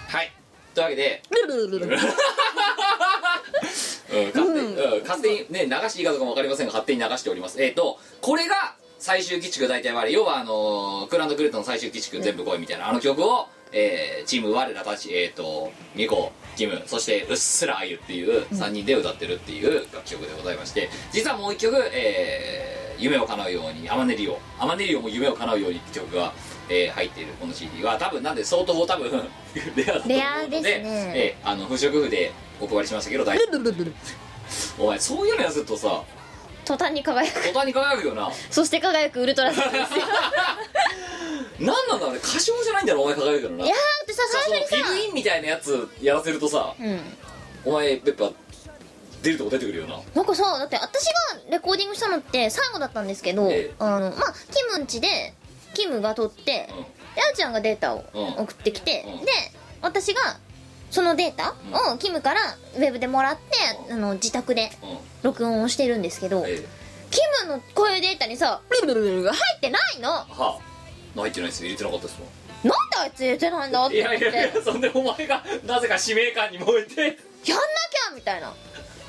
[SPEAKER 1] はいというわけで手にね流していいかどうかも分かりませんが勝手に流しておりますえっ、とこれが最終基地区大体我要はあのークランドクルートの最終基地区全部来いみたいなあの曲を、えーチーム我らたちえっ、とミコキムそしてうっすらあゆっていう3人で歌ってるっていう楽曲でございまして実はもう1曲、えー夢を叶うように「アマネリオ」「アマネリオも夢を叶うように」って曲が、えー入っているこの CD は多分なんで相当多分 レアだと思うので
[SPEAKER 3] レアですね
[SPEAKER 1] えーあの不織布でお配りしましたけど大丈夫お前そういうのやするとさ
[SPEAKER 2] 途端に輝く
[SPEAKER 1] 途端に輝くよ な
[SPEAKER 2] そして輝くウルトラさんですよ
[SPEAKER 1] 何なんだろうね歌唱じゃないんだろお前輝くのない
[SPEAKER 3] やーってさ
[SPEAKER 1] さそ
[SPEAKER 3] 最
[SPEAKER 1] のフ
[SPEAKER 3] 初に
[SPEAKER 1] ィ
[SPEAKER 3] さ
[SPEAKER 1] ルインみたいなやつやらせるとさ
[SPEAKER 2] うん
[SPEAKER 1] お前やっぱ出るとこ出てくるよな
[SPEAKER 3] なんかさだって私がレコーディングしたのって最後だったんですけど、
[SPEAKER 1] ええ
[SPEAKER 3] あのまあキムんちでキムが撮って、
[SPEAKER 1] うん
[SPEAKER 3] であーちゃんがデータを
[SPEAKER 1] うん
[SPEAKER 3] 送ってきて、
[SPEAKER 1] うん
[SPEAKER 3] で私がそのデータをキムからウェブでもらって、あの自宅で
[SPEAKER 1] うん
[SPEAKER 3] 録音をしてるんですけど、
[SPEAKER 1] え
[SPEAKER 3] キムの声データにさ「ルルルルル」が入ってないのなん
[SPEAKER 1] えはあ入ってないですよ入れてなかったですもん
[SPEAKER 3] であいつ入れてないんだって
[SPEAKER 1] い
[SPEAKER 3] 思っ
[SPEAKER 1] や
[SPEAKER 3] て
[SPEAKER 1] いやいやそんでお前がなぜか使命感に燃えて
[SPEAKER 3] やんなきゃみたいな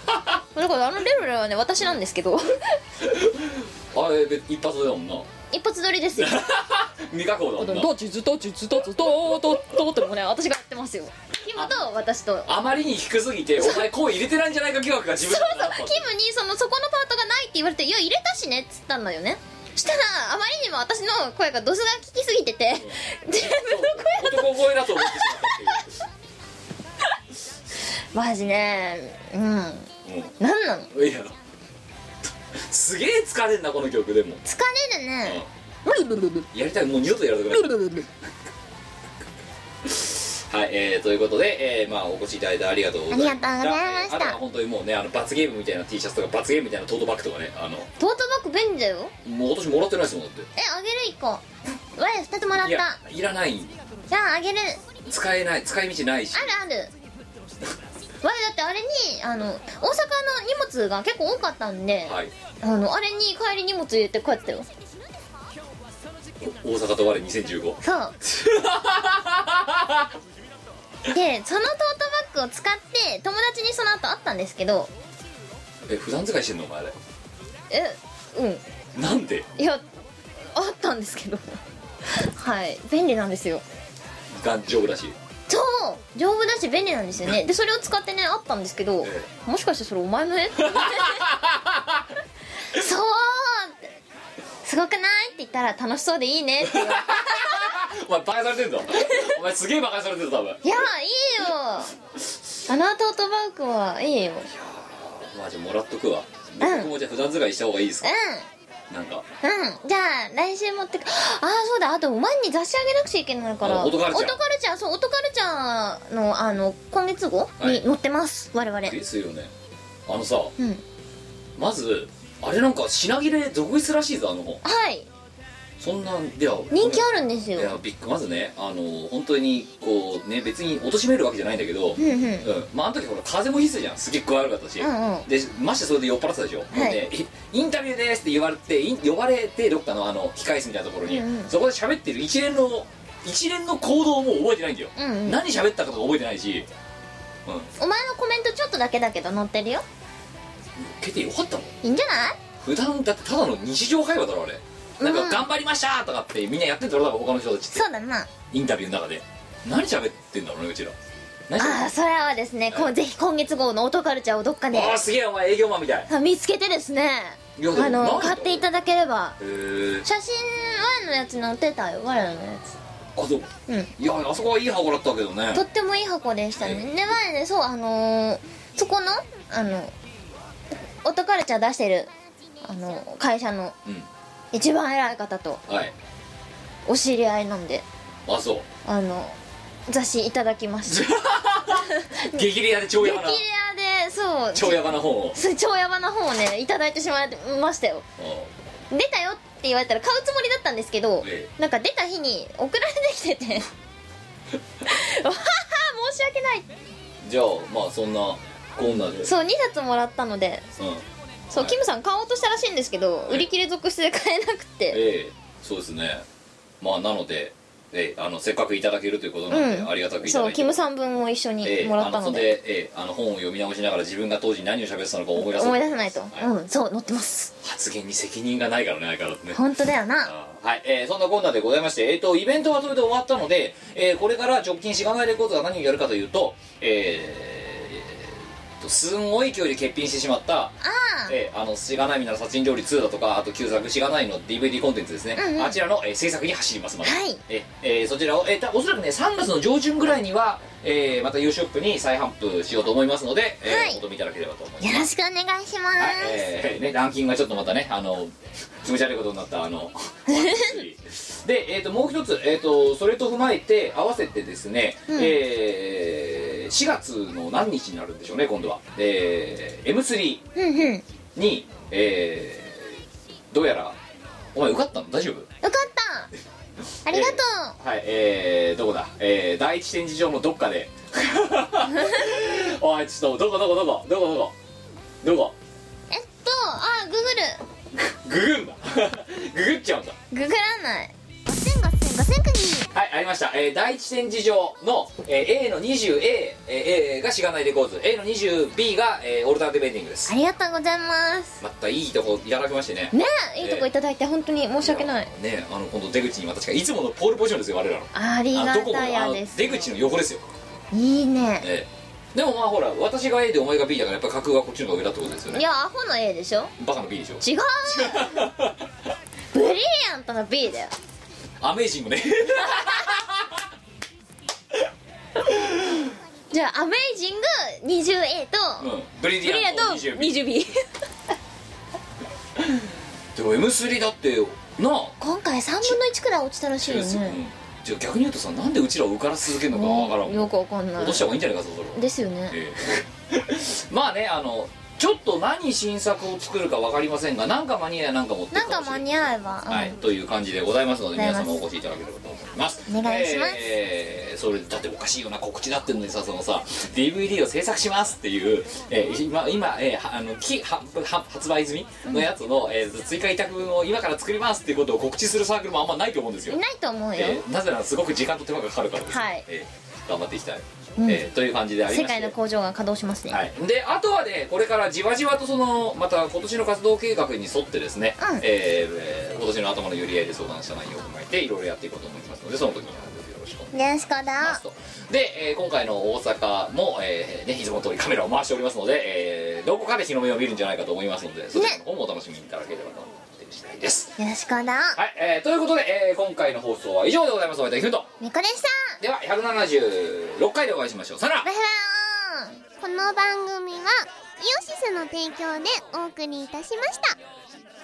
[SPEAKER 3] だからあのレルレはね私なんですけど
[SPEAKER 1] あれ別一発だもんな
[SPEAKER 3] 一発撮りですよ
[SPEAKER 1] 未確保だもんな
[SPEAKER 2] どっちずどっちずどっちどうどうどうってもね私がやってますよ
[SPEAKER 3] キムと私と
[SPEAKER 1] あまりに低すぎてお前声入れてないんじゃないか疑惑が自分
[SPEAKER 3] そう
[SPEAKER 1] でな
[SPEAKER 3] そうキムにそのそこのパートがないって言われて「いや入れたしね」っつったんだよねしたらあまりにも私の声がドスが聞きすぎ てて自分の声
[SPEAKER 1] 男声だと思ってしまっ
[SPEAKER 3] マジねうん
[SPEAKER 1] たっていう、うん
[SPEAKER 3] なんなの
[SPEAKER 1] いやすげえ疲れんなこの曲でも
[SPEAKER 3] 疲れるね
[SPEAKER 1] やりたいもう二度とやるたくないはいえー、ということで、えーまあ、お越しいただいてありがとうございました
[SPEAKER 3] ありがとうございました
[SPEAKER 1] えーあとは本当にもうねあの罰ゲームみたいな T シャツとか罰ゲームみたいなトートバッグとかねあの
[SPEAKER 3] トートバッグ便利だよ
[SPEAKER 1] もう私もらってないですもんだって
[SPEAKER 3] えあげる一個我二つもらっ
[SPEAKER 1] い
[SPEAKER 3] た
[SPEAKER 1] やいらない
[SPEAKER 3] じゃああげる
[SPEAKER 1] 使えない使い道ないし
[SPEAKER 3] あるある我だってあれにあの大阪の荷物が結構多かったんで、
[SPEAKER 1] はい
[SPEAKER 3] あのあれに帰り荷物入れて帰ったよ
[SPEAKER 1] お大阪と我2015
[SPEAKER 3] そう でそのトートバッグを使って友達にその後会ったんですけど
[SPEAKER 1] え普段使いしてんのお前あれ
[SPEAKER 3] えうん
[SPEAKER 1] なんで
[SPEAKER 2] いや
[SPEAKER 3] 会ったんですけどはい便利なんですよ
[SPEAKER 1] 頑丈夫だし
[SPEAKER 3] そう丈夫だし便利なんですよねでそれを使ってね会ったんですけど、
[SPEAKER 1] え
[SPEAKER 3] も しかしてそれお前の絵そうってすごくないって言ったら楽しそうでいいねって言われて
[SPEAKER 1] お前バカにされてん だお前すげえバカにされてる多分
[SPEAKER 3] いやいいよあのトートバッグはいいよ
[SPEAKER 1] まあじゃあもらっとくわ僕もじゃあ普段使いした方がいいですか、なんか
[SPEAKER 3] うんうんじゃあ来週持ってくああそうだあとお前に雑誌あげなくちゃいけないから
[SPEAKER 1] あオトカルチャー
[SPEAKER 3] オトカルチャーそうオトカルチャーのあの今月号
[SPEAKER 1] はい
[SPEAKER 3] に載ってます、我々
[SPEAKER 1] ですよねあのさ
[SPEAKER 3] うん
[SPEAKER 1] まずあれなんか品切れ続出らしいぞあの本
[SPEAKER 3] はい
[SPEAKER 1] そんなんでは
[SPEAKER 3] 人気あるんです
[SPEAKER 1] いや
[SPEAKER 3] よ
[SPEAKER 1] ビッグまずねあの本当にこうね別に貶としめるわけじゃないんだけど、
[SPEAKER 3] うんうんうん
[SPEAKER 1] うんまああの時ほら風もひすじゃんすげえ具合悪かったし、
[SPEAKER 3] うん
[SPEAKER 1] でましてそれで酔っ払ってたでしょ、もうねイインタビューですって言われてイン呼ばれてどっかのあの控室みたいなところに、
[SPEAKER 3] うんうん
[SPEAKER 1] そこで喋ってる一連の一連の行動をもう覚えてないんだよ、
[SPEAKER 3] うんうん
[SPEAKER 1] 何喋ったかとか覚えてないし、うん、
[SPEAKER 3] お前のコメントちょっとだけだけど載ってるよ
[SPEAKER 1] 受けてよかったの
[SPEAKER 3] いいんじゃない
[SPEAKER 1] 普段だってただの日常会話だろあれなん
[SPEAKER 3] う
[SPEAKER 1] か「
[SPEAKER 3] ん
[SPEAKER 1] 頑張りました!」とかってみんなやってんだろ多分他の人たちって
[SPEAKER 3] そうだな
[SPEAKER 1] インタビューの中で何喋ってんだろうねうちら何喋っ
[SPEAKER 3] ああ
[SPEAKER 1] て
[SPEAKER 3] それはですねこうぜひ今月号のオトカルチャーをどっかで
[SPEAKER 1] ああすげえお前営業マンみたいへ
[SPEAKER 3] 見つけてですね
[SPEAKER 1] いやでも
[SPEAKER 3] あ
[SPEAKER 1] ないんだ
[SPEAKER 3] の
[SPEAKER 1] よ
[SPEAKER 3] 買っていただければ
[SPEAKER 1] え
[SPEAKER 3] 写真前のやつに載ってたよ我らのやつ
[SPEAKER 1] あそう
[SPEAKER 3] うん
[SPEAKER 1] いやあそこはいい箱だったけどね
[SPEAKER 3] とってもいい箱でしたねで前ねそうあのーそこのあのオトカルチャー出してるあの会社の
[SPEAKER 1] うん
[SPEAKER 3] 一番偉い方と
[SPEAKER 1] はい
[SPEAKER 3] お知り合いなんで
[SPEAKER 1] あそう
[SPEAKER 3] あの雑誌いただきました
[SPEAKER 1] 激レアで超
[SPEAKER 3] 激
[SPEAKER 1] ヤ
[SPEAKER 3] レ
[SPEAKER 1] バな
[SPEAKER 3] アでそう
[SPEAKER 1] 超ヤバな本を
[SPEAKER 3] そう超ヤバな本をねいただいてしまいましたよ
[SPEAKER 1] う
[SPEAKER 3] 出たよって言われたら買うつもりだったんですけど、
[SPEAKER 1] え
[SPEAKER 3] なんか出た日に送られてきて てわはは申し訳ない
[SPEAKER 1] んじゃあまあそんなこんなで
[SPEAKER 3] そう2冊もらったので
[SPEAKER 1] うん
[SPEAKER 3] そうキムさん買おうとしたらしいんですけど
[SPEAKER 1] え
[SPEAKER 3] 売り切れ続出で買えなくて
[SPEAKER 1] ええそうですねまあなのでえーあのせっかくいただけるということなので、
[SPEAKER 2] うん
[SPEAKER 1] ありがたくいた
[SPEAKER 2] そ
[SPEAKER 1] だ
[SPEAKER 2] う
[SPEAKER 1] いて
[SPEAKER 2] キムさん分も一緒
[SPEAKER 1] え
[SPEAKER 2] に
[SPEAKER 1] ー
[SPEAKER 2] もらったの
[SPEAKER 1] あ
[SPEAKER 2] で,、
[SPEAKER 1] それで、えーあの本を読み直しながら自分が当時何を喋ってたのか思い出す
[SPEAKER 2] 思い出さないと、
[SPEAKER 1] はい
[SPEAKER 2] うんそう載ってます
[SPEAKER 1] 発言に責任がないからね相変わらずね
[SPEAKER 2] 本当だよな
[SPEAKER 1] あーはい、えーそんなこんなでございまして、えっ、と、イベントはそれで終わったので、えーこれから直近しがないレコードが何をやるかというと、えーえーとすんごい勢いで欠品してしまった、えーあの、しがないみんなの殺人料理2だとか、あと旧作しがないの DVD コンテンツですね、あちらの、えー制作に走ります、また
[SPEAKER 2] はい
[SPEAKER 1] えーえーそちらを、えーたおそらくね、3月の上旬ぐらいには、えーまた U ショップに再販布しようと思いますので、えー
[SPEAKER 3] はい
[SPEAKER 1] お求めいただければと思います。
[SPEAKER 3] よろしくお願いしま
[SPEAKER 1] はい
[SPEAKER 3] す、
[SPEAKER 1] えーね、ランキングがちょっとまたねあの気持ち悪いことになったあので、えー、ともう一つ、えー、とそれと踏まえて合わせてですね、えー4月の何日になるんでしょうね今度は、えー M3
[SPEAKER 3] うんうんよ
[SPEAKER 1] に、えーどうやらお前受かったの大丈夫
[SPEAKER 3] かったありがとう、
[SPEAKER 1] はいえー、どこだ、えー、第一展示場のどっか でおいちょっとどこどこどこどこどこどこ
[SPEAKER 3] えっとあググ
[SPEAKER 1] ググんだ ググっちゃうんだ
[SPEAKER 3] るググらない5000 5000 5000国
[SPEAKER 1] はい、ありました。えー第一展示場の、えー A の 20A、えー A がしがないレコーズ、A の 20B が、えーオルタナティブエンディングです
[SPEAKER 3] あ。りがとうございます
[SPEAKER 1] またいいとこいただきましてね。
[SPEAKER 2] ねいいとこいただいて本当に申し訳ない、
[SPEAKER 1] ね、あの、今度出口に私がいつものポールポジションですよ、我らの。
[SPEAKER 2] ありが
[SPEAKER 1] あどこも
[SPEAKER 2] た
[SPEAKER 1] あ
[SPEAKER 2] や
[SPEAKER 1] の
[SPEAKER 2] です
[SPEAKER 1] 出口の横ですよ。
[SPEAKER 3] いいね
[SPEAKER 1] えーでもまあほら、私が A でお前が B だからやっぱ格はこっちの方が上だってことですよ
[SPEAKER 2] い
[SPEAKER 1] ね。
[SPEAKER 2] やアホの A でしょ
[SPEAKER 1] バカの B でしょ。
[SPEAKER 2] 違うブリリアントの B だよ
[SPEAKER 1] アメージングね。
[SPEAKER 2] じゃあアメイジング 20A
[SPEAKER 1] う
[SPEAKER 2] と、
[SPEAKER 1] ん。ブリ
[SPEAKER 2] ブリリ
[SPEAKER 1] リ
[SPEAKER 2] ア
[SPEAKER 1] ア
[SPEAKER 2] ン
[SPEAKER 1] ン
[SPEAKER 2] ト
[SPEAKER 1] ト 20B。
[SPEAKER 2] 20B
[SPEAKER 1] でも M3 だって、なあ。
[SPEAKER 2] 今回3分の1くらい落ちたらしいよ
[SPEAKER 1] うん
[SPEAKER 2] ね
[SPEAKER 1] じゃあ逆に言うとさ、なんでうちらを受からし続けるのかわからんもん。
[SPEAKER 2] よくわかんない
[SPEAKER 1] 落とした方がいいんじゃないかそろそろ
[SPEAKER 2] ですよね
[SPEAKER 1] ええ まあねあのちょっと何新作を作るか分かりませんがなんか間に合えばなんか持って
[SPEAKER 3] なん
[SPEAKER 1] く
[SPEAKER 3] か
[SPEAKER 1] もしれ
[SPEAKER 3] 間に合えば、うん
[SPEAKER 1] はい、という感じでございますので
[SPEAKER 3] ござい
[SPEAKER 1] 皆
[SPEAKER 3] ます
[SPEAKER 1] 様お越しいただければと思います
[SPEAKER 3] お願いします
[SPEAKER 1] えーそれだっておかしいよな告知だってんのにさそのさ DVD を制作しますっていう、えー今今、えーはあのきはは発売済みのやつの、えー追加委託分を今から作りますっていうことを告知するサークルもあんまないと思うんですよ
[SPEAKER 2] いないと思うよ、
[SPEAKER 1] えーなぜならすごく時間と手間がかかるからです、
[SPEAKER 2] はい
[SPEAKER 1] えー頑張っていきたい、えーという感じでありまして
[SPEAKER 2] 世界の工場が稼働しますね、
[SPEAKER 1] はい、であとはねこれからじわじわとそのまた今年の活動計画に沿ってですね、
[SPEAKER 3] うん
[SPEAKER 1] えーえー今年の頭の寄り合いで相談した内容を踏まえていろいろやっていこうと思いますのでその時にはよろしくお願いし
[SPEAKER 3] よろしく
[SPEAKER 1] ま
[SPEAKER 3] だ
[SPEAKER 1] すとで、えー今回の大阪も、えーね、いつもの通りカメラを回しておりますので、えーどこかで日の目を見るんじゃないかと思いますのでそちらの方もお楽しみいただければと思っている次第です
[SPEAKER 3] よろしくだ
[SPEAKER 1] はい、えーということで、えー今回の放送は以上でございますお会いできると
[SPEAKER 3] みこでした
[SPEAKER 1] では176回でお会いしましょうさよなら
[SPEAKER 3] バイバーイこの番組はイオシスの提供でお送りいたしました